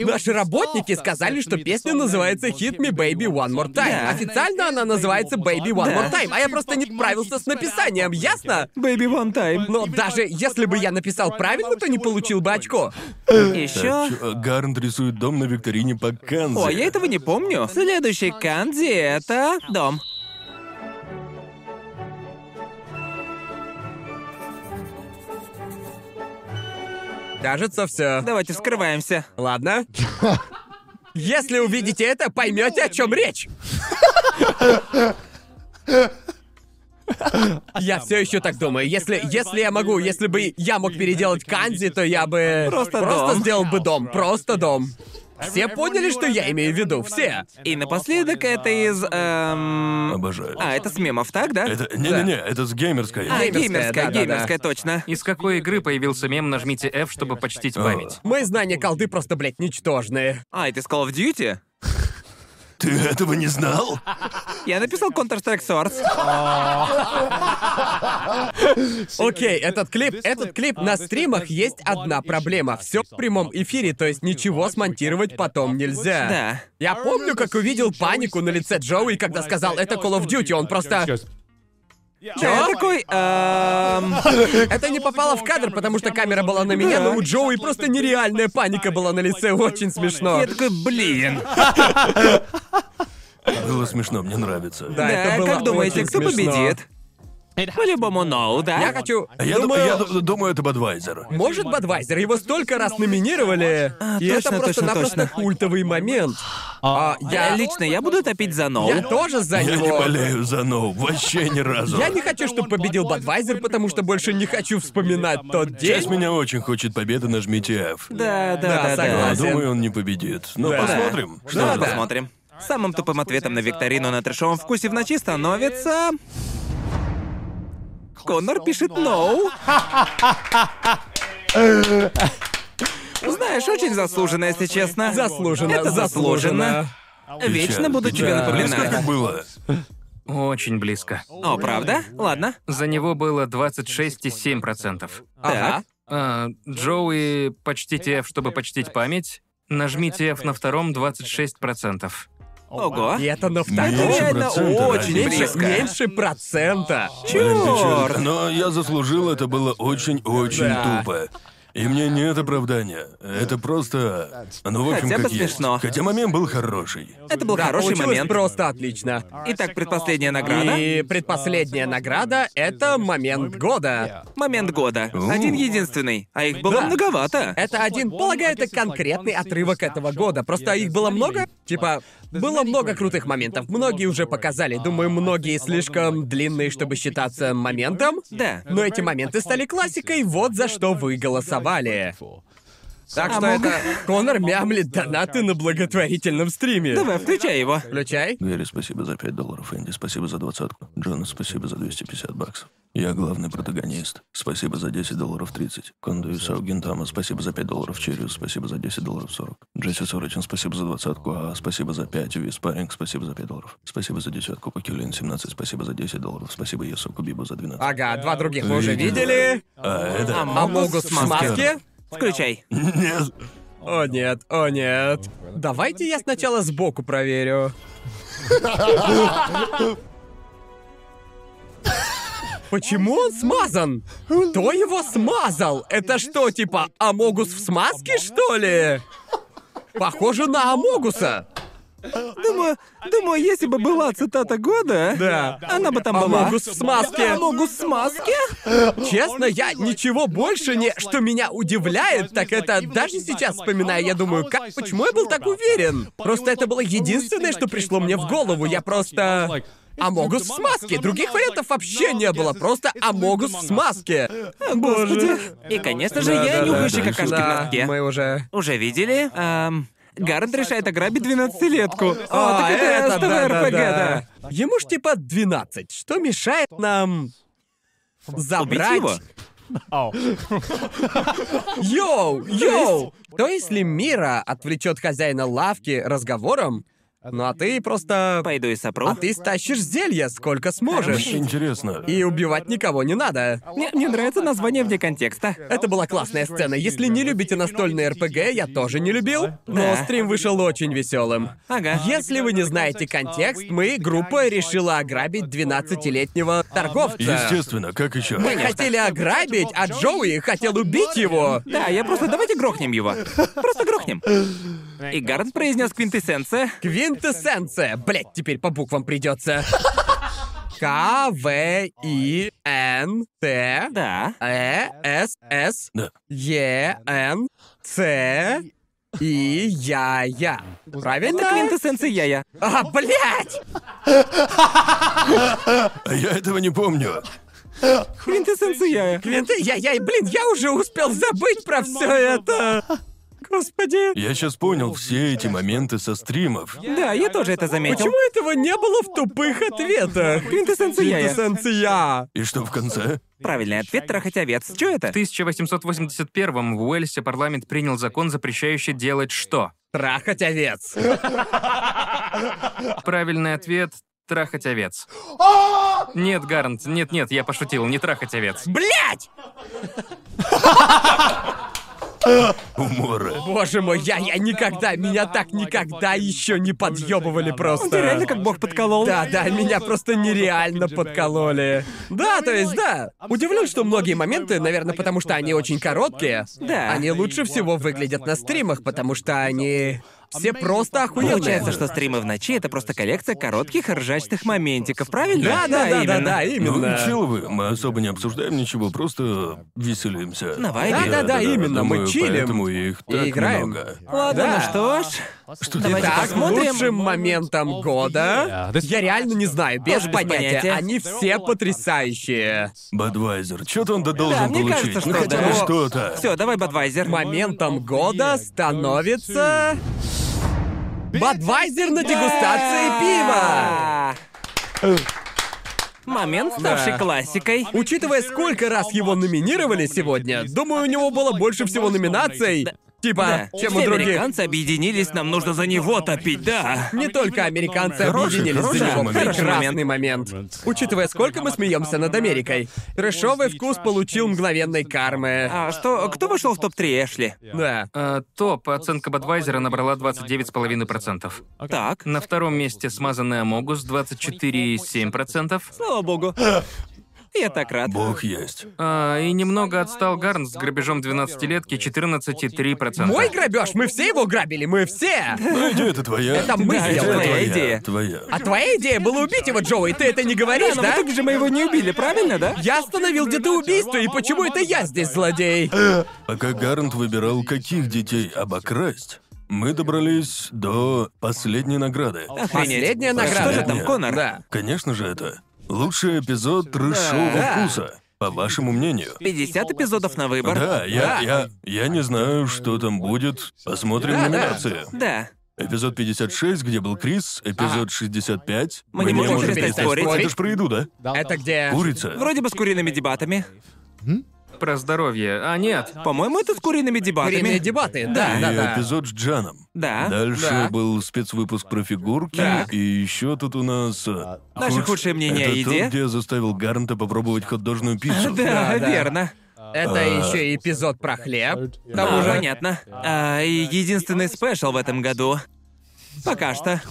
A: наши работники сказали, что песня называется «Hit Me Baby One More Time».
C: Да.
A: Официально она называется «Baby One More Time», а я просто не справился с написанием, ясно?
C: Baby One Time.
A: Но Ну, даже если бы я написал правильно, то не получил бы очко.
C: Еще.
B: Чё, а Гарнт рисует дом на викторине по Канзе.
C: О, я этого не помню. Следующий канди это дом.
A: Кажется, все.
C: Давайте вскрываемся.
A: Ладно. Если увидите это, поймете, о чем речь. Я все еще так думаю. Если, если я могу, если бы я мог переделать Канзи, то я бы
C: Просто дом.
A: сделал бы дом, просто дом. Все поняли, что я имею в виду, все.
C: И напоследок это из... эм,
B: Обожаю.
C: А, это с мемов, так, да?
B: Это... Не-не-не, это с геймерской.
C: А,
A: Геймерская,
C: геймерская,
A: да-да-да.
C: геймерская, точно.
D: Из какой игры появился мем «Нажмите F, чтобы почтить память»?
A: Мои знания колды просто, блядь, ничтожные.
C: А, это из Call of Duty?
B: Ты этого не знал?
C: Я написал Counter-Strike Source.
A: Окей, этот клип, этот клип на стримах есть одна проблема. Все в прямом эфире, то есть ничего смонтировать потом нельзя.
C: Да.
A: Я помню, как увидел панику на лице Джоуи, когда сказал «это Call of Duty», он просто...
C: Я такой... эм,
A: Это не попало в кадр, потому что камера была на меня, но у Джоуи просто нереальная паника была на лице, очень смешно.
C: Я такой, блин.
B: Было смешно, мне нравится.
A: Да, это
C: Да,
A: было
C: как думаете,
A: очень
C: кто
A: смешно.
C: победит? По-любому, ноу, да?
A: Я хочу...
B: А Я, думаю, я ду- думаю, это Бадвайзер.
A: Может, Бадвайзер? Его столько раз номинировали, и это
C: точно,
A: просто-напросто
C: точно, точно.
A: культовый момент. А,
C: Я
A: я...
C: лично, я буду топить за ноу.
A: Я тоже за
B: Я не
A: него.
B: болею за Ноу, вообще ни разу.
A: Я не хочу, чтобы победил Бадвайзер, потому что больше не хочу вспоминать тот
B: Часть
A: день.
B: меня очень хочет победы, нажмите F.
C: Да,
A: Да,
C: да, да,
B: Но
C: да.
A: согласен.
B: думаю, он не победит. Но
A: Ну Да.
B: посмотрим. Что
C: Да,
B: же.
C: посмотрим. Самым тупым ответом на викторину на трешовом вкусе в ночи становится... Коннор пишет «ноу». Знаешь, очень заслуженно, если честно.
A: Заслуженно,
C: Это заслуженно. Вечно буду тебе
B: Печально.
C: напоминать.
B: Близко Ну, было.
D: Очень близко.
C: О, правда? Ладно.
D: За него было 26,7%.
C: Да.
D: А, Джоуи, почтите F, чтобы почтить память. Нажмите F на втором 26%.
C: Ого.
A: И это на
B: Меньше
A: втором.
C: реально
B: процента,
C: очень
B: да.
A: Меньше,
C: близко.
A: меньше процента.
B: Блин, печально.
C: Чёрт.
B: Но я заслужил, это было очень-очень
A: Да.
B: тупо. И мне нет оправдания. Это просто... Ну, в общем,
C: Хотя бы
B: как есть.
C: смешно.
B: Хотя момент был хороший.
C: Это был хороший
A: Получилось
C: момент.
A: просто отлично.
C: Итак, предпоследняя награда.
A: И предпоследняя награда — это момент года.
C: Момент года. Один единственный. А их было
A: Да.
C: многовато.
A: Это один, полагаю, это конкретный отрывок этого года. Просто их было много, типа, было много крутых моментов. Многие уже показали.
J: Uh,
A: Думаю, многие слишком длинные, чтобы считаться моментом.
C: Да.
A: Но эти моменты стали классикой, вот за что вы голосовали. Так
C: А
A: что
C: мог-
A: это... Конор мямлит донаты на благотворительном стриме.
C: Давай, включай его.
A: Включай.
B: Гэри, спасибо за 5 долларов. Энди, спасибо за двадцатку. Джона, спасибо за 250 баксов. Я главный протагонист. Спасибо за 10 долларов 30. Кондо Исау Гентама, спасибо за 5 долларов. Черриус, спасибо за 10 долларов 40. Джесси Сорочин, спасибо за двадцатку. А, спасибо за 5. Вис Паринг, спасибо за 5 долларов. Спасибо за десятку. Покюлин, 17. Спасибо за 10 долларов. Спасибо Ясуку Бибу за 12.
A: Ага, два других мы уже
B: Видел.
A: видели.
B: А, это...
A: А могут с маски?
C: Включай.
B: Нет.
A: О нет, о нет. Давайте я сначала сбоку проверю. Почему он смазан? Кто его смазал? Это что, типа Амогус в смазке, что ли? Похоже на Амогуса.
C: Думаю, думаю, если бы была цитата года,
A: Да. А
C: она бы там была.
A: Амогус в смазке.
C: Амогус в смазке?
A: Честно, я ничего больше не... Что меня удивляет, так это даже сейчас вспоминая, я думаю, как, почему я был так уверен? Просто это было единственное, что пришло мне в голову. Я просто... А Амогус в смазке. Других вариантов вообще не было. Просто «А Амогус в смазке. Боже.
C: И, конечно же,
A: Да,
C: я
A: да,
C: нюхающий
A: да.
C: какашки в
A: Да,
C: носке.
A: Мы уже...
C: Уже видели? Эм, Гаррет решает ограбить 12-летку. О, так это, старая
A: А, да,
C: РПГ, да.
A: да. Ему ж типа 12. Что мешает нам
C: Убить
A: забрать...
C: его?
A: Йоу, йоу! То если Мира отвлечет хозяина лавки разговором, ну а ты просто...
C: Пойду и сопру.
A: А ты стащишь зелье сколько сможешь.
B: Интересно.
A: И убивать никого не надо.
C: Мне, мне нравится название вне контекста.
A: Это была классная сцена. Если не любите настольные РПГ, я тоже не любил, но
C: Да.
A: стрим вышел очень веселым.
C: Ага.
A: Если вы не знаете контекст, мы, группа, решила ограбить 12-летнего торговца.
B: Естественно, как еще?
A: Мы хотели ограбить, а Джоуи хотел убить его.
C: Да, я просто давайте грохнем его. Просто грохнем. И Гаррет произнес квинтэссенция.
A: Квинтэссенция. Блять, теперь по буквам придется. К, В, И, Н, Т,
C: Да.
A: Э, С, С,
B: Да.
A: Е, Н, Ц, И, Я, Я.
C: Это
A: Правильно?
C: квинтэссенция я-я.
A: А, блять!
B: А я этого не помню.
C: Квинтэссенция я-я.
A: Квинты, я, я, и, блин, я уже успел забыть про все это. Господи.
B: Я сейчас понял все эти моменты со стримов.
C: Да, А, я тоже это заметил.
A: Почему этого не было в тупых ответах?
C: Квинтэссенция я-я.
A: Квинтэссенция.
B: И что в конце?
C: Правильный ответ трахать овец. Чё это?
D: В 1881 в Уэльсе парламент принял закон, запрещающий делать что?
A: Трахать овец.
D: Правильный ответ — трахать овец. Нет, Гарнт, нет-нет, я пошутил, не трахать овец.
A: Блять!
B: Умора.
A: Боже мой, я, я никогда, меня так никогда еще не подъебывали просто.
C: Он тебя реально как бог подколол.
A: Да, да, меня просто нереально подкололи. Да, то есть, да. Удивлен, что многие моменты, наверное, потому что они очень короткие.
C: Да.
A: Они лучше всего выглядят на стримах, потому что они... Все просто охуенные.
C: Получается, что стримы в ночи это просто коллекция коротких ржачных моментиков, правильно?
A: Да, да, да, да, да,
C: именно.
B: Ну,
A: именно.
B: чил вы, мы особо не обсуждаем ничего, просто веселимся.
C: На вайбе.
A: Да-да-да, именно, мы
B: думаю,
A: чилим.
B: Поэтому их так
A: играем.
B: много.
C: Ладно,
A: Да.
C: ну что ж.
B: Что
C: Давайте
B: делать?
A: Так,
C: посмотрим.
A: лучшим моментом года. Я реально не знаю, без
C: Тоже без
A: понятия.
C: понятия.
A: Они все потрясающие.
B: Бадвайзер, что-то он-то должен
C: мне
B: получить.
C: кажется,
B: ну
C: что
B: хотя
C: да.
B: бы что-то.
C: Все, давай, Бадвайзер.
A: Моментом года становится... Бадвайзер на
C: Э,
A: дегустации пива!
C: Момент, ставший классикой.
A: Учитывая, сколько раз его номинировали сегодня, думаю, у него было больше всего номинаций. Типа,
C: Да.
A: чем у
C: Все
A: других.
C: американцы объединились, нам нужно за него топить, да.
A: Не только американцы
B: Хороший,
A: объединились за
B: хороший
A: него.
B: момент.
A: Прекрасный момент. Учитывая, сколько мы смеемся над Америкой. Трэшовый вкус получил мгновенной кармы.
C: А что, кто вошел в топ-3 Эшли?
A: Да.
D: Э, топ оценка Бадвайзера набрала 29,5%.
C: Так,
D: На втором месте смазанная Могус 24,7%.
C: слава богу. Я так рад.
B: Бог есть.
D: А, и немного отстал Гарн с грабежом 12-летки 14,3%.
A: Мой грабеж, мы все его грабили, мы все!
B: Ну идея это твоя.
A: Это мы
B: Идея
A: сделали.
C: Твоя идея.
B: Твоя.
A: А твоя идея была убить его, Джоуи, ты это не говоришь,
C: Но в
A: да?
C: итоге же мы его не убили, правильно, да?
A: Я остановил где-то убийство, и почему это я здесь злодей?
B: Пока А Гарнт выбирал, каких детей обокрасть, мы добрались до последней награды.
A: Последняя награда.
C: Что же там, Конор?
A: Да.
B: Конечно же, это лучший эпизод трэшового вкуса, по вашему мнению.
C: 50 эпизодов на выбор.
B: Да,
A: Да.
B: я, я, я не знаю, что там будет. Посмотрим
A: Да, да.
B: номинации.
C: Да.
B: Эпизод 56, где был Крис,
A: А.
B: эпизод 65.
C: Мы не можем
B: может,
A: перестать
B: перестать
A: спорить.
B: Это ж про еду, да?
A: Это где...
B: Курица.
C: Вроде бы с куриными дебатами.
D: Про здоровье. А, нет.
C: По-моему, это с куриными дебатами.
A: Куриные дебаты, да,
B: И
A: да, да.
B: эпизод с Джаном.
C: Да.
B: Дальше
A: Да.
B: был спецвыпуск про фигурки,
A: Так.
B: и еще тут у нас... э,
C: Наше
B: худш-
C: худшее мнение
B: это
C: о еде.
B: тот, где я заставил Гарнта попробовать хот-дожную пиццу.
C: *laughs*
A: да.
C: Да, верно.
B: А.
A: Это еще и эпизод про хлеб. К
C: А,
A: тому же...
C: понятно. А, и единственный спешл в этом году. Пока что.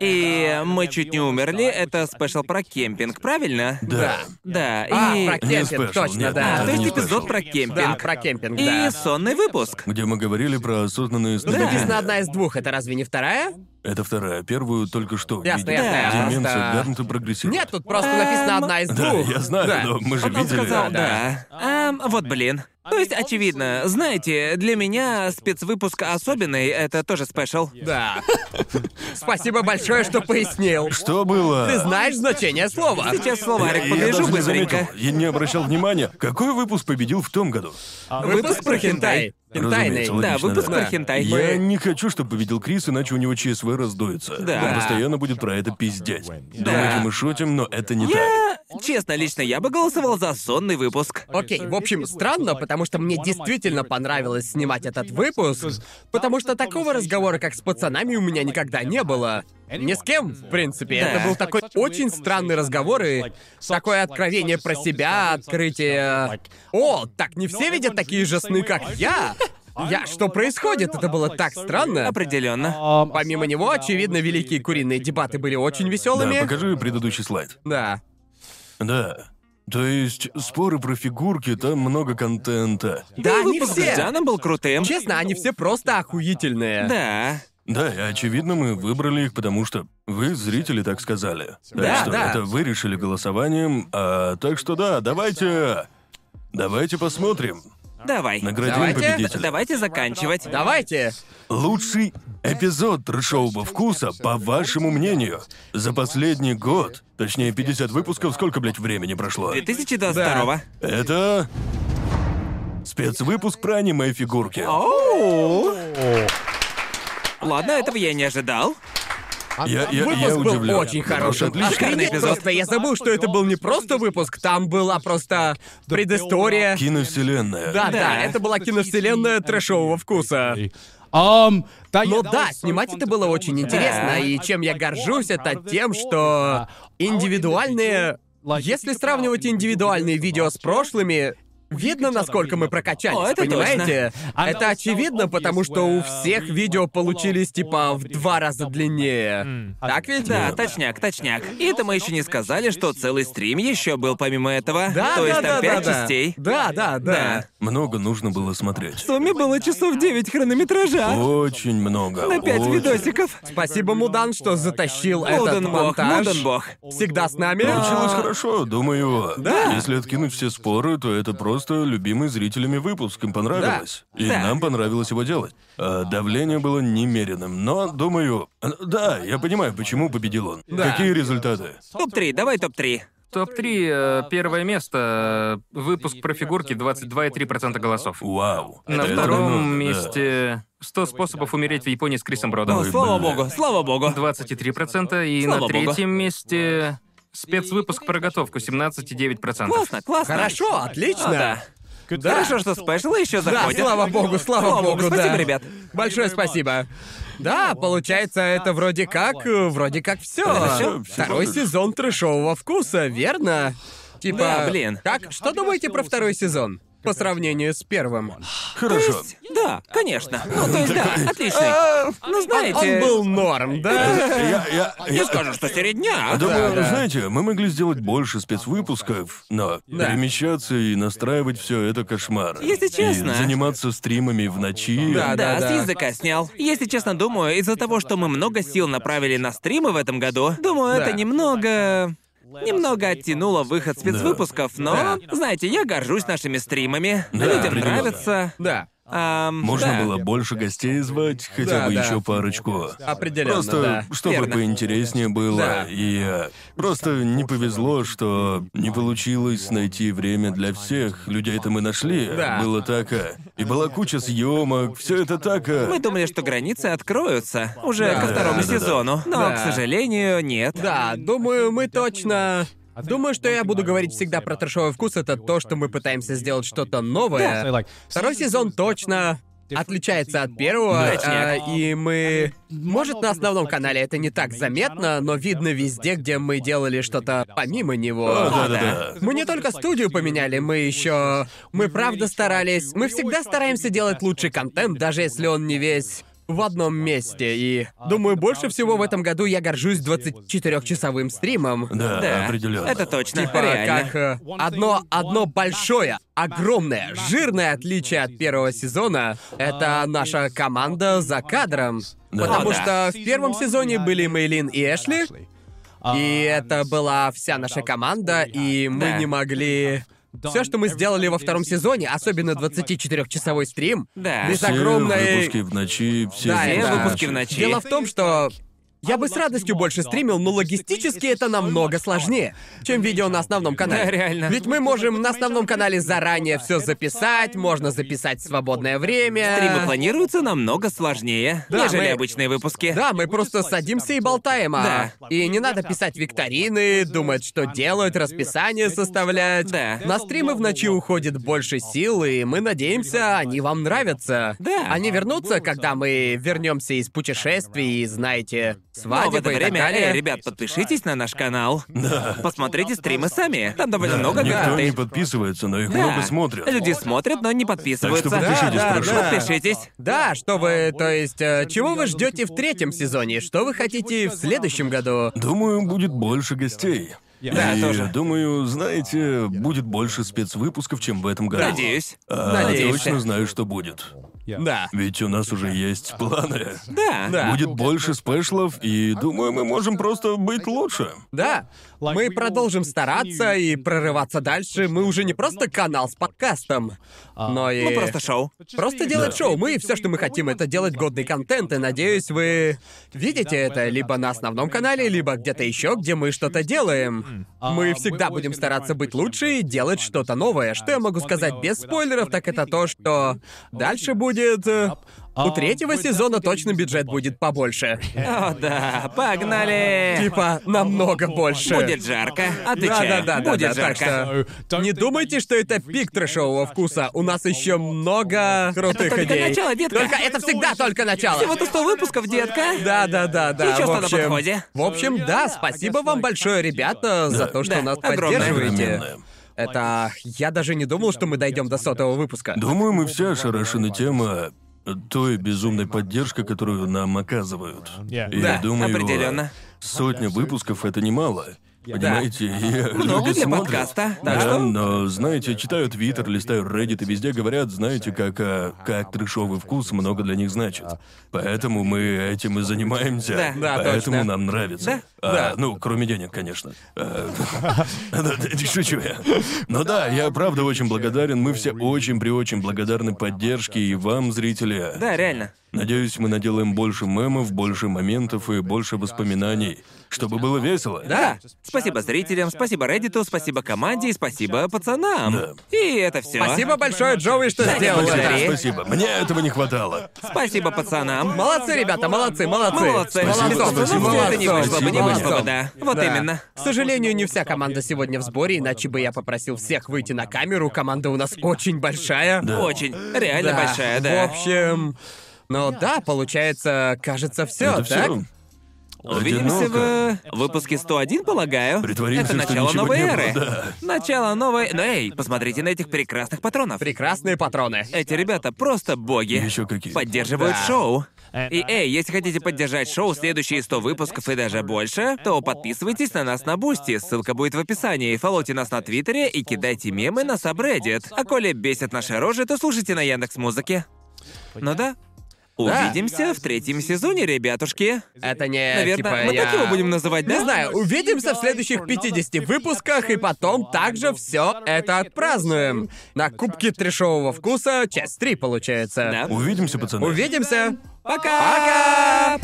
C: И мы чуть не умерли. Это спешл про кемпинг, правильно?
B: Да.
C: Да,
A: А,
C: и...
A: про кемпинг,
B: спешл,
A: точно,
B: нет,
A: да.
C: А, то
B: это
C: есть
B: не
C: эпизод
B: спешл.
C: про
A: Да,
C: кемпинг.
A: про кемпинг,
C: И
A: да.
C: сонный выпуск.
B: Где мы говорили про осознанные
A: Тут
B: стратегии.
A: написано одна из двух, это разве не вторая?
B: Это вторая. Первую только что
A: Ясно,
B: видели.
A: ясно, ясно.
B: Деменция Дарнта прогрессирует.
A: Нет, тут
C: Эм.
A: просто написано одна из
B: Да,
A: двух.
B: я знаю,
A: Да.
B: но мы же
C: Он
B: видели.
C: сказал,
A: Да.
C: да. Эм, вот блин. То есть, очевидно, знаете, для меня спецвыпуск особенный, это тоже спешл.
A: Да. Спасибо большое, что пояснил.
B: Что было?
A: Ты знаешь значение слова?
C: Сейчас
B: Я-
C: словарик
B: я
C: погляжу
B: даже не
C: быстренько.
B: заметил. Я не обращал внимания, какой выпуск победил в том году.
A: Выпуск А про хентай. Хентайный.
B: Разумеется, логично,
C: Да, выпуск про
A: да.
C: хентай.
B: Я не хочу, чтобы победил Крис, иначе у него ЧСВ раздуется.
C: Да.
B: Он постоянно будет про это пиздеть. Думаете, мы шутим, но это не так.
C: Я, честно, лично я бы голосовал за сонный выпуск.
A: Окей, в общем, странно, потому что мне действительно понравилось снимать этот выпуск, потому что такого разговора, как с пацанами, у меня никогда не было. Ни с кем, в принципе.
C: Да.
A: Это был такой очень странный разговор и такое откровение про себя, открытие... О, так не все видят такие же сны, как я! Я... Что происходит? Это было так странно.
C: Определенно.
A: э, Помимо него, очевидно, великие куриные дебаты были очень
B: Да,
A: веселыми.
B: покажи предыдущий слайд.
A: Да.
B: Да. То есть споры про фигурки, там много контента.
A: Да,
C: и
A: не
C: выпуск
A: все.
C: с Дианом был крутым.
A: Честно, они все просто охуительные.
C: Да.
B: Да, и очевидно, мы выбрали их, потому что вы, зрители, так сказали. Так
A: Да,
B: что
A: да.
B: это вы решили голосованием. а, так что да, давайте. Давайте посмотрим.
C: Давай.
B: Наградим
A: Давайте.
B: победителя.
C: Давайте заканчивать.
A: Давайте.
B: Лучший эпизод трэшового вкуса, по вашему мнению, за последний год, точнее 50 выпусков, сколько, блядь, времени прошло?
C: 2022.
B: Это... Спецвыпуск про аниме-фигурки.
C: Оу. Ладно, этого я не ожидал.
B: Я, я, я
A: Выпуск был
B: удивлен.
A: очень
B: Потому что
A: хороший.
B: Отлично.
A: Охренеть
C: Отличный
A: просто, я забыл, что это был не просто выпуск, там была просто предыстория.
B: Киновселенная.
A: Да, да,
C: Да.
A: это была киновселенная трэшового вкуса.
J: Um, да,
A: Ну
J: yeah, that
A: да,
J: was so
A: снимать
J: fun
A: это
J: to
A: было
J: film.
A: очень интересно,
C: Да.
A: и чем я горжусь, это тем, что индивидуальные... Если сравнивать индивидуальные видео с прошлыми, видно, насколько мы прокачались,
C: О, это
A: понимаете? Это очевидно, потому что у всех видео получились типа в два раза длиннее. Так ведь?
C: Да, точняк, точняк. И это мы еще не сказали, что целый стрим еще был помимо этого.
A: Да,
C: То
A: да,
C: есть
A: да,
C: там
A: да,
C: пять
A: да.
C: частей.
A: Да, да, да.
C: Да.
B: Много нужно было смотреть.
C: В сумме было часов 9
A: а
C: хронометража.
B: Очень много.
C: На 5
B: очень.
C: видосиков.
A: Спасибо, Мудан, что затащил этот
C: Молден бог,
A: монтаж.
C: молден бог.
A: Всегда с нами.
B: Получилось
A: А,
B: хорошо, думаю. Да. Если откинуть все споры, то это просто любимый зрителями выпуск. Им понравилось. И
C: Да.
B: нам понравилось его делать. А, давление было немеренным, но думаю. э, Да, я понимаю, почему победил он. Какие результаты?
C: Топ-3, давай топ-3.
D: Топ-3. э, Первое место. э, Выпуск про фигурки 22,3% голосов.
B: Вау.
D: На
B: Это
D: втором
B: намного, да.
D: месте 100 способов умереть в Японии с Крисом Бродом.
C: О, слава
B: блин.
C: богу, слава богу.
D: 23%. И
C: Слава
D: на
C: богу.
D: третьем месте спецвыпуск про готовку 17,9%.
C: Классно, классно.
A: Хорошо, отлично.
C: А, да.
A: Да.
C: Хорошо, что спешлы еще
A: Да,
C: заходят.
A: слава богу, слава, богу, да.
C: Спасибо, ребят.
A: Большое спасибо. Да, получается, это вроде как, э, вроде как
B: Это
A: все.
B: всё, всё
A: Второй
B: лишь.
A: сезон трэшового вкуса, верно? Типа,
C: Да, блин.
A: Как, что думаете про второй сезон по сравнению с первым?
B: Хорошо.
C: Да, конечно. Ну, то
A: *laughs*
C: есть, да,
A: А,
C: отличный. Ну,
A: Он
C: знаете...
A: был норм, да?
B: Я, я,
C: Не
B: я-
C: скажу, что а середняк.
B: А Думаю, знаете, мы могли сделать больше спецвыпусков, но
A: Да.
B: перемещаться и настраивать все это кошмар.
C: Если
B: И
C: честно.
B: заниматься стримами в ночи.
A: Да,
C: Да,
A: да.
C: с языка снял. Если честно, думаю, из-за того, что мы много сил направили на стримы в этом году, думаю,
A: Да.
C: это немного... Немного оттянуло выход спецвыпусков, но,
A: Да.
C: знаете, я горжусь нашими стримами.
B: Да,
C: Людям
B: определенно.
C: нравится.
A: Да,
C: Ам,
B: Можно
C: да.
B: было больше гостей звать, хотя
A: Да,
B: бы
A: да.
B: еще парочку.
A: определенно,
B: Просто
A: да.
B: чтобы
C: Верно.
B: поинтереснее было,
A: Да.
B: и э, просто не повезло, что не получилось найти время для всех. Людей-то мы нашли,
A: Да.
B: было так, э, и была куча съемок, все это так. э.
C: Мы думали, что границы откроются уже
A: Да,
C: ко второму
B: да, да, да.
C: сезону, но,
A: Да.
C: к сожалению, нет.
A: Да, думаю, мы точно... Думаю, что я буду говорить всегда про трэшовый вкус, это то, что мы пытаемся сделать что-то новое.
J: Say, like,
A: Второй сезон точно отличается от первого,
C: Да.
A: а, и мы... Может, на основном канале это не так заметно, но видно везде, где мы делали что-то помимо него.
B: А, да, да,
C: да.
B: да.
A: Мы не только студию поменяли, мы еще... Мы правда старались... Мы всегда стараемся делать лучший контент, даже если он не весь в одном месте. И думаю, больше всего в этом году я горжусь 24-часовым стримом.
B: Да,
C: Да,
B: определенно.
C: Это точно.
A: Типа,
C: реально.
A: как э, одно, одно большое, огромное, жирное отличие от первого сезона — это наша команда за кадром.
B: Да.
A: Потому
C: О,
J: Uh,
C: да.
A: что в первом сезоне были Мейлин и Эшли, и
J: Uh,
A: это была вся наша команда, и мы
C: Да.
A: не могли... Все, что мы сделали во втором сезоне, особенно 24-часовой стрим,
C: Да.
A: без
B: Все
A: огромной...
B: выпуски в ночи, все,
A: Да,
C: Все
A: это-
C: выпуски в ночи.
A: Дело в том, что я бы с радостью больше стримил, но логистически это намного сложнее, чем видео на основном канале.
C: Да, реально.
A: Ведь мы можем на основном канале заранее все записать, можно записать в свободное время.
C: Стримы планируются намного сложнее,
A: Да,
C: нежели
A: мы-
C: обычные выпуски.
A: Да, мы просто садимся и болтаем, а... И не надо писать викторины, думать, что делать, расписание составлять.
C: Да.
A: На стримы в ночи уходит больше сил, и мы надеемся, они вам нравятся.
C: Да.
A: Они вернутся, когда мы вернемся из путешествий и, знаете,
C: Но в
A: свадьбы
C: это
A: и так
C: время,
A: далее.
C: э, ребят, подпишитесь на наш канал. Посмотрите стримы сами. Там довольно много
B: Никто не
C: гаджетов.
B: подписывается, но их
C: Да.
B: много смотрят.
C: Люди смотрят, но не подписываются.
B: Так что подпишитесь,
A: Да, да, прошу. да.
C: Подпишитесь.
A: Да, что вы, то есть, э, чего вы ждете в третьем сезоне, что вы хотите в следующем году?
B: Думаю, будет больше гостей.
C: Да,
B: и,
C: тоже.
B: думаю, знаете, будет больше спецвыпусков, чем в этом году.
C: Надеюсь.
B: А,
A: Надеюсь.
B: Точно знаю, что будет.
A: Да.
B: Ведь у нас уже есть планы.
C: Да.
A: Да.
B: Будет больше спешлов, и думаю, мы можем просто быть лучше.
A: Да, мы продолжим стараться и прорываться дальше. Мы уже не просто канал с подкастом, но и...
C: Ну просто шоу.
A: Просто делать
B: Да.
A: шоу. Мы все, что мы хотим, это делать годный контент, и надеюсь, вы видите это либо на основном канале, либо где-то еще, где мы что-то делаем. Мы всегда будем стараться быть лучше и делать что-то новое. Что я могу сказать без спойлеров, так это то, что дальше будет. э, У третьего сезона точно бюджет будет побольше.
C: О, да, погнали!
A: Типа намного больше.
C: Будет жарко, отвечаю.
A: Да, да, да,
C: Будет
A: да, так
C: жарко.
A: что не думайте, что это пик трэшового вкуса. У нас еще много крутых
C: только
A: идей.
C: начало, детка.
A: Только это всегда только начало.
C: Всего-то а? 100 выпусков, детка. Ну
A: Да, да, да, да.
C: Еще
A: в
C: что на
A: общем-
C: подходе.
A: В общем, да, спасибо вам большое, ребята, за то, что
C: Да,
A: нас
C: огромное.
A: поддерживаете.
B: Огроменное.
A: Это... Я даже не думал, что мы дойдем до сотого выпуска.
B: Думаю, мы все ошарашены тем, а, той безумной поддержкой, которую нам оказывают.
H: Да.
B: Я думаю,
C: определенно.
B: сотня выпусков — это немало. Понимаете, И
C: Много
B: люди
C: для
B: смотрят.
C: подкаста, так
B: Да,
C: что-
B: но, знаете, читаю Твиттер, листаю Reddit и везде говорят, знаете, как, а, как трешовый вкус много для них значит. Поэтому мы этим и занимаемся.
C: Да.
A: Да,
B: Поэтому
A: точно.
B: нам нравится. А, Ну, кроме денег, конечно. А, *laughs* да, да, Шучу я. Но да, я правда очень благодарен. Мы все очень при очень благодарны поддержке и вам, зрители.
C: Да, реально.
B: Надеюсь, мы наделаем больше мемов, больше моментов и больше воспоминаний, чтобы было весело.
C: Да. Спасибо зрителям, спасибо Реддиту, спасибо команде и спасибо пацанам.
B: Да.
C: И это все.
A: Спасибо большое, Джоуи, что
C: Да,
A: сделал
C: небольшое.
A: это.
B: Спасибо,
C: Благодарю.
B: спасибо. Мне этого не хватало.
C: Спасибо пацанам.
A: Молодцы, ребята, молодцы, молодцы.
C: Мы молодцы.
A: Молодцов,
B: Спасибо,
A: молодцов,
B: спасибо.
C: Ну, всё это не вышло бы, не
B: Спасибо.
C: вышло бы, да. Вот
A: Да.
C: именно.
A: К сожалению, не вся команда сегодня в сборе, иначе бы я попросил всех выйти на камеру. Команда у нас очень большая.
C: Очень. Реально
A: Да.
C: большая, да.
A: В общем... Ну да, получается, кажется, все,
B: Ну, Это
A: так?
B: все.
C: Увидимся в выпуске 101, полагаю.
B: Притворимся,
C: Это
B: что
C: начало
B: ничего
C: новой
B: не было,
C: эры.
B: да.
C: Начало новой. Но эй, посмотрите на этих прекрасных патронов.
A: Прекрасные патроны.
C: Эти ребята просто боги.
B: Еще какие.
C: Поддерживают
A: Да.
C: шоу. И эй, если хотите поддержать шоу следующие 100 выпусков и даже больше, то подписывайтесь на нас на Бусти, ссылка будет в описании, фоллоуте нас на Твиттере и кидайте мемы на сабреддит. А коли бесит наши рожи, то слушайте на Яндекс Музыке. Ну да. Увидимся в третьем сезоне, ребятушки.
A: Это не,
C: Наверное,
A: типа,
C: мы
A: я...
C: так его будем называть, да?
A: Не знаю, увидимся в следующих 50 выпусках, и потом также все это отпразднуем. На Кубке Трешового Вкуса, часть 3, получается.
C: Да.
B: Увидимся, пацаны.
A: Увидимся!
C: Пока!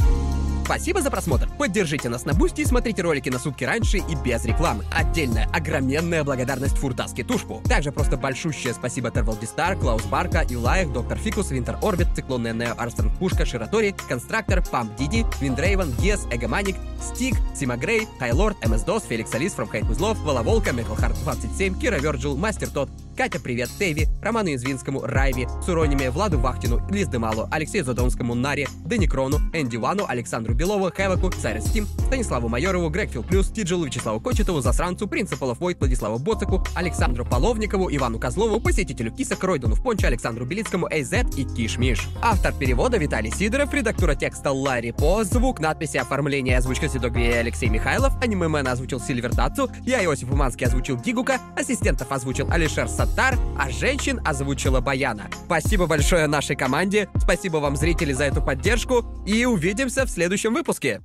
A: Спасибо за просмотр. Поддержите нас на Бусти и смотрите ролики на сутки раньше и без рекламы. Отдельная огроменная благодарность Фуртаске Тушпу. Также просто большущее спасибо Тервалди Стар, Клаус Барка, Илаев, Доктор Фикус, Винтер Орбит, Циклонная Нео Арстронг Пушка, Ширатори, Констрактор, Памп Диди, Виндрейвен, Гес, Эгоманик, Стик, Сима Грей, Тайлорд, МС Дос, Феликс Алис, From Hate Узлов, Вала Волка, Мекл Харт 27, Кира Верджил, Мастер Тот, Катя Привет, Теви, Роману Извинскому, Райви, Сурониме, Владу Вахтину, Лиз Демалу, Алексею Задонскому, Наре, Дани Крону, Энди Вану, Александру Белову, Хэваку, Царь Стим, Станиславу Майорову, Грегфил Плюс, Тиджелу, Вячеславу Кочетову, Засранцу, Принципу Лавойт, Владиславу Боцаку, Александру Половникову, Ивану Козлову, посетителю Киса, Кройдуну в Понче, Александру Белицкому, Эйзет и Кишмиш. Автор перевода Виталий Сидоров, редактура текста Ларри По, звук, надписи, оформление, озвучка Седогви и Алексей Михайлов, аниме-мен озвучил Сильвер Датсу, я, Иосиф Уманский, озвучил Гигука, ассистентов озвучил Алишер Саттар, а женщин озвучила Баяна. Спасибо большое нашей команде, спасибо вам, зрители, за эту поддержку, и увидимся в следующем выпуске.